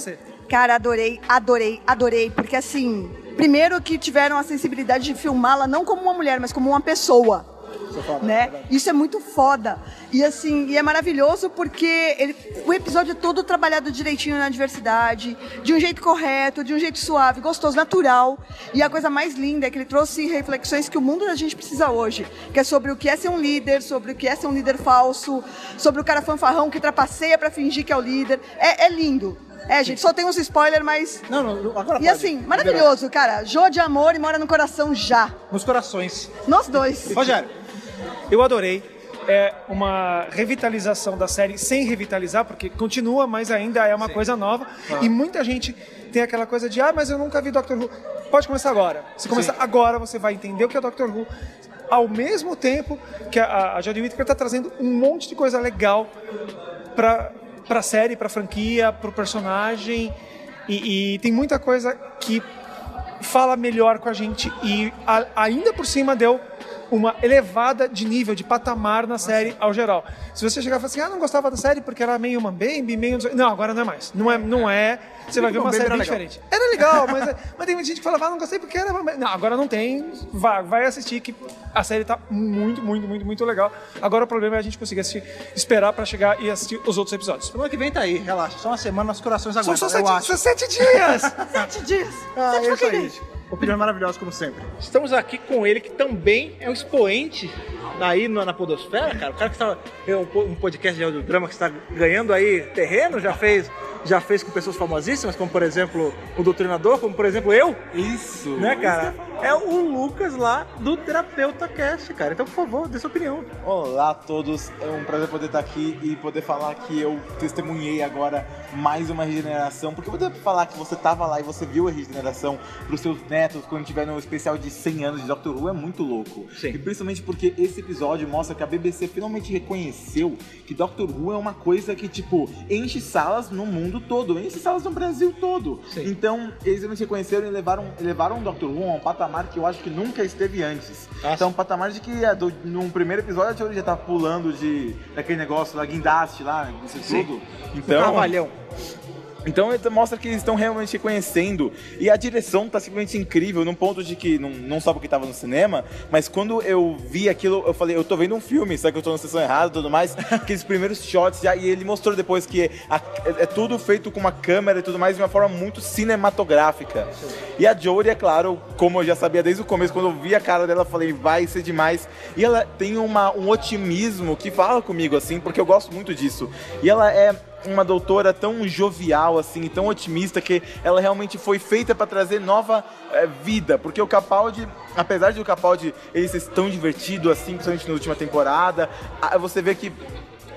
Cara, adorei, adorei, adorei. Porque assim, primeiro que tiveram a sensibilidade de filmá-la não como uma mulher, mas como uma pessoa. Né? Isso é muito foda. E assim, e é maravilhoso porque ele, o episódio é todo trabalhado direitinho na diversidade, de um jeito correto, de um jeito suave, gostoso, natural. E a coisa mais linda é que ele trouxe reflexões que o mundo da gente precisa hoje, que é sobre o que é ser um líder, sobre o que é ser um líder falso, sobre o cara fanfarrão que trapaceia pra fingir que é o líder. É, é lindo. É, gente, só tem uns spoilers, mas. Não, não, agora E pode. assim, maravilhoso, cara. Jô de amor e mora no coração já. Nos corações. Nós dois. Rogério. Eu adorei. É uma revitalização da série sem revitalizar, porque continua, mas ainda é uma coisa nova. E muita gente tem aquela coisa de, ah, mas eu nunca vi Doctor Who. Pode começar agora. Se começar agora, você vai entender o que é Doctor Who. Ao mesmo tempo que a, a Jodie Whittaker está trazendo um monte de coisa legal para a série, para a franquia, para o personagem. E, e tem muita coisa que fala melhor com a gente e a- ainda por cima deu uma elevada de nível, de patamar na série ao geral. Se você chegar e falar assim, ah, não gostava da série porque era meio mambembe, meio... não sei- Não, agora não é mais. Não é, não é. Você vai ver uma Mambembe série era bem legal. diferente. Era legal, mas, é- mas tem muita gente que falava, ah, não gostei porque era mambembe. Não, agora não tem. Vai, vai assistir que a série tá muito, muito, muito, muito legal. Agora o problema é a gente conseguir assistir, esperar pra chegar e assistir os outros episódios. Semana que vem tá aí, relaxa. Só uma semana, nossos corações São agora. só sete- são sete dias. <laughs> sete dias! Ah, é isso aí. Opinião maravilhosa, como sempre. Estamos aqui com ele, que também é um expoente aí na, na podosfera, cara. O cara que está é um, po- um podcast de audiodrama que está ganhando aí terreno, já fez, já fez com pessoas famosíssimas, como por exemplo o Doutrinador, como por exemplo eu. Isso. Né, cara? É o Lucas lá do Terapeuta Cast, cara. Então, por favor, dê sua opinião. Olá a todos, é um prazer poder estar aqui e poder falar que eu testemunhei agora mais uma regeneração. Porque poder falar que você estava lá e você viu a regeneração pros seus netos quando tiver no especial de 100 anos de Doctor Who é muito louco. E principalmente porque esse episódio mostra que a BBC finalmente reconheceu que Doctor Who é uma coisa que, tipo, enche salas no mundo todo, enche salas no Brasil todo. Então, eles não se reconheceram e levaram, levaram o Doctor Who a um patamar que eu acho que nunca esteve antes. Então, um patamar de que a do- num primeiro episódio a Teoria já tá pulando de daquele negócio lá, guindaste lá, isso Sim. tudo. O Então, Carvalhão. então então mostra que eles estão realmente reconhecendo. E a direção tá simplesmente incrível, num ponto de que não, não sabe o que tava no cinema, mas quando eu vi aquilo, eu falei, eu tô vendo um filme, só que eu tô na sessão errada e tudo mais. Aqueles primeiros shots, já, e ele mostrou depois que a- é, é tudo feito com uma câmera e tudo mais, de uma forma muito cinematográfica. E a Jory, é claro, como eu já sabia desde o começo, quando eu vi a cara dela, eu falei, vai ser demais. E ela tem uma, um otimismo que fala comigo, assim, porque eu gosto muito disso. E ela é uma doutora tão jovial, assim, tão otimista, que ela realmente foi feita para trazer nova eh, vida. Porque o Capaldi, apesar de o Capaldi ele ser tão divertido, assim, principalmente na última temporada, a- você vê que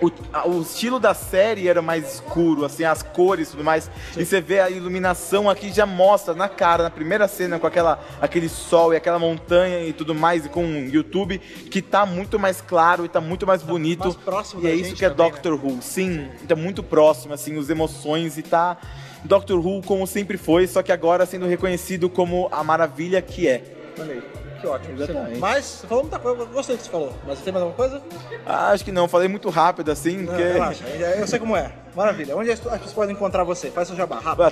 o, a- o estilo da série era mais escuro, assim, as cores e tudo mais. E você vê a iluminação aqui já mostra na cara, na primeira cena, com aquela, aquele sol e aquela montanha e tudo mais, e com o YouTube, que tá muito mais claro e tá muito mais bonito. e da é isso gente que é Doctor Who. Sim, tá muito próximo, assim, os emoções e tá. Doctor Who como sempre foi, só que agora sendo reconhecido como a maravilha que é. Olha aí, que ótimo, Exatamente. Mas, você falou muita coisa, eu gostei do que você falou, mas tem mais alguma coisa? Ah, acho que não, falei muito rápido assim, Não, porque. relaxa, eu sei como é. Maravilha, onde as as pessoas podem encontrar você? Faz seu jabá, rápido. vai.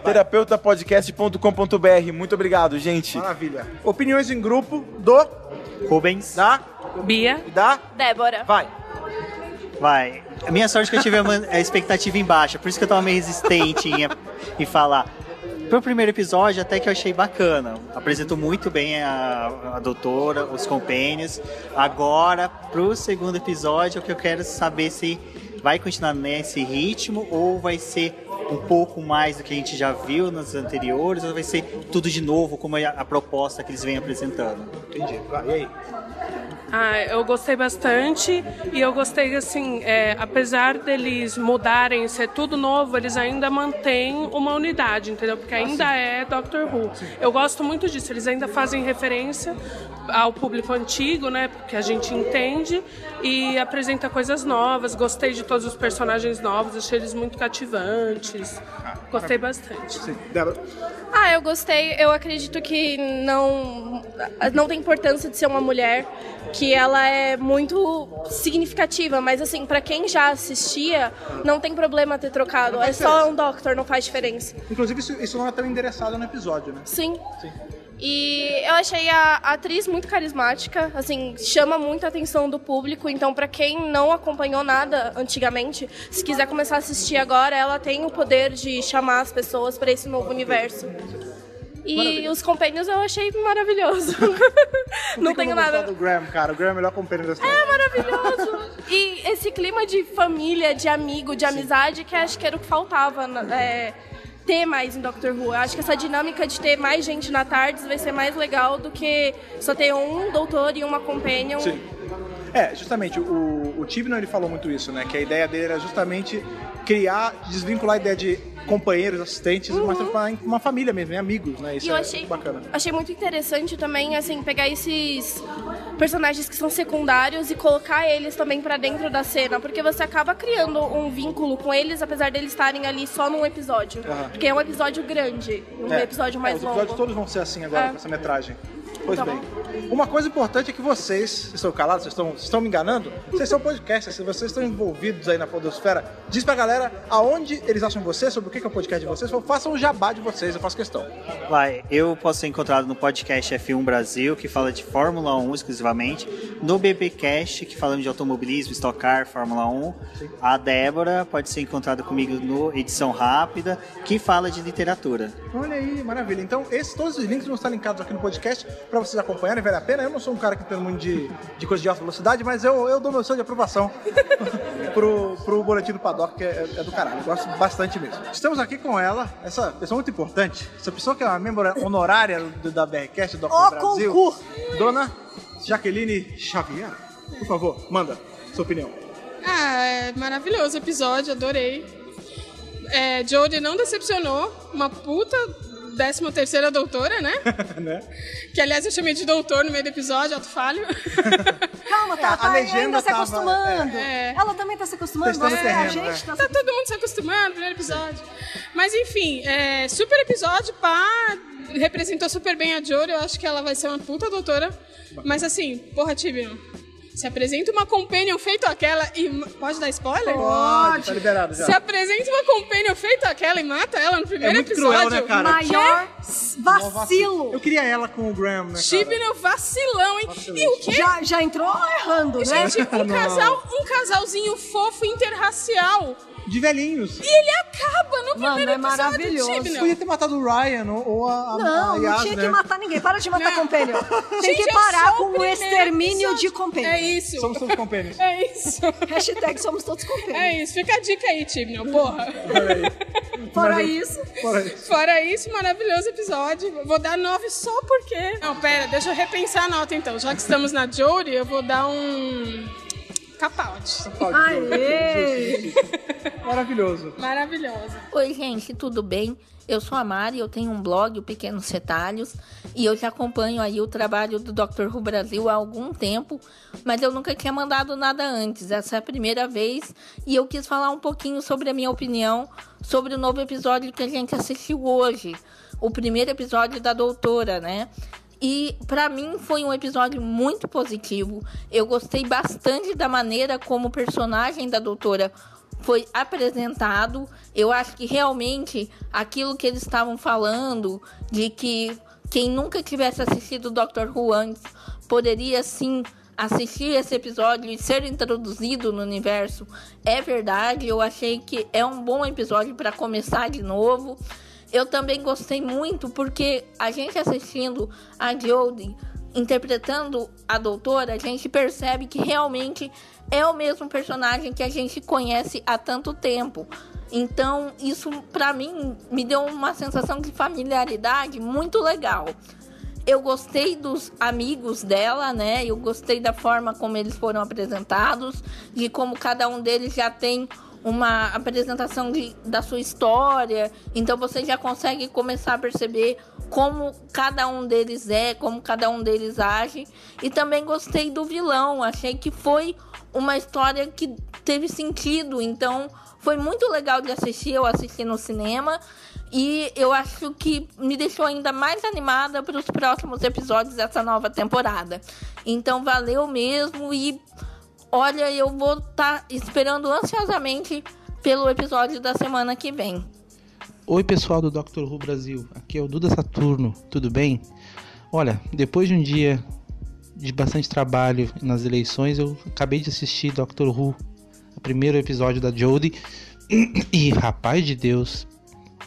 terapeutapodcast.com.br. Muito obrigado, gente. Maravilha. Opiniões em grupo do Rubens. Da Bia. Da Débora. Vai. Vai. A minha sorte é que eu tive a man- a expectativa em baixa, por isso que eu tava meio resistente em, em falar. Pro primeiro episódio, até que eu achei bacana. Apresentou muito bem a, a doutora, os compênios. Agora, pro segundo episódio, o que eu quero saber se vai continuar nesse ritmo ou vai ser um pouco mais do que a gente já viu nas anteriores, ou vai ser tudo de novo, como é a, a proposta que eles vêm apresentando. Entendi. Vai, e aí? Ah, eu gostei bastante e eu gostei assim, é, apesar deles mudarem, ser tudo novo, eles ainda mantêm uma unidade, entendeu? Porque ainda é Doctor Who. Eu gosto muito disso. Eles ainda fazem referência ao público antigo, né? Porque a gente entende e apresenta coisas novas. Gostei de todos os personagens novos. Achei eles muito cativantes. Gostei bastante. Ah, eu gostei. Eu acredito que não, não tem importância de ser uma mulher, que ela é muito significativa, mas assim, pra quem já assistia, não tem problema ter trocado. Não É faz só diferença. um Doctor, não faz diferença. Inclusive, isso, isso não é tão endereçado no episódio, né? Sim. E eu achei a atriz muito carismática, assim, chama muita atenção do público, então pra quem não acompanhou nada antigamente, se quiser começar a assistir agora, ela tem o poder de chamar as pessoas pra esse novo universo. E os companheiros eu achei maravilhoso. Não tem tenho como nada. gostar do Graham, cara. O Graham é o melhor companheiro da história. maravilhoso. E esse clima de família, de amigo, de amizade, que acho que era o que faltava na- é, ter mais em Doctor Who. Eu acho que essa dinâmica de ter mais gente na tarde vai ser mais legal do que só ter um doutor e uma companion. Sim. É, justamente, o, o Tibno ele falou muito isso, né? Que a ideia dele era justamente criar, desvincular a ideia de companheiros, assistentes, mas transformar em uma família mesmo, em amigos, né? Isso Uhum. E eu é achei- bacana. Achei muito interessante também, assim, pegar esses personagens que são secundários e colocar eles também pra dentro da cena, porque você acaba criando um vínculo com eles, apesar deles estarem ali só num episódio. Aham. Porque é um episódio grande, um É. episódio É, mais os longo. episódios todos vão ser assim agora, É. com essa metragem. Pois Tá bem. bom. Uma coisa importante é que vocês, vocês estão calados, vocês estão, vocês estão me enganando? Vocês são podcasters, se vocês estão envolvidos aí na podosfera, diz pra galera aonde eles acham vocês, sobre o que que é o podcast de vocês, façam o jabá de vocês, eu faço questão. Vai, eu posso ser encontrado no podcast F1 Brasil, que fala de Fórmula 1 exclusivamente, no BBcast, que fala de automobilismo, Stock Car, Fórmula 1. A Débora pode ser encontrada comigo no Edição Rápida, que fala de literatura. Olha aí, maravilha. Então, esses, todos os links vão estar linkados aqui no podcast para vocês acompanharem, vale a pena. Eu não sou um cara que entende muito de, de coisa de alta velocidade, mas eu, eu dou meu selo de aprovação <laughs> pro, pro boletim do Paddock, que é, é do caralho. Eu gosto bastante mesmo. Estamos aqui com ela, essa pessoa muito importante, essa pessoa que é uma membro honorária do- da BRCast, do Ó, Doctor Brasil. concurso! Dona Jaqueline Xavier, por favor, manda sua opinião. Ah, é maravilhoso o episódio, adorei. É, Jodie não decepcionou, uma puta 13 terceira doutora, né? Né? Que aliás eu chamei de doutor no meio do episódio, ato falho. <laughs> Calma, É, tá, a tá, legenda ainda se tava- acostumando. é. Ela também tá se acostumando, Testando você, o terreno, a é. gente Tá todo mundo se acostumando, primeiro episódio. Mas enfim, é, super episódio, pá, representou super bem a Jory, eu acho que ela vai ser uma puta doutora. Mas assim, porra, Tibino, se apresenta uma companion feito aquela e... ma- Pode dar spoiler? Pode, tá liberado já. Se apresenta uma companion feito aquela e mata ela no primeiro muito cruel, episódio. né, cara? Maior vacilo. Eu queria ela com o Graham, né, cara? Chibnall vacilão, hein? E o quê? Já, <laughs> já entrou errando, né? Gente, um, casal, um casalzinho fofo interracial. de velhinhos. E ele acaba no Mano, primeiro é episódio do maravilhoso. Chibnall. Podia ter matado o Ryan ou, ou a, a Não, a não Yas, tinha né? que matar ninguém. Para de matar compênio. Tem Gente, que é parar só o com o primeiro extermínio episódio. de compênio. É isso. Somos todos compênios. É isso. Hashtag somos todos compênios. É isso. Fica a dica aí, Chibnall, porra. <laughs> Fora isso. Fora isso. Fora isso, maravilhoso episódio. Vou dar nove só porque. Não, pera, deixa eu repensar a nota então. Já que estamos na Jory, eu vou dar um. Capote. Aê! Maravilhoso. Maravilhoso. Oi, gente, tudo bem? Eu sou a Mari, eu tenho um blog, o Pequenos Retalhos, e eu já acompanho aí o trabalho do Dr. Who Brasil há algum tempo, mas eu nunca tinha mandado nada antes, essa é a primeira vez, e eu quis falar um pouquinho sobre a minha opinião sobre o novo episódio que a gente assistiu hoje, o primeiro episódio da Doutora, né? E pra mim foi um episódio muito positivo. Eu gostei bastante da maneira como o personagem da doutora foi apresentado. Eu acho que realmente aquilo que eles estavam falando de que quem nunca tivesse assistido Dr. Who antes poderia sim assistir esse episódio e ser introduzido no universo é verdade. Eu achei que é um bom episódio para começar de novo. Eu também gostei muito porque a gente assistindo a Jodie interpretando a doutora, a gente percebe que realmente é o mesmo personagem que a gente conhece há tanto tempo. Então, isso para mim me deu uma sensação de familiaridade muito legal. Eu gostei dos amigos dela, né? Eu gostei da forma como eles foram apresentados, de como cada um deles já tem uma apresentação de, da sua história. Então você já consegue começar a perceber como cada um deles é, como cada um deles age. E também gostei do vilão. Achei que foi uma história que teve sentido. Então foi muito legal de assistir. Eu assisti no cinema. E eu acho que me deixou ainda mais animada para os próximos episódios dessa nova temporada. Então valeu mesmo e olha, eu vou estar esperando ansiosamente pelo episódio da semana que vem. Oi pessoal do Dr. Who Brasil, aqui é o Duda Saturno, tudo bem? Olha, depois de um dia de bastante trabalho nas eleições, eu acabei de assistir Dr. Who, o primeiro episódio da Jodie, <clears throat> e rapaz de Deus,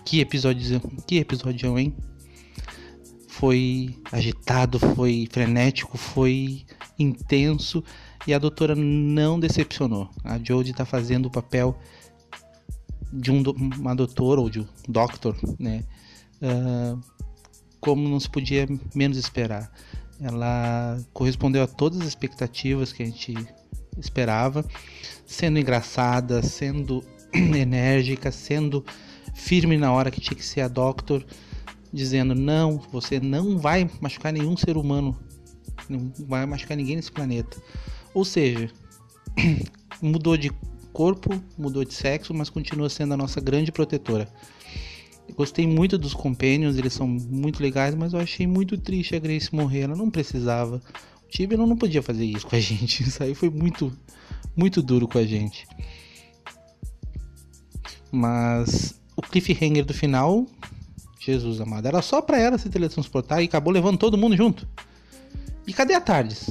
que episódio, que episódio, hein? Foi agitado, foi frenético, foi intenso, e a doutora não decepcionou. A Jodie tá fazendo o papel de um, do- uma doutora ou de um doctor, né? Ah, como não se podia menos esperar. Ela correspondeu a todas as expectativas que a gente esperava, sendo engraçada, sendo <clears throat> enérgica, sendo firme na hora que tinha que ser a doctor, dizendo não, você não vai machucar nenhum ser humano, não vai machucar ninguém nesse planeta. Ou seja, <clears throat> mudou de corpo, mudou de sexo, mas continua sendo a nossa grande protetora. Gostei muito dos Companions, eles são muito legais, mas eu achei muito triste a Grace morrer, ela não precisava. O Tiberon não podia fazer isso com a <laughs> gente, isso aí foi muito, muito duro com a gente. Mas o cliffhanger do final, Jesus amado, era só pra ela se teletransportar e acabou levando todo mundo junto. E cadê a Tardes?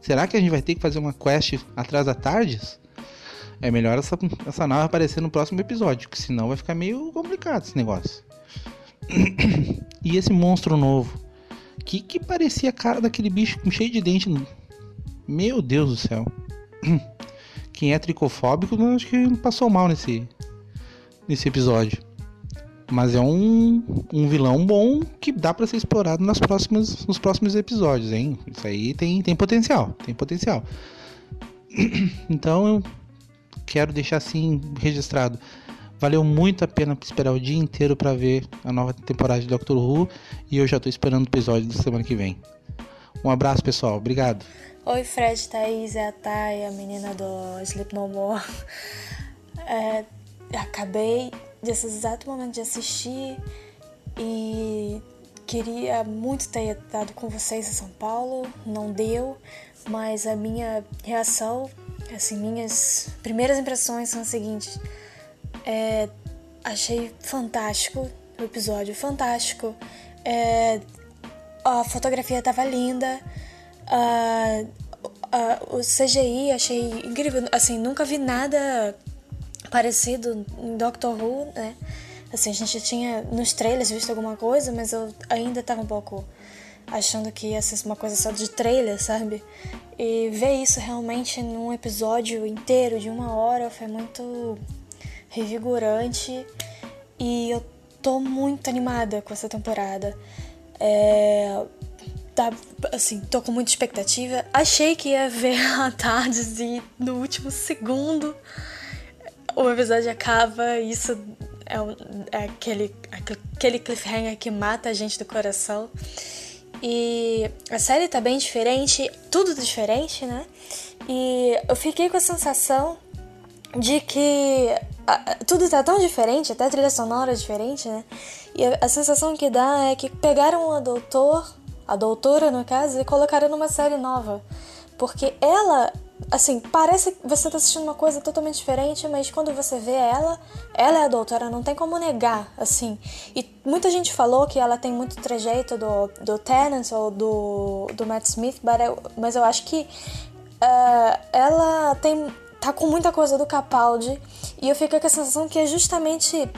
Será que a gente vai ter que fazer uma quest atrás da Tardes? É melhor essa, essa nave aparecer no próximo episódio, que senão vai ficar meio complicado esse negócio. <coughs> e esse monstro novo? Que que parecia a cara daquele bicho com cheio de dente? no- Meu Deus do céu. <coughs> Quem é tricofóbico, não, acho que passou mal nesse, nesse episódio. Mas é um, um vilão bom que dá pra ser explorado nas próximas, nos próximos episódios, hein? Isso aí tem, tem potencial, tem potencial. <clears throat> então eu quero deixar assim registrado. Valeu muito a pena esperar o dia inteiro pra ver a nova temporada de Doctor Who e eu já tô esperando o episódio da semana que vem. Um abraço, pessoal. Obrigado. Oi, Fred, Thaís, é a Thay, a menina do Sleep No More. É, acabei desse exato momento de assistir e queria muito ter estado com vocês em São Paulo, não deu, mas a minha reação, assim, minhas primeiras impressões são as seguintes. É, achei fantástico o episódio, fantástico. É, a fotografia tava linda. Ah, ah, o CGI achei incrível. Assim, nunca vi nada parecido em Doctor Who, né? Assim, a gente tinha nos trailers visto alguma coisa, mas eu ainda estava um pouco achando que ia ser uma coisa só de trailer, sabe? E ver isso realmente num episódio inteiro de uma hora foi muito revigorante e eu tô muito animada com essa temporada. É, tá, assim, tô com muita expectativa. Achei que ia ver <laughs> a Tardes e no último segundo o episódio acaba e isso é, um- é aquele, aquele cliffhanger que mata a gente do coração. E a série tá bem diferente, tudo diferente, né? E eu fiquei com a sensação de que ah, tudo tá tão diferente, até a trilha sonora é diferente, né? E a, a sensação que dá é que pegaram a doutor, a doutora no caso, e colocaram numa série nova. Porque ela, assim, parece que você tá assistindo uma coisa totalmente diferente, mas quando você vê ela, ela é a doutora, não tem como negar, assim. E muita gente falou que ela tem muito trejeito do, do Tennant ou do, do Matt Smith, but eu- mas eu acho que ah, ela tem tá com muita coisa do Capaldi e eu fico com a sensação que é justamente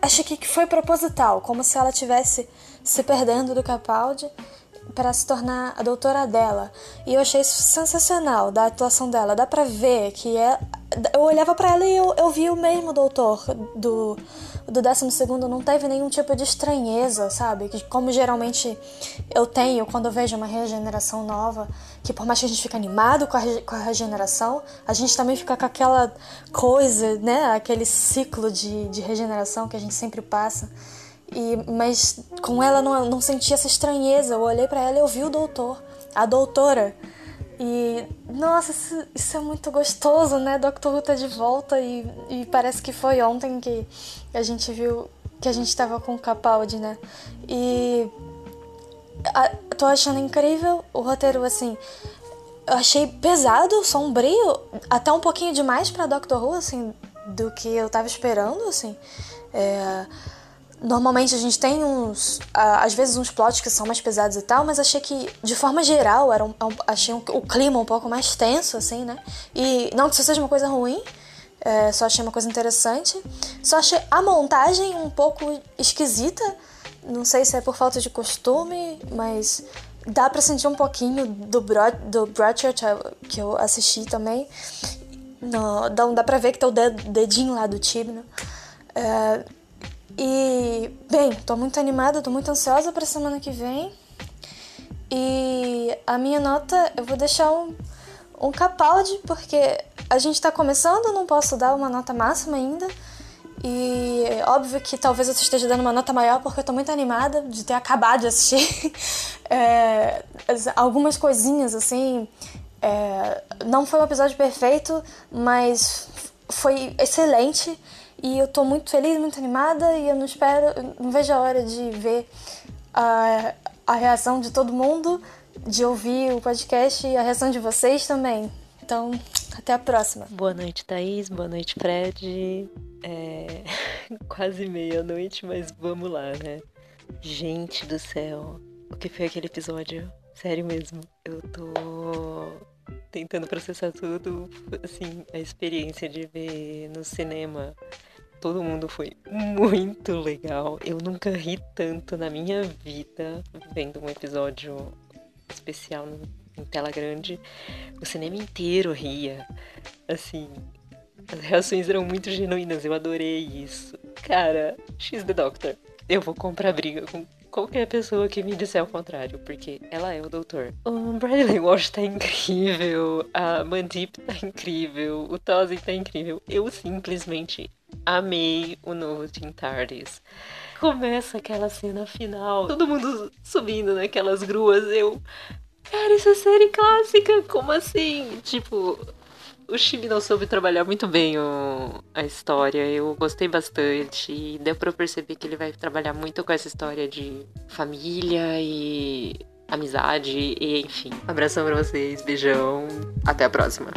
achei que foi proposital, como se ela tivesse se perdendo do Capaldi para se tornar a doutora dela. E eu achei isso sensacional da atuação dela. Dá pra ver que é. Eu olhava pra ela e eu, eu vi o mesmo doutor do, do 12 não teve nenhum tipo de estranheza, sabe? Que como geralmente eu tenho quando eu vejo uma regeneração nova, que por mais que a gente fique animado com a, re- com a regeneração, a gente também fica com aquela coisa, né? Aquele ciclo de, de regeneração que a gente sempre passa. E, mas com ela não, não senti essa estranheza. Eu olhei pra ela e eu vi o doutor, a doutora. E nossa, isso, isso é muito gostoso, né? Doctor Who tá de volta e, e parece que foi ontem que a gente viu que a gente tava com o Capaldi, né? E a- tô achando incrível o roteiro, assim. Eu achei pesado, sombrio, até um pouquinho demais pra Doctor Who, assim, do que eu tava esperando, assim. É, Normalmente a gente tem uns. ah, Às vezes uns plots que são mais pesados e tal, mas achei que, de forma geral, era um- é um- achei um- o clima um pouco mais tenso, assim, né? E não que isso seja uma coisa ruim, é, só achei uma coisa interessante. Só achei a montagem um pouco esquisita. Não sei se é por falta de costume, mas dá pra sentir um pouquinho do, Bro do Broadchurch ah, que eu assisti também. No, dá, dá pra ver que tem o ded- dedinho lá do Tibno. É, e, bem, tô muito animada, tô muito ansiosa pra semana que vem. E a minha nota eu vou deixar um, um capaldi, porque a gente tá começando, não posso dar uma nota máxima ainda. E óbvio que talvez eu esteja dando uma nota maior porque eu tô muito animada de ter acabado de assistir. <laughs> É, as- algumas coisinhas assim. é, não foi um episódio perfeito, mas foi excelente. E eu tô muito feliz, muito animada e eu não espero, eu não vejo a hora de ver a, a reação de todo mundo, de ouvir o podcast e a reação de vocês também. Então, até a próxima. Boa noite, Thaís. Boa noite, Fred. É, <laughs> Quase meia-noite, mas vamos lá, né? Gente do céu, o que foi aquele episódio? Sério mesmo, eu tô tentando processar tudo, assim, a experiência de ver no cinema. Todo mundo foi muito legal. Eu nunca ri tanto na minha vida vendo um episódio especial no- em tela grande. O cinema inteiro ria. Assim, as reações eram muito genuínas. Eu adorei isso. Cara, X The Doctor. Eu vou comprar briga com qualquer pessoa que me disser o contrário, porque ela é o doutor. O Bradley Walsh tá incrível, a Mandip tá incrível, o Tozzy tá incrível. Eu simplesmente amei o novo Tim Tardis. Começa aquela cena final, todo mundo subindo naquelas gruas, eu... Cara, isso é série clássica, como assim? Tipo, o time não soube trabalhar muito bem o- a história. Eu gostei bastante. E deu pra eu perceber que ele vai trabalhar muito com essa história de família e amizade. E enfim. Abração pra vocês. Beijão. Até a próxima.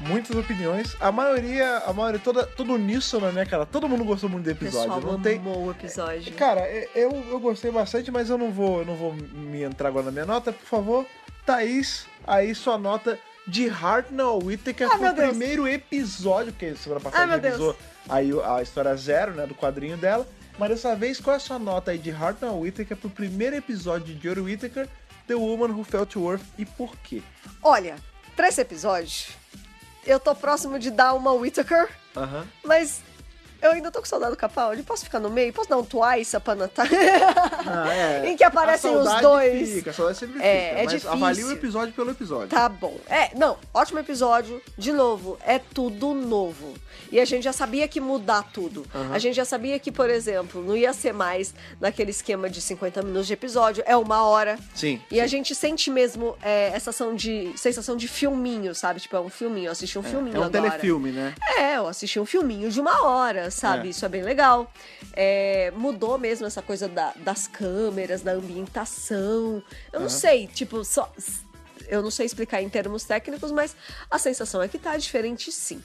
Muitas opiniões. A maioria, a maioria, toda, todo uníssono, né, cara? Todo mundo gostou muito do <laughs> episódio. Pessoal, não tem, amou o episódio. Cara, e- eu, eu gostei bastante, mas eu não vou, eu não vou me entrar agora na minha nota. Por favor, Thaís, aí sua nota de Hartnell Whittaker Ah, foi o meu Deus. primeiro episódio, porque semana passada Ah, meu revisou Deus. aí o- a história zero, né, do quadrinho dela. Mas dessa vez, qual é a sua nota aí de Hartnell Whittaker pro primeiro episódio de Jory Whittaker, The Woman Who Fell to Earth e por quê? Olha, pra esse episódio, eu tô próximo de dar uma Whittaker, Aham. mas eu ainda tô com saudade do Capaldi. Posso ficar no meio? Posso dar um twice pra Natália? <laughs> Ah, é. Em que aparecem A os saudade dois. Fica, a saudade sempre É, fica, é mas difícil. avalie o episódio pelo episódio. Tá bom. É, não, ótimo episódio. De novo, é tudo novo. E a gente já sabia que mudar tudo. Aham. A gente já sabia que, por exemplo, não ia ser mais naquele esquema de 50 minutos de episódio, é uma hora. Sim. E a gente sente mesmo é, essa ação de, sensação de filminho, sabe? Tipo, é um filminho, eu assisti um filminho é um agora. telefilme, né? É, eu assisti um filminho de uma hora, sabe? É. Isso é bem legal. É, mudou mesmo essa coisa da- das câmeras, da ambientação. Eu não Aham. sei, tipo, só. Eu não sei explicar em termos técnicos, mas a sensação é que tá diferente sim.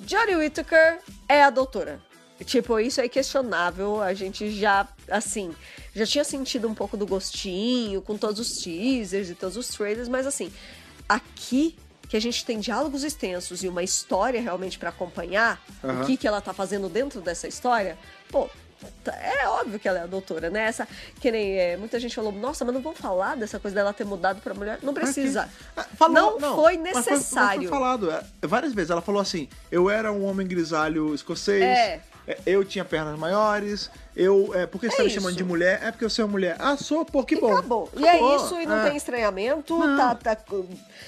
Johnny Whittaker é a doutora. Tipo, isso é questionável. A gente já, assim, já tinha sentido um pouco do gostinho com todos os teasers e todos os trailers, mas assim, aqui que a gente tem diálogos extensos e uma história realmente pra acompanhar Aham. o que, que ela tá fazendo dentro dessa história, pô. tá- É óbvio que ela é a doutora, né? Essa, que nem é, muita gente falou, nossa, mas não vão falar dessa coisa dela ter mudado pra mulher. Não precisa. não, foi mas necessário. Mas foi, falado é, várias vezes. Ela falou assim: eu era um homem grisalho escocês. É. é, Eu tinha pernas maiores, eu. é, por que você É tá me isso. chamando de mulher? É porque eu sou uma mulher. Ah, sou, pô, que bom. Acabou. E é isso, e não tem estranhamento, tá, tá-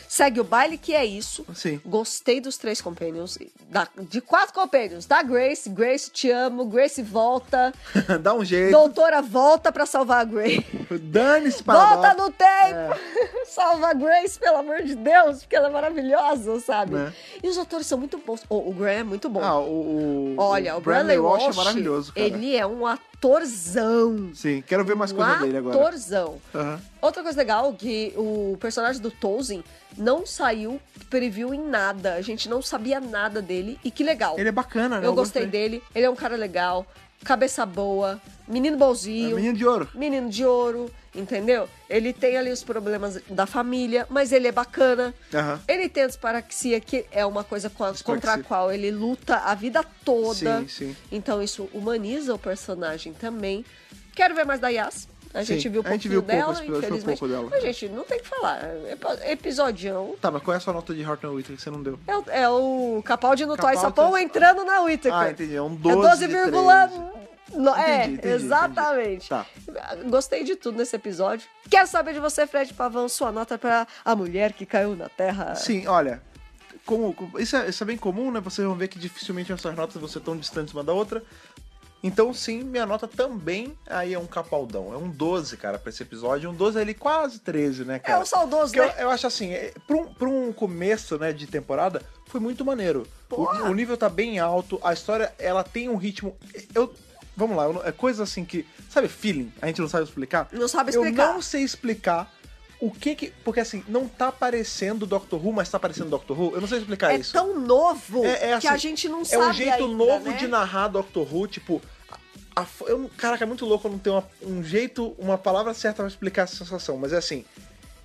segue o baile que é isso. Sim. Gostei dos três companions, da- de quatro companions, da Grace, Grace te amo, Grace volta, <laughs> Dá um jeito. doutora volta pra salvar a Grace. Dane-se pra Volta lá. É. no tempo! <laughs> Salva a Grace, pelo amor de Deus, porque ela é maravilhosa, sabe? Né? E os atores são muito bons. O- o Graham é muito bom. Ah, o, o- Olha, o Bradley Bradley Walsh Walsh, é maravilhoso, cara. Ele é um atorzão. Sim, quero ver mais Um coisa dele agora. Atorzão. Aham. Outra coisa legal que o personagem do Tolkien não saiu preview em nada. A gente não sabia nada dele. E que legal. Ele é bacana, né? Eu Eu gostei gostei. dele. Ele é um cara legal. Cabeça boa. Menino bonzinho. É menino de ouro. Menino de ouro. Entendeu? Ele tem ali os problemas da família, mas ele é bacana. Aham. Ele tem a disparaxia, que é uma coisa com a- contra a Disparaxia. qual ele luta a vida toda. Sim, sim. Então isso humaniza o personagem também. Quero ver mais da Yas. A Sim, gente viu um a gente pouquinho viu pouco, dela, esse episódio foi um infelizmente. pouco dela. Mas, gente, não tem o que falar. Epo- Episodião. Tá, mas qual é a sua nota de Heart and Whittaker que você não deu? É o, é o Capaldi no Toy Capaldi- Sapão entrando na Whittaker. Ah, entendi. É um 12. É 12, de 13. no- é, Entendi, entendi, exatamente. Tá. Gostei de tudo nesse episódio. Quero saber de você, Fred Pavão, sua nota pra A Mulher que Caiu na Terra. Sim, olha. Como, como- isso, é, isso é bem comum, né? Vocês vão ver que dificilmente essas notas vão ser tão distantes uma da outra. Então, sim, minha nota também aí é um capaldão. É um 12, cara, pra esse episódio. Um 12 ali quase 13, né, cara? É um saudoso, Porque né? Eu, eu acho assim, é, pra um, pra um começo né, de temporada, foi muito maneiro. O, o nível tá bem alto, a história, ela tem um ritmo... Eu... Vamos lá, eu não- é coisa assim que... Sabe feeling? A gente não sabe explicar? Não sabe Eu explicar. não sei explicar o que que... Porque assim, não tá parecendo Doctor Who, mas tá parecendo Doctor Who. Eu não sei explicar É isso. tão novo É- é que assim, a gente não É sabe um jeito ainda, novo né? de narrar Doctor Who, tipo... a- a fo- eu, caraca, é muito louco eu não ter uma- um jeito, uma palavra certa pra explicar essa sensação, mas é assim...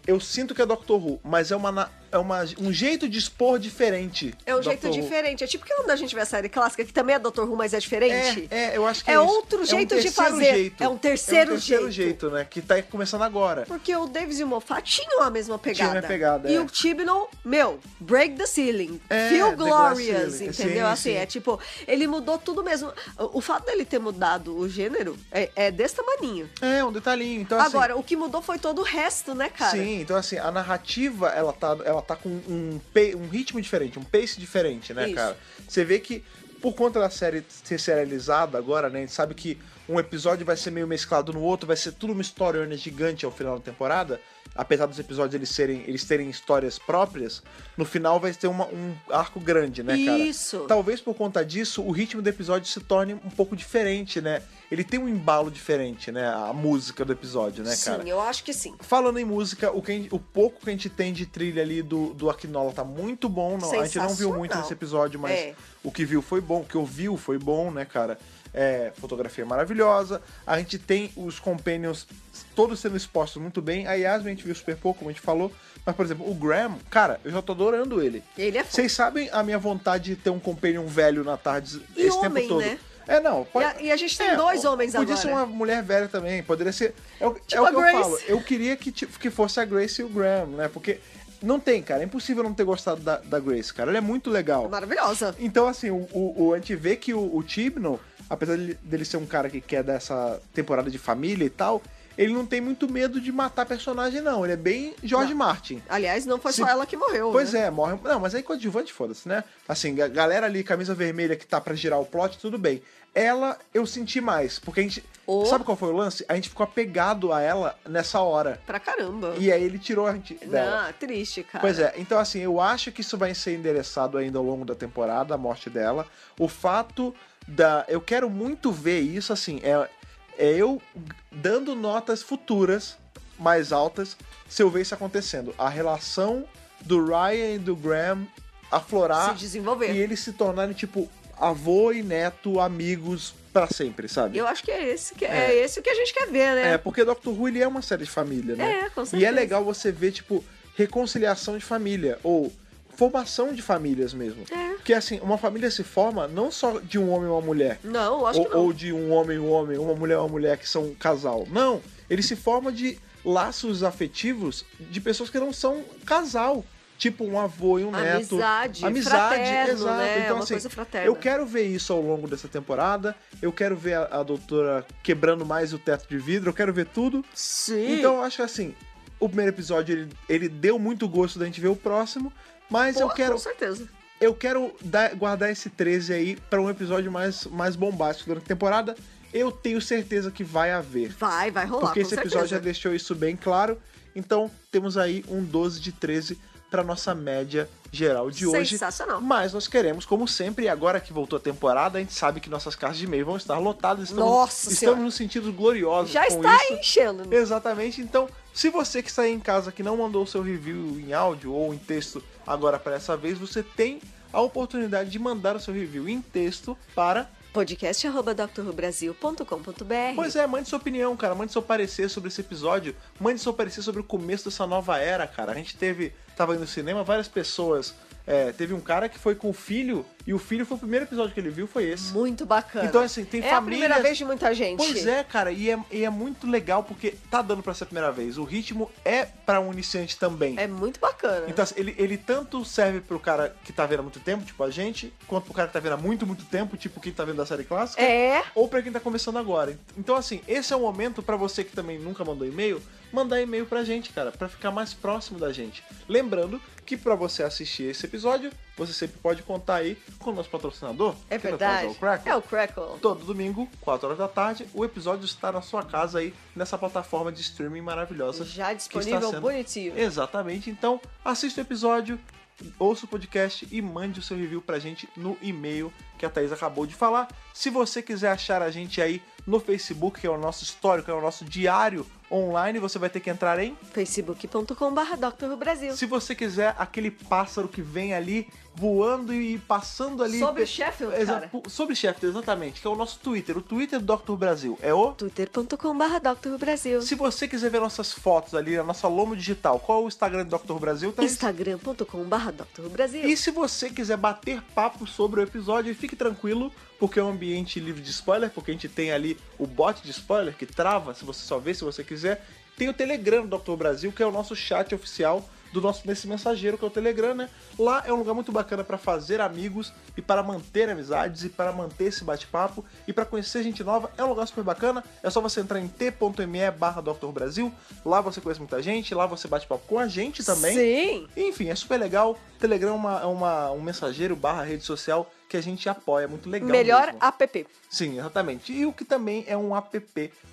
Eu sinto que é Doctor Who, mas é, uma, na- é uma, um jeito de expor diferente. É um Doctor jeito Who. diferente. É tipo que quando a gente vê a série clássica, que também é Dr. Who, mas é diferente. É, é, eu acho que é, É isso. outro jeito um de terceiro fazer. jeito. É um terceiro jeito. né? Que tá começando agora. Porque o Davis e o Moffat tinham a mesma pegada. Tinha a pegada, e é. o Chibnall, meu, break the ceiling. É, feel the glass glorious, ceiling. entendeu? Sim, assim, sim. é tipo, ele mudou tudo mesmo. O fato dele ter mudado o gênero é, é desse tamaninho. É, um detalhinho. Então, assim- Agora, o que mudou foi todo o resto, né, cara? Sim, então assim, a narrativa, ela tá, ela tá com um, pa- um ritmo diferente, um pace diferente, né, Isso. cara? Você vê que, por conta da série ser serializada agora, né, a gente sabe que um episódio vai ser meio mesclado no outro, vai ser tudo uma história né, gigante ao final da temporada, apesar dos episódios eles, serem, eles terem histórias próprias, no final vai ter uma- um arco grande, né, cara? Isso. Talvez por conta disso, o ritmo do episódio se torne um pouco diferente, né? Ele tem um embalo diferente, né? A música do episódio, né, cara? Sim, eu acho que sim. Falando em música, o, que a gente- o pouco que a gente tem de trilha ali do, do Aquinola tá muito bom. Não, a gente não viu muito Sensacional. nesse episódio, mas É. o que viu foi bom, o que ouviu foi bom, né, cara? é, fotografia maravilhosa. A gente tem os Companions todos sendo expostos muito bem. A Yasmin a gente viu super pouco, como a gente falou. Mas, por exemplo, o Graham, cara, eu já tô adorando ele. Ele é foda. Vocês sabem a minha vontade de ter um Companion velho na tarde E esse homem, tempo todo. né? É, não. E É, a- e a gente tem dois homens podia agora. Podia ser uma mulher velha também, poderia ser. É o, é Tipo o a que eu Grace. falo. Eu queria que, tipo, que fosse a Grace e o Graham, né? Porque não tem, cara. É impossível não ter gostado da, da Grace, cara. Ela é muito legal. Maravilhosa. Então, assim, o, o- o- a gente vê que o, o Chibnall, apesar dele, dele ser um cara que quer dessa temporada de família e tal. Ele não tem muito medo de matar personagem, não. Ele é bem George Martin. Aliás, não foi Se- só ela que morreu. Pois né? é, morre. Não, mas aí coadjuvante, foda-se, né? Assim, a galera ali, camisa vermelha que tá pra girar o plot, tudo bem. Ela, eu senti mais, porque a gente. Sabe qual foi o lance? A gente ficou apegado a ela nessa hora. Pra caramba. E aí ele tirou a gente dela. Não, triste, cara. Pois é, então assim, eu acho que isso vai ser endereçado ainda ao longo da temporada, a morte dela. O fato da. Eu quero muito ver isso, assim, é, é eu dando notas futuras mais altas se eu ver isso acontecendo. A relação do Ryan e do Graham aflorar. Se desenvolver. E eles se tornarem, tipo, avô e neto, amigos pra sempre, sabe? Eu acho que é esse que é, É. esse que a gente quer ver, né? É, porque Doctor Who ele é uma série de família, né? É, com E é certeza. legal você ver, tipo, reconciliação de família, ou formação de famílias mesmo. É. Porque, assim, uma família se forma não só de um homem e uma mulher. Não, acho ou, que não. ou de um homem e um homem, uma mulher e uma mulher que são um casal. Não, ele se forma de laços afetivos de pessoas que não são casal. Tipo um avô e um neto. Amizade, Amizade, fraterno, exato. né? Então, Uma assim, coisa fraterna. eu quero ver isso ao longo dessa temporada. Eu quero ver a, a doutora quebrando mais o teto de vidro. Eu quero ver tudo. Sim. Então, eu acho que assim, o primeiro episódio ele, ele deu muito gosto da gente ver o próximo. Mas eu Pô, quero. Com certeza. Eu quero dar- guardar esse 13 aí pra um episódio mais, mais bombástico durante a temporada. Eu tenho certeza que vai haver. Vai, vai rolar, Porque com esse episódio é certeza. já deixou isso bem claro. Então, temos aí um 12 de 13 pra nossa média geral de hoje. Sensacional. Mas nós queremos, como sempre, e agora que voltou a temporada, a gente sabe que nossas caixas de e-mail vão estar lotadas. Estamos, Nossa Senhora. Estamos nos sentidos gloriosos Já com está isso. enchendo. Exatamente. Então, se você que está aí em casa que não mandou o seu review em áudio ou em texto agora para essa vez, você tem a oportunidade de mandar o seu review em texto para podcast@drrubrasil.com.br. Pois é, mande sua opinião, cara, mande seu parecer sobre esse episódio, mande seu parecer sobre o começo dessa nova era, cara. A gente teve, tava indo no cinema, várias pessoas, é, teve um cara que foi com o filho e o filho foi o primeiro episódio que ele viu foi esse. Muito bacana. Então assim, tem É a família. primeira vez de muita gente. Pois é, cara, e é, e é muito legal porque tá dando pra ser a primeira vez. O ritmo é pra um iniciante também. É muito bacana. Então, assim, ele, ele tanto serve pro cara que tá vendo há muito tempo, tipo a gente, quanto pro cara que tá vendo há muito, muito tempo, tipo quem tá vendo da série clássica. É. Ou pra quem tá começando agora. Então, assim, esse é o momento pra você que também nunca mandou e-mail, mandar e-mail pra gente, cara, pra ficar mais próximo da gente. Lembrando que pra você assistir esse episódio, você sempre pode contar aí com o nosso patrocinador. É que no caso verdade. o Crackle. É o Crackle. Todo domingo, 4 horas da tarde, o episódio está na sua casa aí, nessa plataforma de streaming maravilhosa. Já que disponível, está sendo... bonitinho. Exatamente. Então, assista o episódio, ouça o podcast e mande o seu review pra gente no e-mail que a Thaís acabou de falar. Se você quiser achar a gente aí no Facebook, que é o nosso histórico, é o nosso diário online, você vai ter que entrar em facebook.com.br Brasil. Se você quiser aquele pássaro que vem ali voando e passando ali Sobre o Sheffield, Exa- cara. pu- Tipo, Sobre Sheffield, exatamente, que é o nosso Twitter. O Twitter do Dr. Brasil é o twitter.com.br Brasil. Se você quiser ver nossas fotos ali, a nossa lomo digital, qual é o Instagram do Dr. Brasil? Thaís? Instagram.com.br Brasil. E se você quiser bater papo sobre o episódio, fique tranquilo, porque é um ambiente livre de spoiler, porque a gente tem ali o bot de spoiler que trava, se você só vê se você quiser. Tem o Telegram do Dr. Brasil, que é o nosso chat oficial do nosso desse mensageiro, que é o Telegram, né? Lá é um lugar muito bacana para fazer amigos e para manter amizades e para manter esse bate-papo e para conhecer gente nova. É um lugar super bacana. É só você entrar em t.me barra Dr. Brasil. Lá você conhece muita gente, lá você bate papo com a gente também. Sim. Enfim, é super legal. Telegram é, uma, é uma- um mensageiro barra rede social que a gente apoia, é muito legal. Melhor mesmo. app. Sim, exatamente. E o que também é um app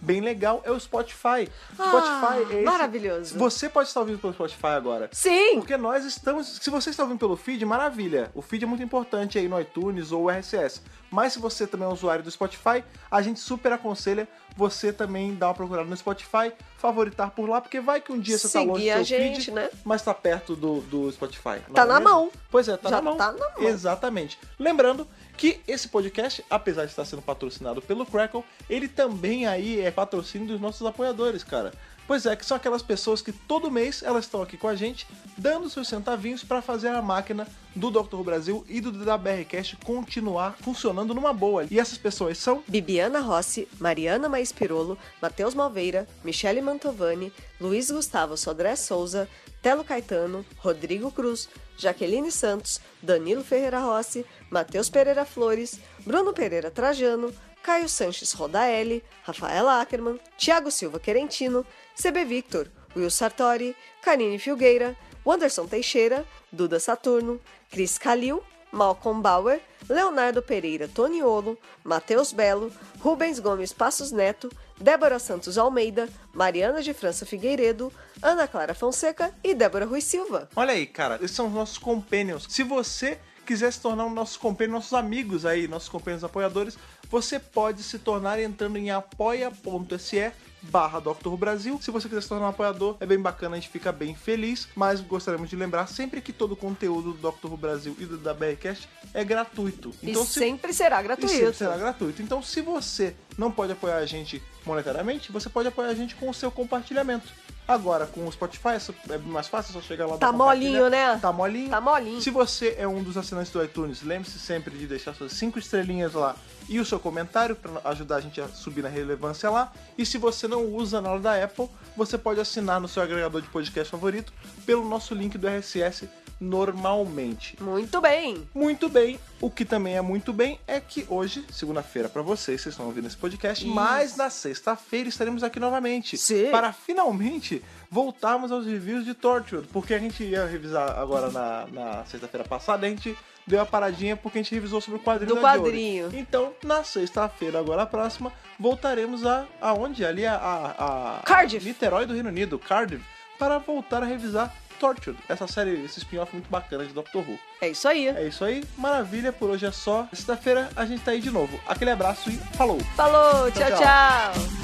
bem legal é o Spotify. Ah, Spotify é esse- maravilhoso. Você pode estar ouvindo pelo Spotify agora. Sim! Porque nós estamos. Se você está ouvindo pelo feed, maravilha. O feed é muito importante aí no iTunes ou RSS. Mas se você também é um usuário do Spotify, a gente super aconselha você também dar uma procurada no Spotify, favoritar por lá, porque vai que um dia você está longe Seguir do a seu gente, feed, né? mas está perto do, do Spotify. não Tá é na mesmo? mão. Pois é, tá Já na mão. tá na mão. Exatamente. Lembrando que esse podcast, apesar de estar sendo patrocinado pelo Crackle, ele também aí é patrocínio dos nossos apoiadores, cara. Pois é, que são aquelas pessoas que todo mês elas estão aqui com a gente, dando seus centavinhos para fazer a máquina do Dr. Who Brasil e do DWRcast continuar funcionando numa boa. E essas pessoas são Bibiana Rossi, Mariana Maes Pirolo, Matheus Malveira, Michele Mantovani, Luiz Gustavo Sodré Souza, Telo Caetano, Rodrigo Cruz, Jaqueline Santos, Danilo Ferreira Rossi, Matheus Pereira Flores, Bruno Pereira Trajano, Caio Sanches Rodaelli, Rafael Ackerman, Thiago Silva Querentino, CB Victor, Will Sartori, Karine Filgueira, Wanderson Teixeira, Duda Saturno, Cris Calil, Malcolm Bauer, Leonardo Pereira Toniolo, Matheus Belo, Rubens Gomes Passos Neto, Débora Santos Almeida, Mariana de França Figueiredo, Ana Clara Fonseca e Débora Rui Silva. Olha aí, cara, esses são os nossos companions. Se você quiser se tornar um nosso companion, nossos amigos aí, nossos companheiros apoiadores, você pode se tornar entrando em apoia.se barra Dr. Brasil. Se você quiser se tornar um apoiador, é bem bacana, a gente fica bem feliz, mas gostaríamos de lembrar sempre que todo o conteúdo do Dr. Brasil e do da BRCast é gratuito. E se- sempre será e gratuito. sempre será gratuito. Então, se você não pode apoiar a gente monetariamente, você pode apoiar a gente com o seu compartilhamento. Agora, com o Spotify, isso é mais fácil, é só chegar lá Tá dar compartilhar. molinho, né? Tá molinho. Tá molinho. Se você é um dos assinantes do iTunes, lembre-se sempre de deixar suas cinco estrelinhas lá e o seu comentário para ajudar a gente a subir na relevância lá. E se você não usa nada da Apple, você pode assinar no seu agregador de podcast favorito pelo nosso link do RSS normalmente. Muito bem. Muito bem. O que também é muito bem é que hoje, segunda-feira para vocês, vocês estão ouvindo esse podcast, Isso. mas na sexta-feira estaremos aqui novamente para finalmente voltarmos aos reviews de Tortured, porque a gente ia revisar agora na, na sexta-feira passada, a gente deu a paradinha porque a gente revisou sobre o quadrinho Do da Jory. quadrinho. Então, na sexta-feira agora a próxima, voltaremos a aonde ali a, a, a Cardiff, Niterói do Reino Unido, Cardiff, para voltar a revisar Tortured, essa série, esse spin-off muito bacana de Doctor Who. É isso aí. É isso aí. Maravilha, por hoje é só. Sexta-feira a gente tá aí de novo. Aquele abraço e falou. Falou, tchau. tchau.